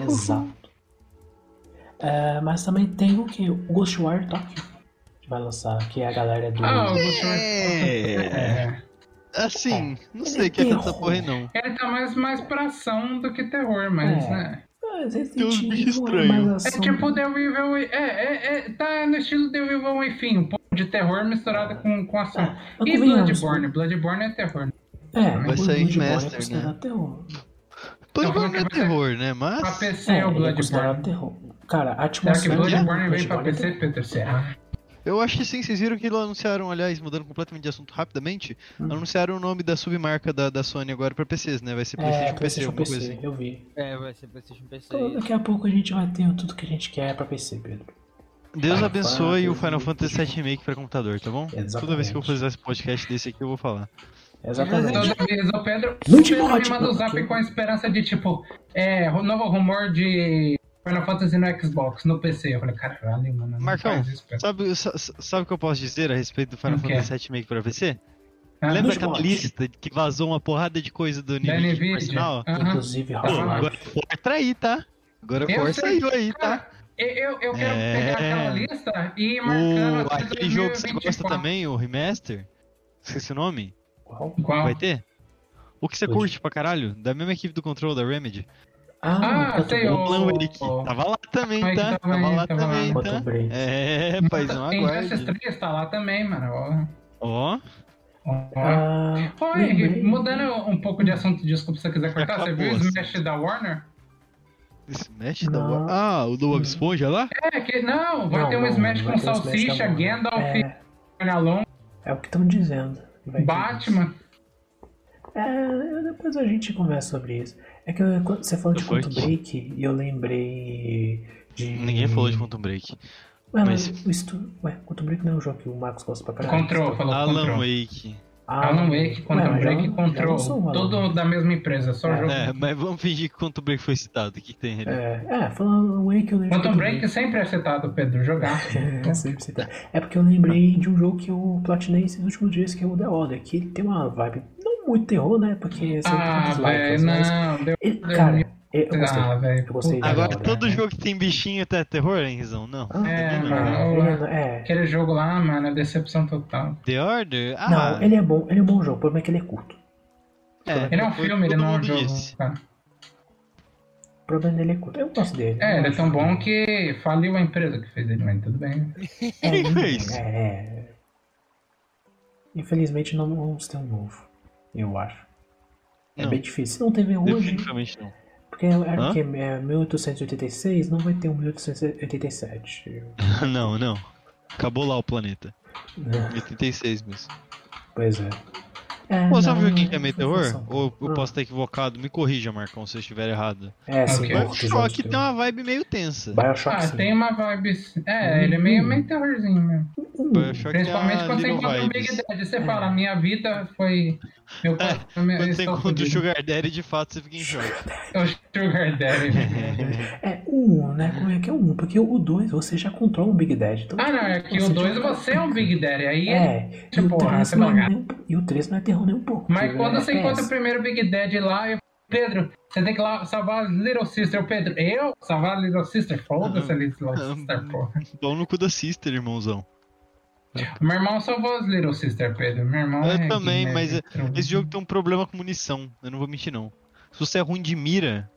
Speaker 1: Exato. É, mas também tem o que? O Ghostwire Tokyo. que Vai lançar, que é a galera do.
Speaker 3: Ah, o
Speaker 4: É.
Speaker 3: É.
Speaker 4: Assim, não
Speaker 1: Ele
Speaker 4: sei o que é
Speaker 1: tem
Speaker 4: essa
Speaker 1: horror.
Speaker 4: porra aí não.
Speaker 3: Ele tá mais, mais pra ação do que terror, mas.
Speaker 1: É.
Speaker 3: né?
Speaker 1: Ah, Resident
Speaker 4: Tem uns
Speaker 1: Evil
Speaker 4: bichos
Speaker 1: é
Speaker 4: estranhos.
Speaker 1: mais
Speaker 3: É
Speaker 1: ação.
Speaker 3: tipo The Evil. É, é, é, tá no estilo The Evil, enfim, um pouco de terror misturado com, com ação.
Speaker 1: Ah, mas
Speaker 3: E
Speaker 1: convenhamos,
Speaker 3: Bloodborne? Bloodborne é terror.
Speaker 1: É,
Speaker 4: Vai sair
Speaker 1: Bloodborne é
Speaker 4: Master,
Speaker 1: considerado terror.
Speaker 4: Pode
Speaker 3: falando
Speaker 4: não é
Speaker 3: que vai-
Speaker 4: terror, né?
Speaker 3: Pra
Speaker 4: Mas.
Speaker 3: PC é,
Speaker 1: é,
Speaker 3: o
Speaker 1: ele é considerado
Speaker 3: Bloodborne.
Speaker 1: terror. Cara, a
Speaker 3: Será que
Speaker 1: atmosfera.
Speaker 3: Bloodborne veio pra
Speaker 1: Bloodborne é
Speaker 3: PC, Peter? Será?
Speaker 4: Eu acho que sim, vocês viram que eles anunciaram, aliás, mudando completamente de assunto rapidamente,
Speaker 1: Hum.
Speaker 4: anunciaram o nome da submarca da, da Sony agora pra PCs, né? Vai ser
Speaker 1: terror. É, PlayStation
Speaker 4: PlayStation, PC, alguma coisa
Speaker 1: PC,
Speaker 4: assim.
Speaker 1: eu vi.
Speaker 5: É, vai ser PlayStation PC.
Speaker 1: Então, daqui a pouco a gente vai ter tudo que a gente quer pra PC, Pedro.
Speaker 4: Deus
Speaker 1: Final
Speaker 4: abençoe o Final
Speaker 1: Fantasy
Speaker 4: Fantasy VII Remake pra computador, tá bom? Toda vez que eu
Speaker 1: Exatamente.
Speaker 4: fizer esse podcast desse aqui, eu vou falar.
Speaker 1: Exatamente.
Speaker 3: Toda vez Então, o Pedro,
Speaker 1: Não
Speaker 3: o
Speaker 1: te
Speaker 3: Pedro me
Speaker 1: morde,
Speaker 3: manda o
Speaker 1: mano,
Speaker 3: zap
Speaker 1: que-
Speaker 3: com a esperança de, tipo, é, ru- novo rumor de Final Fantasy no Xbox, no PC. Eu falei, caralho, mano. não
Speaker 4: Marcão,
Speaker 3: faz isso, Pedro.
Speaker 4: Sabe, sa- sa- sabe o que eu posso dizer a respeito do Final
Speaker 3: O quê?
Speaker 4: Fantasy VII Remake pra PC?
Speaker 3: Ah,
Speaker 4: Lembra
Speaker 1: dos
Speaker 4: aquela
Speaker 1: bots.
Speaker 4: lista que vazou uma porrada de coisa do
Speaker 3: Da
Speaker 4: Nvidia, por
Speaker 3: NVIDIA.
Speaker 4: sinal?
Speaker 3: Aham.
Speaker 1: Inclusive,
Speaker 4: Pô, agora
Speaker 1: Half-Life.
Speaker 4: força aí, tá? Agora
Speaker 3: tá Eu
Speaker 4: força
Speaker 3: sei.
Speaker 4: aí, aí, tá?
Speaker 3: Eu, eu, eu quero
Speaker 4: É.
Speaker 3: pegar aquela lista e ir marcando
Speaker 4: O,
Speaker 3: até
Speaker 4: aquele jogo que você gosta
Speaker 3: 2024.
Speaker 4: também, o Remaster, esqueci o nome,
Speaker 1: Qual?
Speaker 3: Qual?
Speaker 4: vai ter? O que você
Speaker 1: Pode.
Speaker 4: curte pra caralho, da mesma equipe do Control, da Remedy.
Speaker 1: Ah,
Speaker 3: Ah,
Speaker 1: quanto
Speaker 3: sei,
Speaker 1: bom.
Speaker 3: o-
Speaker 4: O Plan Eric,
Speaker 3: oh.
Speaker 4: tava lá também,
Speaker 3: Ai, tava
Speaker 4: tá? Tava
Speaker 3: aí,
Speaker 4: lá
Speaker 3: tava lá.
Speaker 4: também,
Speaker 1: Quanto
Speaker 4: tá?
Speaker 1: break.
Speaker 4: É, paizão,
Speaker 3: Injustice
Speaker 4: aguarde.
Speaker 3: 3 tá lá também, mano. ó.
Speaker 4: Ó,
Speaker 3: Ó.
Speaker 1: Ah,
Speaker 3: Oi,
Speaker 1: lembrei.
Speaker 3: mudando um pouco de assunto, desculpa se eu quiser cortar, você viu o
Speaker 4: Acabou,
Speaker 3: Smash da Warner?
Speaker 4: Smash da
Speaker 1: Não.
Speaker 4: War- Ah, o do Bob Esponja lá?
Speaker 3: É, que não, vai
Speaker 1: não,
Speaker 3: ter um
Speaker 1: não,
Speaker 3: Smash
Speaker 1: vai
Speaker 3: com
Speaker 1: ter um Smash da
Speaker 3: Salsicha,
Speaker 1: Marvel.
Speaker 3: Gandalf,
Speaker 1: É,
Speaker 3: Pernalong,
Speaker 1: é o que estão dizendo. Vai ter
Speaker 3: Batman.
Speaker 1: isso. É, depois a gente conversa sobre isso. É que eu- quando você falou de
Speaker 4: Foi.
Speaker 1: Quantum Break e eu lembrei de.
Speaker 4: Ninguém falou de Quantum Break.
Speaker 1: Ué, mas,
Speaker 4: mas-
Speaker 1: o estu... Ué, Quantum Break não é um jogo que o Marcos gosta pra caralho.
Speaker 3: Control, falou
Speaker 4: Alan
Speaker 3: Control.
Speaker 4: Wake.
Speaker 1: Ah,
Speaker 3: Alan
Speaker 1: Ué,
Speaker 3: Wake, Quantum
Speaker 1: mas já-
Speaker 3: Break e
Speaker 1: já
Speaker 3: Control.
Speaker 1: lançou um Alan
Speaker 3: Tudo
Speaker 1: Wake.
Speaker 3: da mesma empresa, só
Speaker 1: É.
Speaker 3: jogo.
Speaker 4: É, mas vamos fingir que Quantum Break foi citado. O que que tem ali?
Speaker 1: É, é, falando Alan Wake eu lembro. de
Speaker 3: Quantum Break sempre é citado, Pedro, jogar.
Speaker 1: É, sempre citado. É porque eu lembrei de um jogo que eu platinei esses últimos dias, que é o The Order, que ele tem uma vibe não muito terror, né? Porque são
Speaker 3: ah,
Speaker 1: tantos
Speaker 3: velho,
Speaker 1: likes, mas.
Speaker 3: não, deu.
Speaker 1: Ele,
Speaker 3: deu-
Speaker 1: cara, eu gostei.
Speaker 3: Ah, velho.
Speaker 1: Eu gostei.
Speaker 3: puta,
Speaker 4: Agora,
Speaker 1: Agora,
Speaker 4: todo
Speaker 1: né?
Speaker 4: jogo que tem bichinho até terror, hein, Rizão? Não.
Speaker 1: Ah,
Speaker 3: É,
Speaker 1: não,
Speaker 3: mano,
Speaker 1: ele não- é.
Speaker 3: Aquele jogo lá, mano, é decepção total.
Speaker 4: The Order? Ah,
Speaker 1: Não, ele é bom, ele é um bom jogo, o problema é que ele é curto.
Speaker 4: é,
Speaker 3: Ele é um
Speaker 4: foi o que
Speaker 3: filme, ele
Speaker 4: todo
Speaker 3: não é um
Speaker 4: mundo
Speaker 3: jogo.
Speaker 4: disse.
Speaker 3: cara.
Speaker 1: O problema dele é curto. Eu gosto dele.
Speaker 3: É,
Speaker 1: eu
Speaker 3: ele é
Speaker 1: acho
Speaker 3: tão bom que faliu a empresa que fez ele, mas tudo bem.
Speaker 1: É,
Speaker 4: Quem
Speaker 1: ninguém-
Speaker 4: fez?
Speaker 1: É, é. Infelizmente não vamos ter um novo, eu acho. É
Speaker 4: Não.
Speaker 1: bem difícil. Se não teve hoje,
Speaker 4: Definitivamente não.
Speaker 1: porque era
Speaker 4: Hã?
Speaker 1: o que? É, 1886, não vai ter um 1887.
Speaker 4: não, não. Acabou lá o planeta. 86 mesmo.
Speaker 1: Né? Pois é. é
Speaker 4: Pô, sabe
Speaker 1: não,
Speaker 4: o que que é meio
Speaker 1: não foi
Speaker 4: terror?
Speaker 1: função.
Speaker 4: Ou eu
Speaker 1: Ah.
Speaker 4: posso estar equivocado? Me corrija, Marcão, se eu estiver errado.
Speaker 1: É, sim.
Speaker 3: Ok.
Speaker 1: eu
Speaker 4: Mas o
Speaker 1: acho que
Speaker 4: Choque
Speaker 1: já-
Speaker 4: tem uma vibe meio tensa.
Speaker 1: Bioshock,
Speaker 3: Ah,
Speaker 4: assim.
Speaker 1: sim.
Speaker 3: tem uma vibe.
Speaker 4: Uhum.
Speaker 3: É, ele é meio, meio terrorzinho mesmo.
Speaker 1: Hum,
Speaker 4: Bioshock tem
Speaker 3: Principalmente
Speaker 4: uma
Speaker 3: quando você
Speaker 4: little
Speaker 3: encontra o Big
Speaker 4: vibes. É.
Speaker 3: Dad. Você fala, minha vida foi. Meu pai. meu-
Speaker 4: Quando você
Speaker 3: estou
Speaker 4: encontra é o
Speaker 3: fodido."
Speaker 4: Sugar Daddy, de fato, você fica em choque.
Speaker 3: É o Sugar Daddy.
Speaker 1: É um,
Speaker 4: Hum.
Speaker 1: né? Como é que é um? Porque o 2 você já controla um Big Daddy. Então,
Speaker 3: Ah, não, é que o 2
Speaker 1: já-
Speaker 4: um
Speaker 3: você é o Big Daddy. Aí é.
Speaker 1: É, e
Speaker 3: Tipo,
Speaker 1: o
Speaker 3: ah,
Speaker 1: 3
Speaker 3: você
Speaker 1: não, é
Speaker 3: bagaça.
Speaker 1: nem- e o três não é terror nem um pouco.
Speaker 3: Mas
Speaker 1: porque
Speaker 3: quando
Speaker 1: é
Speaker 3: você
Speaker 1: FPS.
Speaker 3: encontra o primeiro Big Daddy lá, eu Pedro, você tem que lá salvar a Little Sister. O Pedro, eu? Salvar a Little Sister? Foda-se a Little Sister, porra.
Speaker 4: Pão no cu da sister, irmãozão.
Speaker 3: Meu irmão salvou as Little Sister, Pedro. Meu irmão
Speaker 4: Eu
Speaker 3: é
Speaker 4: também,
Speaker 3: gamer,
Speaker 4: mas
Speaker 3: Pedro.
Speaker 4: Esse jogo tem um problema com munição, eu não vou mentir não. Se você é ruim de mira,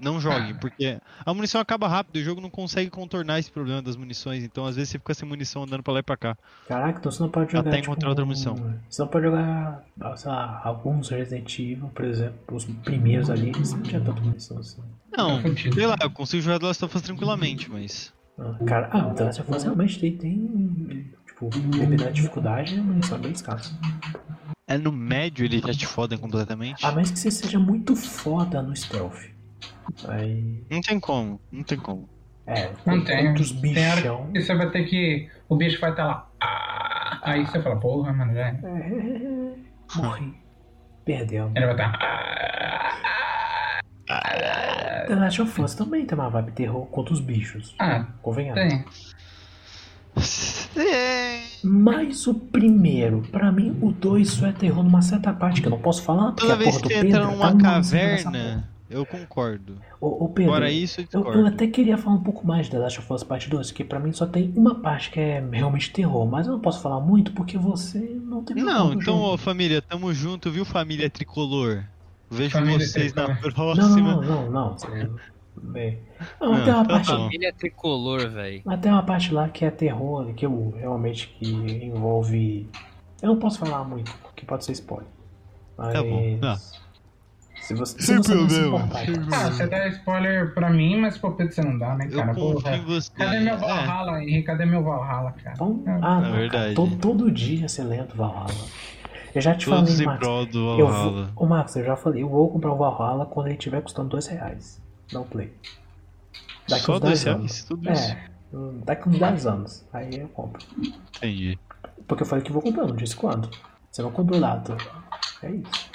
Speaker 4: não jogue, porque a munição acaba rápido, e o jogo não consegue contornar esse problema das munições, então às vezes você fica sem munição andando pra lá e pra cá.
Speaker 1: Caraca, então você não pode jogar.
Speaker 4: Até encontrar tá outra missão.
Speaker 1: Você não pode jogar, ah, sei lá, alguns Resident Evil, por exemplo, os primeiros ali, você não tinha tanta munição assim.
Speaker 4: Não,
Speaker 3: Tá fudido.
Speaker 4: sei lá, eu consigo jogar The Last of Us tranquilamente, mas
Speaker 1: Ah, Cara, ah, o The Last of Us realmente tem, tem tipo, dependendo da dificuldade, a munição é bem escassa.
Speaker 4: é no médio ele já te fodem completamente.
Speaker 1: A menos que você seja muito foda no stealth. Aí.
Speaker 4: Não tem como, não tem como.
Speaker 1: É,
Speaker 3: Não
Speaker 1: tem
Speaker 3: tem.
Speaker 1: outros
Speaker 3: Tem hora
Speaker 1: bichão.
Speaker 3: que você vai ter que. O bicho vai estar lá. "Ah", Aí você fala, porra, mano, já era.
Speaker 1: É, Morri. Perdeu.
Speaker 3: Ele vai estar. "Ah". É.
Speaker 1: The Então, Last of Us também tem uma vibe terror contra os bichos.
Speaker 3: Ah,
Speaker 1: Convenhamos.
Speaker 3: tem.
Speaker 4: É,
Speaker 1: Mas o primeiro, pra mim, o 2 só é terror numa certa parte que eu não posso falar. Porque
Speaker 4: Toda
Speaker 1: a
Speaker 4: vez
Speaker 1: porra
Speaker 4: que
Speaker 1: do
Speaker 4: você
Speaker 1: Pedro
Speaker 4: entra
Speaker 1: tá no
Speaker 4: numa
Speaker 1: cima dessa porra.
Speaker 4: caverna, eu concordo.
Speaker 1: Ô, ô Pedro,
Speaker 4: Fora isso, eu
Speaker 1: eu, eu
Speaker 4: discordo.
Speaker 1: até queria falar um pouco mais de The Last of Us Parte 2, que pra mim só tem uma parte que é realmente terror, mas eu não posso falar muito porque você não tem
Speaker 4: Não, então, ô família, tamo junto, viu, família tricolor? Vejo
Speaker 3: Família
Speaker 4: vocês na
Speaker 1: não,
Speaker 4: próxima.
Speaker 1: não, não, não. você- Bem. Não,
Speaker 4: Não,
Speaker 1: tem uma
Speaker 4: Ah, tá
Speaker 1: parte
Speaker 4: bom.
Speaker 5: Ele é tricolor, velho.
Speaker 1: Mas tem uma parte lá que é terror, que eu realmente que envolve. Eu não posso falar muito, porque pode ser spoiler. Mas.
Speaker 4: Tá bom, tá.
Speaker 1: Se você, se
Speaker 4: Sem
Speaker 1: você não se
Speaker 4: problema,
Speaker 1: importar.
Speaker 4: sem problema.
Speaker 3: Ah, você dá spoiler pra mim, mas pro Pedro você não dá, né,
Speaker 4: Hum. Eu
Speaker 3: cara?
Speaker 4: confio em
Speaker 3: Porra.
Speaker 4: você.
Speaker 3: Cadê meu
Speaker 4: É,
Speaker 3: Valhalla, Henrique? Cadê meu Valhalla, cara?
Speaker 1: Então, ah,
Speaker 4: É
Speaker 1: não,
Speaker 4: verdade.
Speaker 1: cara, to- todo, dia você lembra do Valhalla. Eu já te
Speaker 4: todos
Speaker 1: falei,
Speaker 4: em
Speaker 1: Marcos.
Speaker 4: prol do
Speaker 1: Eu vou,
Speaker 4: Valhalla.
Speaker 1: ô Marcos, eu já falei, eu vou comprar o Valhalla quando ele estiver custando dois reais. Não play. Daqui
Speaker 4: Só
Speaker 1: uns 10
Speaker 4: dois reais? Tudo isso?
Speaker 1: É, hum, daqui uns 10 anos. Aí eu compro.
Speaker 4: Entendi.
Speaker 1: Porque eu falei que vou comprar, não disse quando. Você não comprou data. É isso.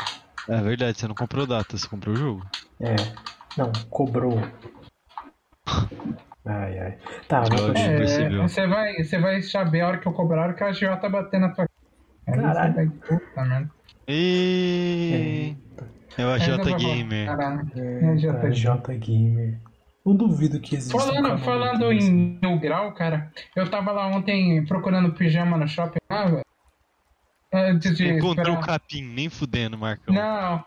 Speaker 4: É verdade, você não comprou data, você comprou o jogo.
Speaker 1: É. Não, cobrou. Ai, ai. Tá, mas
Speaker 4: Jogue.
Speaker 1: continua.
Speaker 4: Não percebeu.
Speaker 3: É, você vai, você vai saber a hora que eu cobrar, a hora que a Geo tá batendo na tua cara.
Speaker 1: Caralho.
Speaker 3: Aí você vai, puta, merda.
Speaker 4: E... É o
Speaker 3: Aí você
Speaker 4: Jota
Speaker 3: vai falar,
Speaker 4: Gamer.
Speaker 3: Caralho.
Speaker 1: É,
Speaker 3: já tá-
Speaker 1: é, J Gamer. Não duvido que exista. um
Speaker 3: Falando,
Speaker 1: canal
Speaker 3: falando
Speaker 1: desse.
Speaker 3: em mil grau, cara, eu tava lá ontem procurando pijama no shopping lá, velho. Antes de
Speaker 4: Encontrou o
Speaker 3: esperar-
Speaker 4: capim, nem fudendo, Marcão.
Speaker 3: Não,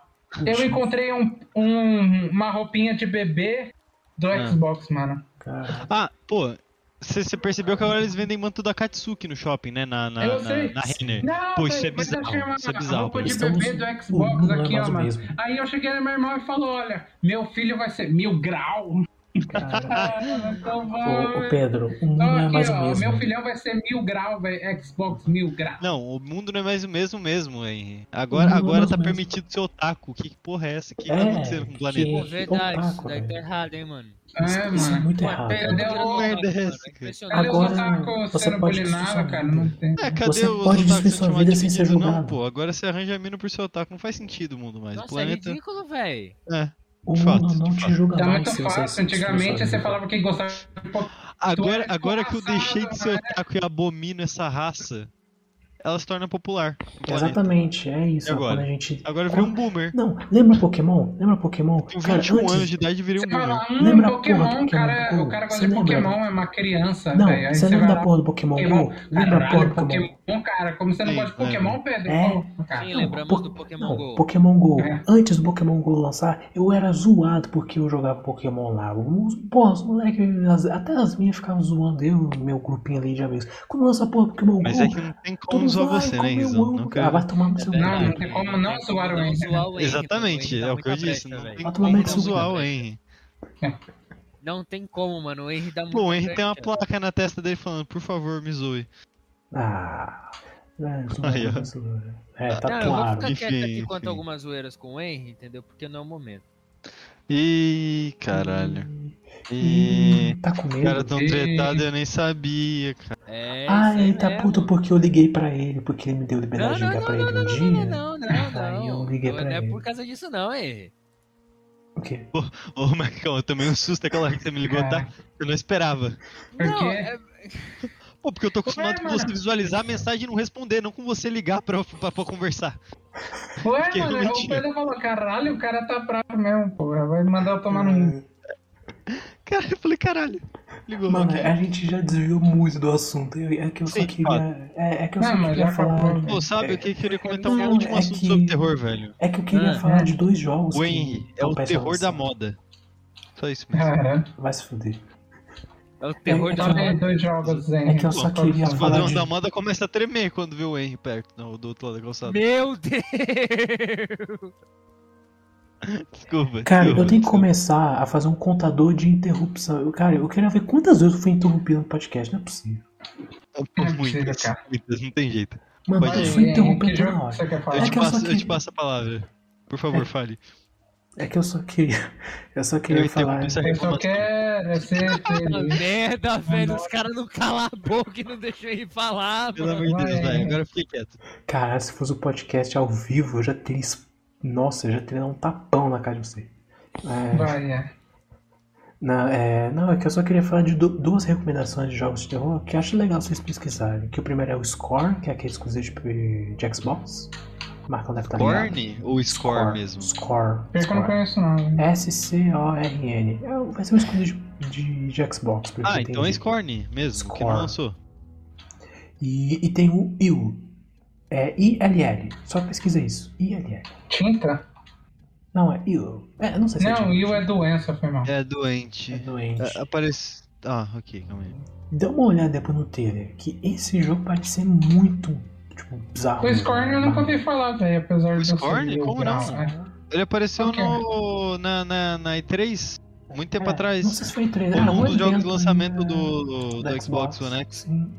Speaker 3: eu encontrei um, um- uma roupinha de bebê do
Speaker 4: Ah.
Speaker 3: Xbox, mano.
Speaker 1: Cara,
Speaker 4: Ah, pô, Você você percebeu que agora eles vendem manto da Katsuki no shopping, né? Na, na,
Speaker 3: Eu
Speaker 4: na-
Speaker 3: sei.
Speaker 4: na Renner.
Speaker 3: Não,
Speaker 4: Pô, isso é
Speaker 3: velho, mas eu
Speaker 4: bizarro,
Speaker 3: achei uma
Speaker 4: isso é bizarro,
Speaker 3: roupa de
Speaker 1: velho.
Speaker 3: bebê do
Speaker 1: O mundo
Speaker 3: Xbox
Speaker 4: né,
Speaker 1: não é
Speaker 3: aqui,
Speaker 1: mais
Speaker 3: ó,
Speaker 1: o
Speaker 3: mano.
Speaker 1: mesmo.
Speaker 3: Aí eu cheguei no meu irmão e falou, olha, meu filho vai ser mil grau. Ah, então vai.
Speaker 1: Ô, ô, Pedro, o mundo
Speaker 3: Então
Speaker 1: não é
Speaker 3: aqui,
Speaker 1: mais o
Speaker 3: ó,
Speaker 1: mesmo.
Speaker 4: né?
Speaker 3: meu filhão vai ser mil grau, velho, Xbox mil grau.
Speaker 4: Não, o mundo não é mais o mesmo mesmo, Henry. Agora,
Speaker 1: mundo não é
Speaker 4: agora
Speaker 1: mais
Speaker 4: tá
Speaker 1: o mesmo.
Speaker 4: permitido ser otaku. Que porra é essa? O que, que
Speaker 1: É,
Speaker 4: tá acontecendo com o planeta?
Speaker 1: que-
Speaker 5: Pô, verdade,
Speaker 1: otaku,
Speaker 5: isso daí tá
Speaker 1: velho.
Speaker 5: errado, hein, mano.
Speaker 1: Isso,
Speaker 3: É,
Speaker 1: isso é
Speaker 3: mano.
Speaker 1: muito errado.
Speaker 5: Pô,
Speaker 1: cara.
Speaker 5: perdeu
Speaker 3: Cadê
Speaker 5: o
Speaker 4: o merda
Speaker 5: merda
Speaker 4: é
Speaker 5: mano.
Speaker 4: essa,
Speaker 5: É
Speaker 4: cara?
Speaker 5: impressionante.
Speaker 3: Cadê
Speaker 1: Agora
Speaker 3: os otaku
Speaker 1: você
Speaker 3: sendo
Speaker 1: pode
Speaker 3: bulinada,
Speaker 1: discutir
Speaker 3: cara?
Speaker 1: sobre
Speaker 3: Não tem.
Speaker 4: É, cadê
Speaker 1: Você
Speaker 4: os
Speaker 1: pode
Speaker 4: otakus
Speaker 1: destruir sua
Speaker 4: sendo
Speaker 1: vida sem ser
Speaker 4: dividido? Não,
Speaker 1: julgado.
Speaker 4: pô, agora você arranja mina por ser otaku. Não faz sentido o mundo mais. o
Speaker 5: Nossa, é
Speaker 4: planeta.
Speaker 5: ridículo, velho.
Speaker 4: É.
Speaker 1: O
Speaker 4: de fato,
Speaker 1: mundo
Speaker 4: de
Speaker 1: não te
Speaker 4: fato.
Speaker 1: julga
Speaker 3: Tá
Speaker 1: mais.
Speaker 3: muito
Speaker 1: se você
Speaker 3: fácil.
Speaker 1: destruir sua
Speaker 3: Antigamente
Speaker 1: vida.
Speaker 3: você falava que gostava de pouco.
Speaker 4: Agora,
Speaker 3: Tu é
Speaker 4: agora que eu
Speaker 3: desgraçado,
Speaker 4: deixei de ser
Speaker 5: né?
Speaker 4: otaku e abomino essa raça, ela se torna popular. no planeta.
Speaker 1: Exatamente, é
Speaker 4: E
Speaker 1: isso.
Speaker 4: agora?
Speaker 1: Quando a gente...
Speaker 4: Agora eu virei um boomer.
Speaker 1: Não, lembra Pokémon? Lembra Pokémon?
Speaker 4: Com
Speaker 1: Cara,
Speaker 4: 21
Speaker 1: antes-
Speaker 4: anos de idade, virei um
Speaker 3: Você
Speaker 4: boomer.
Speaker 3: fala, hum,
Speaker 1: Lembra a porra
Speaker 3: Pokémon,
Speaker 1: do Pokémon
Speaker 3: cara,
Speaker 1: Go?
Speaker 3: o
Speaker 1: Você
Speaker 3: cara gosta de
Speaker 1: lembra?
Speaker 3: Pokémon, é uma criança,
Speaker 1: Não,
Speaker 3: velho. Aí
Speaker 1: você lembra
Speaker 3: vai
Speaker 1: da
Speaker 3: lá,
Speaker 1: porra do Pokémon
Speaker 3: Pokémon.
Speaker 1: Go? Lembra a porra
Speaker 3: Caralho,
Speaker 1: do Pokémon?
Speaker 3: Pokémon, cara, como você não
Speaker 4: Sim,
Speaker 3: gosta de
Speaker 4: lembro.
Speaker 3: Pokémon, Pedro?
Speaker 1: É.
Speaker 3: Pô,
Speaker 4: Tá.
Speaker 3: cara.
Speaker 5: Sim,
Speaker 1: Não,
Speaker 5: lembramos
Speaker 1: po-
Speaker 5: do Pokémon
Speaker 1: não,
Speaker 5: Go.
Speaker 1: Pokémon Go.
Speaker 3: É.
Speaker 1: Antes do Pokémon Go lançar, eu era zoado porque eu jogava Pokémon lá. Os- Porra, os moleques, até as minhas ficavam zoando, eu e meu grupinho ali de amigos. Quando lança porra Pokémon
Speaker 4: Mas
Speaker 1: Go,
Speaker 4: é que não tem como
Speaker 1: todos
Speaker 4: zoar
Speaker 1: vai,
Speaker 4: você,
Speaker 1: como
Speaker 4: né,
Speaker 1: eu
Speaker 4: Rizão?
Speaker 1: amo,
Speaker 4: Não
Speaker 1: cara.
Speaker 4: quero-
Speaker 1: Ah, Vai tomar no seu
Speaker 5: É
Speaker 3: Não,
Speaker 1: cu.
Speaker 3: não tem como não zoar o Henry. né?
Speaker 5: Henry,
Speaker 4: Exatamente,
Speaker 5: pô,
Speaker 4: é o que eu
Speaker 5: ele dá muita brecha,
Speaker 4: disse. Não
Speaker 5: velho.
Speaker 4: tem
Speaker 1: Vai tomar
Speaker 4: como
Speaker 1: merda,
Speaker 4: zoar o
Speaker 5: velho.
Speaker 4: Henry.
Speaker 5: Não tem como, mano. O Henry dá muito.
Speaker 4: Pô, o Henry tem uma placa na testa dele falando, por favor, me zoe.
Speaker 1: Ah. É, isso não
Speaker 4: Aí, ó.
Speaker 1: aconteceu, né? É, tá
Speaker 5: Não, eu vou
Speaker 1: claro.
Speaker 5: ficar quieto aqui
Speaker 4: Enfim,
Speaker 5: quanto
Speaker 4: enfim.
Speaker 5: a algumas zoeiras com o Henry, entendeu? Porque não é o momento.
Speaker 4: Ih, caralho.
Speaker 1: Hum,
Speaker 4: Ih,
Speaker 1: Tá com
Speaker 4: os caras
Speaker 1: medo?
Speaker 4: tão
Speaker 3: Ih.
Speaker 4: tretados eu nem sabia, cara.
Speaker 5: É.
Speaker 1: Ah,
Speaker 5: isso aí
Speaker 1: ele tá
Speaker 5: mesmo.
Speaker 1: puto porque eu liguei pra ele, porque ele me deu
Speaker 5: Não,
Speaker 1: liberdade de
Speaker 5: não,
Speaker 1: ligar
Speaker 5: não,
Speaker 1: pra
Speaker 5: não,
Speaker 1: ele
Speaker 5: não,
Speaker 1: um
Speaker 5: não,
Speaker 1: dia.
Speaker 5: não, não, não,
Speaker 1: Aí eu
Speaker 5: não, não.
Speaker 1: liguei
Speaker 5: Não
Speaker 1: pra
Speaker 5: é
Speaker 1: ele.
Speaker 5: por causa disso, não, Henry.
Speaker 1: O quê?
Speaker 4: Ô, Marcão, eu tomei um susto aquela hora que você me ligou,
Speaker 3: É.
Speaker 4: tá? Eu não esperava.
Speaker 3: Por
Speaker 5: Não,
Speaker 3: quê?
Speaker 5: é-
Speaker 4: Pô, porque eu tô acostumado
Speaker 3: Ué,
Speaker 4: com
Speaker 3: mano.
Speaker 4: você visualizar a mensagem e não responder, não com você ligar pra, pra, pra conversar.
Speaker 3: Ué,
Speaker 4: Fiquei
Speaker 3: mano, o
Speaker 4: bonitinho.
Speaker 3: Pedro falou, caralho, o cara tá bravo mesmo, pô. Vai mandar eu tomar no cu.
Speaker 4: Cara, eu falei, caralho. Ligou,
Speaker 1: Mano, é
Speaker 4: ok.
Speaker 1: a gente já desviou muito do assunto. Eu- é que eu só
Speaker 4: Sim,
Speaker 1: queria. É, é que eu só
Speaker 3: Não, mas
Speaker 1: queria
Speaker 3: já acabou.
Speaker 1: falar.
Speaker 4: Pô, sabe, eu que- queria comentar
Speaker 1: Não,
Speaker 4: um último
Speaker 1: é
Speaker 4: assunto
Speaker 1: que-
Speaker 4: sobre terror, velho.
Speaker 1: É que eu queria
Speaker 5: Ah,
Speaker 1: falar de dois jogos.
Speaker 4: O
Speaker 1: que
Speaker 4: Henry é
Speaker 1: tão
Speaker 4: o
Speaker 1: perto
Speaker 4: terror
Speaker 1: de
Speaker 4: da
Speaker 1: lançar.
Speaker 4: moda. Só isso mesmo.
Speaker 1: É,
Speaker 3: Caralho.
Speaker 1: Vai se fuder.
Speaker 5: É o terror
Speaker 1: É,
Speaker 5: da
Speaker 1: olha
Speaker 3: Falei
Speaker 5: moda.
Speaker 3: dois jogos, Henry.
Speaker 1: É que eu só
Speaker 3: Pô,
Speaker 1: queria
Speaker 4: O
Speaker 1: falar.
Speaker 4: esquadrão
Speaker 1: De...
Speaker 4: da moda começa a tremer quando vê o Henry perto, não, do outro lado é da calçada.
Speaker 5: Meu Deus!
Speaker 4: Desculpa.
Speaker 1: Cara, eu
Speaker 4: desculpa,
Speaker 1: tenho que
Speaker 4: desculpa.
Speaker 1: começar a fazer um contador de interrupção. Eu- Cara, eu queria ver quantas vezes eu fui interrompido no podcast. Não é possível.
Speaker 4: Pô,
Speaker 3: Não é possível,
Speaker 4: muitas,
Speaker 3: cara.
Speaker 4: muitas, não tem jeito.
Speaker 1: Mano,
Speaker 4: Pode
Speaker 1: eu
Speaker 4: ir.
Speaker 1: fui
Speaker 3: Henry, que
Speaker 1: interrompendo
Speaker 3: jogo
Speaker 1: toda
Speaker 3: que
Speaker 1: hora.
Speaker 3: você quer
Speaker 4: Eu,
Speaker 3: falar?
Speaker 1: É
Speaker 4: te
Speaker 1: que eu só
Speaker 4: passo, eu
Speaker 1: que-
Speaker 4: te passo a palavra. Por favor, fale.
Speaker 1: É que eu só queria. Eu só
Speaker 4: Eu
Speaker 1: queria falar.
Speaker 4: interrompo essa
Speaker 3: Eu só
Speaker 4: reclamação.
Speaker 3: quero ser
Speaker 1: tá
Speaker 3: feliz.
Speaker 5: Merda, velho. Os caras não calam a boca e não deixam ele falar,
Speaker 4: Pelo
Speaker 5: mano.
Speaker 4: amor de
Speaker 3: Vai.
Speaker 4: Deus,
Speaker 1: é.
Speaker 4: velho. Agora eu fiquei quieto.
Speaker 1: Cara, se fosse o podcast ao vivo, eu já teria. es- Nossa, eu já teria dado um tapão na cara de você. É.
Speaker 3: Vai, é.
Speaker 1: Não, é, não, é que eu só queria falar de du- duas recomendações de jogos de terror que eu acho legal vocês pesquisarem. Que o primeiro é o Scorn, que é aquele exclusivo de, de Xbox. é O Marcão deve estar Tá ligado.
Speaker 4: Corne ou score, mesmo?
Speaker 1: Scorn.
Speaker 3: Pior que eu não
Speaker 1: Scorn.
Speaker 3: conheço, não. velho.
Speaker 1: S-C-O-R-N. É o- Vai ser um exclusivo de, de Xbox, pelo que
Speaker 4: Ah,
Speaker 1: eu
Speaker 4: então é
Speaker 1: entendi.
Speaker 4: Scorne mesmo, que não
Speaker 1: Scorn.
Speaker 4: lançou.
Speaker 1: E, e tem o IL. É I-L-L. Só pesquisa isso. I-L-L.
Speaker 3: Tinta?
Speaker 1: Não, é IL. É, não sei se é
Speaker 3: Não,
Speaker 1: de-
Speaker 3: Will é doença, foi mal.
Speaker 4: É
Speaker 1: é
Speaker 4: doente.
Speaker 1: doente.
Speaker 4: É, aparece. Ah, ok, calma aí.
Speaker 1: Dá uma olhada depois no trailer, que esse jogo parece ser muito, tipo, bizarro.
Speaker 3: O Scorn eu nunca ouvi falar, velho, apesar
Speaker 4: O
Speaker 3: de eu
Speaker 4: Scorn?
Speaker 3: saber o
Speaker 4: Como
Speaker 3: grau,
Speaker 4: não?
Speaker 3: né?
Speaker 4: Ele apareceu
Speaker 3: Ok.
Speaker 4: no, na, na, na E3, muito tempo
Speaker 1: É,
Speaker 4: atrás.
Speaker 1: Não sei se foi trailer.
Speaker 4: Foi
Speaker 1: era
Speaker 4: um dos
Speaker 1: evento
Speaker 4: jogos de
Speaker 1: ainda
Speaker 4: lançamento do, do, do Xbox One X.
Speaker 1: Sim.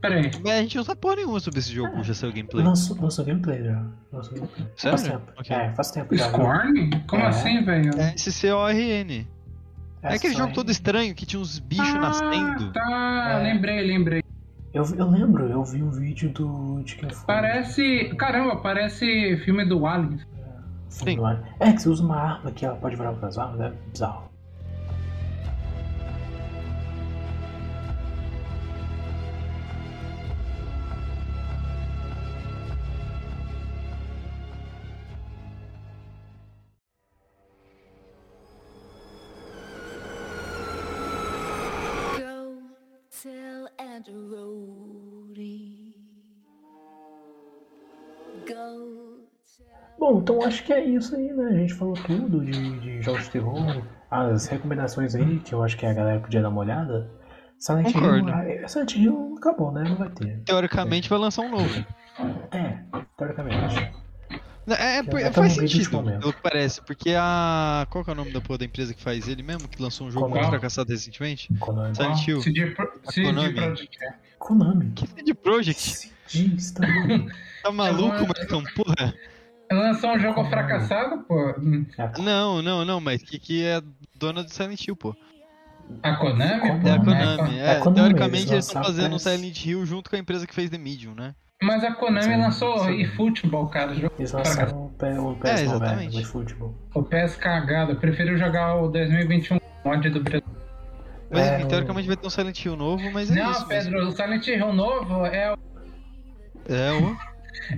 Speaker 3: Peraí.
Speaker 4: Mas a gente não sabe porra nenhuma sobre esse jogo,
Speaker 1: Ah.
Speaker 4: já saiu gameplay.
Speaker 1: Lançou, lançou gameplay já. Lançou gameplay.
Speaker 4: Sério?
Speaker 1: Faz tempo.
Speaker 4: Ok.
Speaker 1: tá É, faz tempo já.
Speaker 3: Tá Scorn? Como
Speaker 1: É.
Speaker 3: assim, velho?
Speaker 4: É SCORN. É aquele
Speaker 1: só
Speaker 4: jogo
Speaker 1: aí.
Speaker 4: todo estranho que tinha uns bichos
Speaker 3: ah,
Speaker 4: nascendo.
Speaker 3: Tá,
Speaker 1: É.
Speaker 3: lembrei, lembrei.
Speaker 1: Eu, eu lembro, eu vi um vídeo do. de quem foi.
Speaker 3: Parece. Caramba, parece filme do Alien.
Speaker 1: Foi do Alien. É, que você usa uma arma que ela pode virar outras armas, né? Bizarro.
Speaker 6: Go tell Aunt Rhody. Go
Speaker 1: Bom, então acho que é isso aí, né? A gente falou tudo de, de jogos de terror, as recomendações aí, que eu acho que a galera podia dar uma olhada. Silent Hill,
Speaker 4: Concordo.
Speaker 1: ah, Silent Hill acabou, né? Não vai ter.
Speaker 4: Teoricamente vai lançar um novo.
Speaker 1: É, teoricamente.
Speaker 4: É, é, por-
Speaker 1: Já tá
Speaker 4: faz
Speaker 1: no vídeo de
Speaker 4: sentido,
Speaker 1: momento.
Speaker 4: pelo que parece, porque a. Qual que é o nome da porra da empresa que faz ele mesmo? Que lançou um jogo
Speaker 1: Konami.
Speaker 4: muito fracassado recentemente?
Speaker 1: Konami.
Speaker 4: Silent Hill.
Speaker 3: CD Pro- CD
Speaker 4: Konami.
Speaker 3: Projekt Red.
Speaker 1: Konami.
Speaker 4: Que CD Projekt?
Speaker 1: Se diz também.
Speaker 4: Tá maluco,
Speaker 1: é.
Speaker 4: Marcão? Porra!
Speaker 3: Lançou um jogo
Speaker 1: Konami.
Speaker 3: fracassado, pô.
Speaker 1: É,
Speaker 4: Não, não, não, mas que, que é dona do Silent Hill, pô.
Speaker 3: A Konami?
Speaker 1: Konami.
Speaker 3: pô,
Speaker 4: É
Speaker 3: né?
Speaker 4: a Konami.
Speaker 1: É a
Speaker 4: É,
Speaker 1: Konami,
Speaker 4: teoricamente
Speaker 1: eles
Speaker 4: eles estão
Speaker 1: lançaram
Speaker 4: fazendo um
Speaker 1: pra-
Speaker 4: Silent Hill junto com a empresa que fez The Medium, né?
Speaker 3: Mas a Konami
Speaker 1: Sim,
Speaker 3: lançou
Speaker 1: sim.
Speaker 3: e futebol, cara. jogo-
Speaker 1: Eles lançaram o P- né? o
Speaker 4: É,
Speaker 1: PS Now, velho,
Speaker 4: exatamente.
Speaker 1: de futebol.
Speaker 3: O PES cagado. Eu prefiro jogar o 2021 mod do Brasil.
Speaker 4: Mas
Speaker 1: É,
Speaker 4: enfim,
Speaker 1: o-
Speaker 4: teoricamente vai ter um Silent Hill novo, mas é
Speaker 3: Não,
Speaker 4: isso. mesmo.
Speaker 3: Pedro, o Silent Hill novo é, o-
Speaker 4: É o.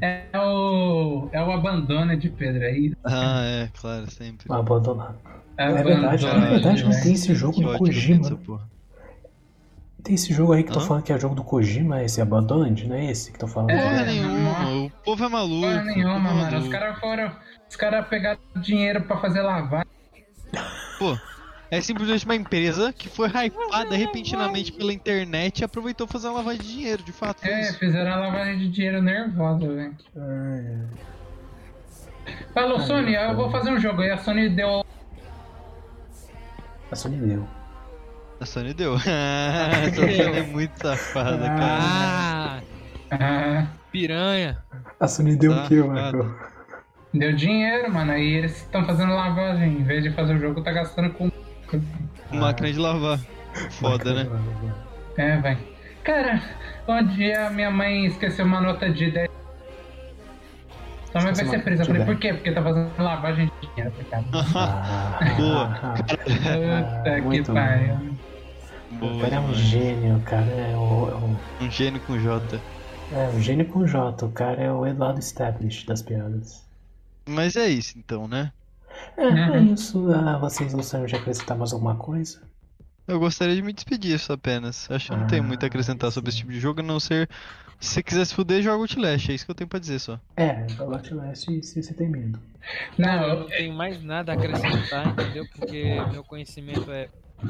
Speaker 3: é o. É o abandono de Pedro aí.
Speaker 4: Ah, é, claro, sempre.
Speaker 1: Ah, Abandonado.
Speaker 3: É,
Speaker 1: É verdade,
Speaker 4: Abandonado,
Speaker 1: é verdade que
Speaker 4: né?
Speaker 1: tem esse jogo
Speaker 4: Que
Speaker 1: do
Speaker 4: ódio que tem essa
Speaker 1: Kojima. né?
Speaker 4: porra.
Speaker 1: Tem esse jogo aí que tô
Speaker 4: Hã?
Speaker 1: falando que é jogo do Kojima, esse Abandoned, não é esse que tô falando?
Speaker 3: É.
Speaker 4: Porra nenhuma, o povo é maluco.
Speaker 3: Porra
Speaker 4: o povo é
Speaker 3: nenhuma, mano. Os
Speaker 4: maluco.
Speaker 3: caras foram. Os caras pegaram dinheiro pra fazer lavar.
Speaker 4: Pô, é simplesmente uma empresa que foi hypada repentinamente pela internet e aproveitou fazer uma lavagem de dinheiro, de fato. foi
Speaker 3: É,
Speaker 4: isso.
Speaker 3: fizeram a lavagem de dinheiro nervosa, velho.
Speaker 1: Ah,
Speaker 3: Falou,
Speaker 4: Tá
Speaker 3: Sony,
Speaker 1: cara.
Speaker 3: eu
Speaker 4: né?"
Speaker 3: vou fazer um jogo. Aí a Sony deu.
Speaker 1: a Sony deu.
Speaker 4: A Sony deu. Ah, Essa Sony é muito safada, cara.
Speaker 2: Ah,
Speaker 3: Ah,
Speaker 2: piranha.
Speaker 1: A Sony Ah, deu
Speaker 4: Tá,
Speaker 1: o quê,
Speaker 4: tá.
Speaker 1: Marco?
Speaker 3: deu dinheiro, mano. Aí eles estão fazendo lavagem. Em vez de fazer o jogo, tá gastando com. Ah.
Speaker 4: Máquina de lavar. Foda, né?
Speaker 3: É, vai. Cara, um dia minha mãe esqueceu uma nota de 10. Sua mãe vai
Speaker 1: Esqueceu
Speaker 3: ser
Speaker 1: uma
Speaker 3: presa. Eu
Speaker 1: nota de
Speaker 3: falei, por quê? Porque tá fazendo lavagem de dinheiro, cara.
Speaker 1: Ah,
Speaker 4: Boa.
Speaker 1: ah,
Speaker 3: Puta que
Speaker 1: muito
Speaker 3: pariu.
Speaker 1: O
Speaker 4: Boa,
Speaker 1: cara é um
Speaker 4: demais.
Speaker 1: gênio, cara. É o, é o-
Speaker 4: um gênio com J.
Speaker 1: é o gênio com J. O cara é o Eduardo Stablish das piadas.
Speaker 4: Mas é isso então, né?
Speaker 1: É, é
Speaker 3: Uhum.
Speaker 1: isso. Ah, vocês gostariam de acrescentar mais alguma coisa?
Speaker 4: Eu gostaria de me despedir só apenas. Acho que eu não
Speaker 1: Ah,
Speaker 4: tenho muito a acrescentar
Speaker 3: é.
Speaker 4: sobre esse tipo de jogo, a não ser se você quiser se fuder, joga Outlast. É isso que eu tenho pra dizer só.
Speaker 1: É, Galate Leste, se você tem medo.
Speaker 3: Não,
Speaker 2: Eu
Speaker 3: eu-
Speaker 2: não tenho mais nada a acrescentar, entendeu? Porque meu conhecimento é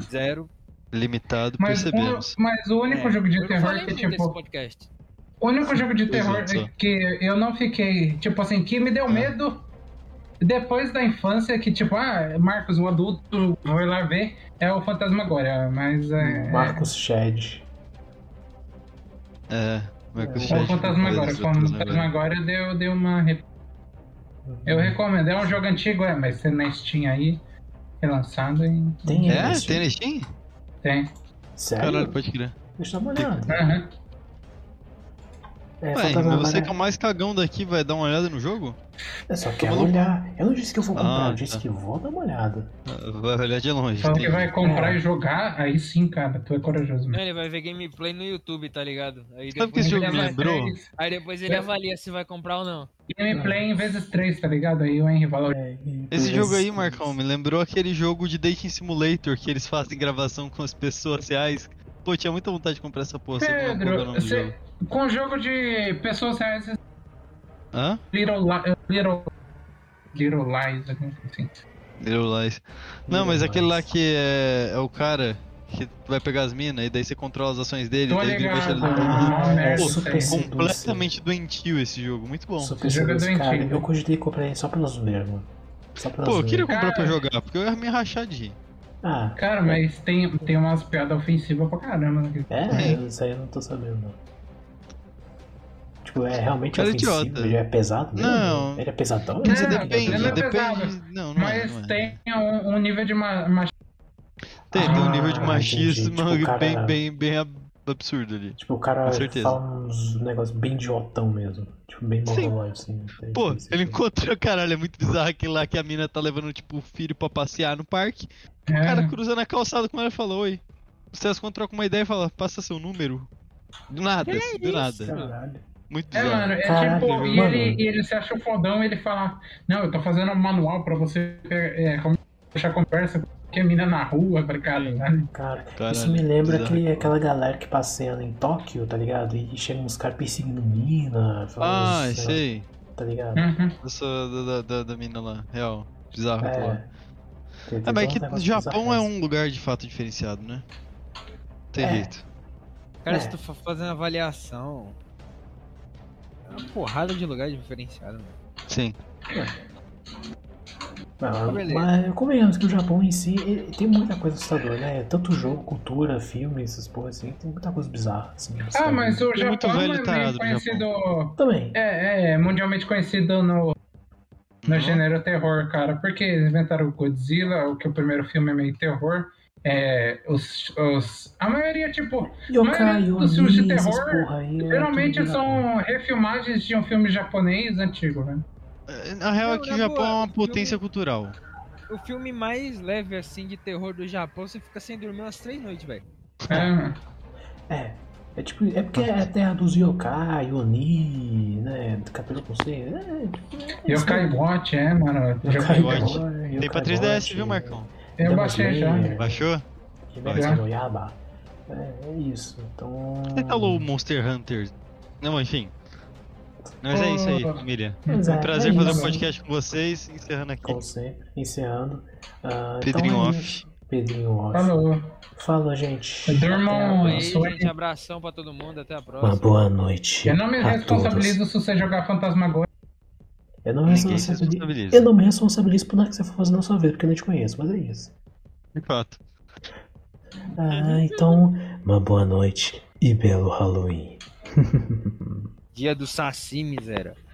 Speaker 2: zero.
Speaker 4: Limitado,
Speaker 3: mas, o,
Speaker 4: percebemos.
Speaker 3: mas o único
Speaker 2: É,
Speaker 3: jogo de
Speaker 2: Eu não
Speaker 3: terror
Speaker 2: falei
Speaker 3: que,
Speaker 2: muito desse
Speaker 3: tipo.
Speaker 2: podcast.
Speaker 3: O único jogo de terror
Speaker 4: Exato, só.
Speaker 3: que eu não fiquei. Tipo assim, que me
Speaker 1: É.
Speaker 3: deu
Speaker 4: Ah.
Speaker 3: medo depois da infância, que tipo, ah, Marcos, o adulto, vai lá ver, é o Fantasma Agora. Mas
Speaker 1: Hum.
Speaker 3: é.
Speaker 1: Marcos Shed.
Speaker 4: É, Marcos
Speaker 1: É,
Speaker 3: É
Speaker 4: Chat.
Speaker 3: o Fantasma Agora. O
Speaker 4: né,
Speaker 3: Fantasma Agora deu, deu uma. re- Eu recomendo. É um jogo antigo, é, mas tem na Steam aí, relançado e
Speaker 1: Tem
Speaker 4: É?
Speaker 1: esse?
Speaker 4: Tem na Steam?
Speaker 3: tem.
Speaker 1: Sério?
Speaker 4: Caralho, pode crer.
Speaker 1: Deixa eu dar uma olhada.
Speaker 4: Uhum.
Speaker 3: Aham.
Speaker 1: É,
Speaker 4: Ué,
Speaker 1: Fantasma
Speaker 4: mas você
Speaker 1: Amarelo.
Speaker 4: que é o mais cagão daqui vai dar uma olhada no jogo?
Speaker 1: Eu É, só quero olhar. Eu não disse que eu vou comprar,
Speaker 4: Ah,
Speaker 1: eu disse
Speaker 4: tá.
Speaker 1: que vou dar uma olhada.
Speaker 4: Ah, Vai olhar de longe.
Speaker 3: Falou que
Speaker 4: entendi.
Speaker 3: vai comprar e jogar, aí sim, cara, tu é corajoso.
Speaker 2: Não,
Speaker 3: mano.
Speaker 2: ele vai ver gameplay no YouTube, tá ligado? Aí
Speaker 4: Sabe que
Speaker 2: depois,
Speaker 4: esse jogo é
Speaker 2: ele
Speaker 4: me
Speaker 2: avalia-
Speaker 4: lembrou?
Speaker 2: aí depois ele avalia se vai comprar ou não.
Speaker 3: Gameplay em vezes 3, tá ligado? Aí o Henry falou.
Speaker 1: É, e-
Speaker 4: Esse
Speaker 1: e-
Speaker 4: jogo aí, Marcão, me lembrou aquele jogo de Dating Simulator que eles fazem gravação com as pessoas reais. Pô, tinha muita vontade de comprar essa porra, só que eu não lembro qual que é o
Speaker 3: Pedro,
Speaker 4: nome do
Speaker 3: você,
Speaker 4: jogo.
Speaker 3: com jogo de pessoas reais,
Speaker 4: Hã?
Speaker 3: Little, Li- eh, Little, Little Lies, alguma coisa assim.
Speaker 4: Little Lies. Não, mas
Speaker 1: Little
Speaker 4: aquele lá
Speaker 1: Lies.
Speaker 4: que é, é o cara que vai pegar as minas e daí você controla as ações dele,
Speaker 3: Tô
Speaker 4: daí ele vai
Speaker 3: ligado.
Speaker 4: deixar
Speaker 1: Ah, é
Speaker 3: Pô,
Speaker 1: super
Speaker 4: ele...
Speaker 1: seduce.
Speaker 4: Completamente doentio esse jogo, muito bom.
Speaker 1: Super
Speaker 3: Esse jogo é
Speaker 1: seduce, cara.
Speaker 3: doentio.
Speaker 1: Eu cogitei comprar ele só pela zoeira, mano. Só pela
Speaker 4: Pô, eu
Speaker 1: zoeira.
Speaker 4: queria comprar pra
Speaker 3: Cara.
Speaker 4: jogar, porque eu ia me rachar de rir.
Speaker 1: Ah,
Speaker 3: Cara, mas tem, tem umas piadas ofensivas pra caramba. né? naquele-
Speaker 1: É, isso aí eu não tô sabendo, não. Tipo, é realmente
Speaker 4: Cara
Speaker 1: ofensivo,
Speaker 4: idiota.
Speaker 1: ele é pesado mesmo?
Speaker 4: Não.
Speaker 1: Ele é pesadão?
Speaker 4: Quer dizer,
Speaker 3: Não,
Speaker 4: depende,
Speaker 3: ele é
Speaker 4: depende.
Speaker 3: pesado.
Speaker 4: Não, não é,
Speaker 3: Mas
Speaker 4: não é.
Speaker 3: tem um, um nível de ma- machismo.
Speaker 4: Tem, tem um nível de
Speaker 1: Ah,
Speaker 4: machismo
Speaker 1: entendi. Tipo, o
Speaker 4: bem,
Speaker 1: cara-
Speaker 4: bem, bem ab- absurdo ali.
Speaker 1: Tipo, o cara
Speaker 4: Com certeza.
Speaker 1: fala uns negócios bem idiotão mesmo. Tipo, bem
Speaker 4: Sim.
Speaker 1: mongolóide, assim. É
Speaker 4: Pô,
Speaker 1: difícil,
Speaker 4: ele
Speaker 1: assim.
Speaker 4: encontrou, caralho, é muito bizarro aquele lá que a mina tá levando, tipo, o filho pra passear no parque.
Speaker 3: é,
Speaker 4: O cara cruzando a calçada com ela e fala, oi. O Sescon troca uma ideia e fala, passa seu número. Do nada, assim, do nada.
Speaker 1: Caralho.
Speaker 4: Muito
Speaker 3: É,
Speaker 4: bizarro.
Speaker 3: mano, é
Speaker 1: Caralho,
Speaker 3: tipo, e
Speaker 1: mano.
Speaker 3: ele, e ele se acha fodão e ele fala, não, eu tô fazendo um manual pra você é, como- puxar conversa com a mina na rua, tá pra caralho.
Speaker 1: Cara,
Speaker 4: Caralho,
Speaker 1: isso me lembra
Speaker 4: bizarro.
Speaker 1: aquele, aquela galera que passeia em Tóquio, tá ligado? E chega uns caras perseguindo mina, falando
Speaker 4: ah,
Speaker 1: uns negócios,
Speaker 4: sei.
Speaker 1: tá ligado?
Speaker 3: Uhum.
Speaker 4: Essa da, da, da, da mina lá, real. Bizarro,
Speaker 1: É.
Speaker 4: pô.
Speaker 1: Tem- tem
Speaker 4: tá, Ah, mas é
Speaker 1: todo
Speaker 4: que
Speaker 1: um
Speaker 4: o
Speaker 1: negócio
Speaker 4: Japão é
Speaker 1: bizarro.
Speaker 4: um lugar de fato diferenciado, né? tem
Speaker 1: É.
Speaker 4: jeito.
Speaker 5: Cara,
Speaker 1: É.
Speaker 5: se tu for fazendo avaliação. É uma porrada de lugar diferenciado, né? mano.
Speaker 4: Sim.
Speaker 1: Ah,
Speaker 5: beleza.
Speaker 1: mas convenhamos que o Japão em si ele tem muita coisa assustadora, né? Tanto jogo, cultura, filme, essas porras assim, tem muita coisa bizarra. Assim,
Speaker 3: Ah,
Speaker 1: assustadora.
Speaker 3: mas o
Speaker 4: Tem muito
Speaker 3: Japão
Speaker 4: velho
Speaker 3: é
Speaker 4: tarado
Speaker 3: meio
Speaker 4: no
Speaker 3: conhecido.
Speaker 1: Também.
Speaker 3: É, é, mundialmente conhecido no,
Speaker 4: Uhum.
Speaker 3: no gênero terror, cara. Porque eles inventaram o Godzilla, o que o primeiro filme é meio terror. É, os, os, a maioria, tipo,
Speaker 1: Yokai,
Speaker 3: maioria dos filmes de
Speaker 1: Oni, essas
Speaker 3: terror,
Speaker 1: porra aí. é tudo
Speaker 3: geralmente
Speaker 4: né?
Speaker 1: bizarro.
Speaker 3: são refilmagens de um filme japonês antigo, né?
Speaker 4: É, Na real é
Speaker 5: Não,
Speaker 4: que
Speaker 5: na
Speaker 4: o Japão
Speaker 5: boa,
Speaker 4: é uma
Speaker 5: filme-
Speaker 4: potência cultural.
Speaker 1: É
Speaker 5: O filme mais leve, assim, de terror do Japão, você fica sem dormir umas três noites, velho.
Speaker 3: É.
Speaker 1: É. É tipo, é porque é a terra dos Yokai, Oni, né? Do cabelo com C. É, é,
Speaker 3: Yokai Watch, é, mano.
Speaker 1: Yokai
Speaker 4: Watch.
Speaker 1: Watch.
Speaker 4: Tem pra 3DS,
Speaker 1: né?
Speaker 4: viu, Marcão?
Speaker 3: Eu baixei já.
Speaker 1: Demon Slayer.
Speaker 4: Baixou?
Speaker 1: E Mega no Yaba. É, é isso. Então.
Speaker 4: Você calou o Tá Monster Hunter? Não, enfim. Mas é isso aí,
Speaker 3: Oh.
Speaker 4: família.
Speaker 1: Mas
Speaker 4: Foi um prazer fazer
Speaker 1: isso.
Speaker 4: um podcast com vocês, encerrando aqui.
Speaker 1: Como sempre, encerrando. Ah,
Speaker 4: Pedrinho
Speaker 1: então é isso.
Speaker 4: off.
Speaker 1: Pedrinho off.
Speaker 3: Falou. um
Speaker 1: Falou, gente.
Speaker 3: Durmam
Speaker 1: Até a próxima.
Speaker 5: Então é
Speaker 3: Bom,
Speaker 5: isso,
Speaker 3: sou-
Speaker 5: gente. Abração pra todo mundo. Até a
Speaker 1: Uma
Speaker 5: próxima.
Speaker 1: boa noite.
Speaker 3: Eu não me
Speaker 1: a
Speaker 3: responsabilizo se você jogar Fantasmagoria.
Speaker 1: todos. Eu não, me
Speaker 4: Ninguém se
Speaker 1: responsabili...
Speaker 4: responsabiliza.
Speaker 1: eu não me responsabilizo por nada que você for fazer na sua vida, porque eu não te conheço, mas é isso.
Speaker 4: De fato.
Speaker 1: Ah, então, uma boa noite e belo Halloween.
Speaker 5: Dia do Saci, miséria.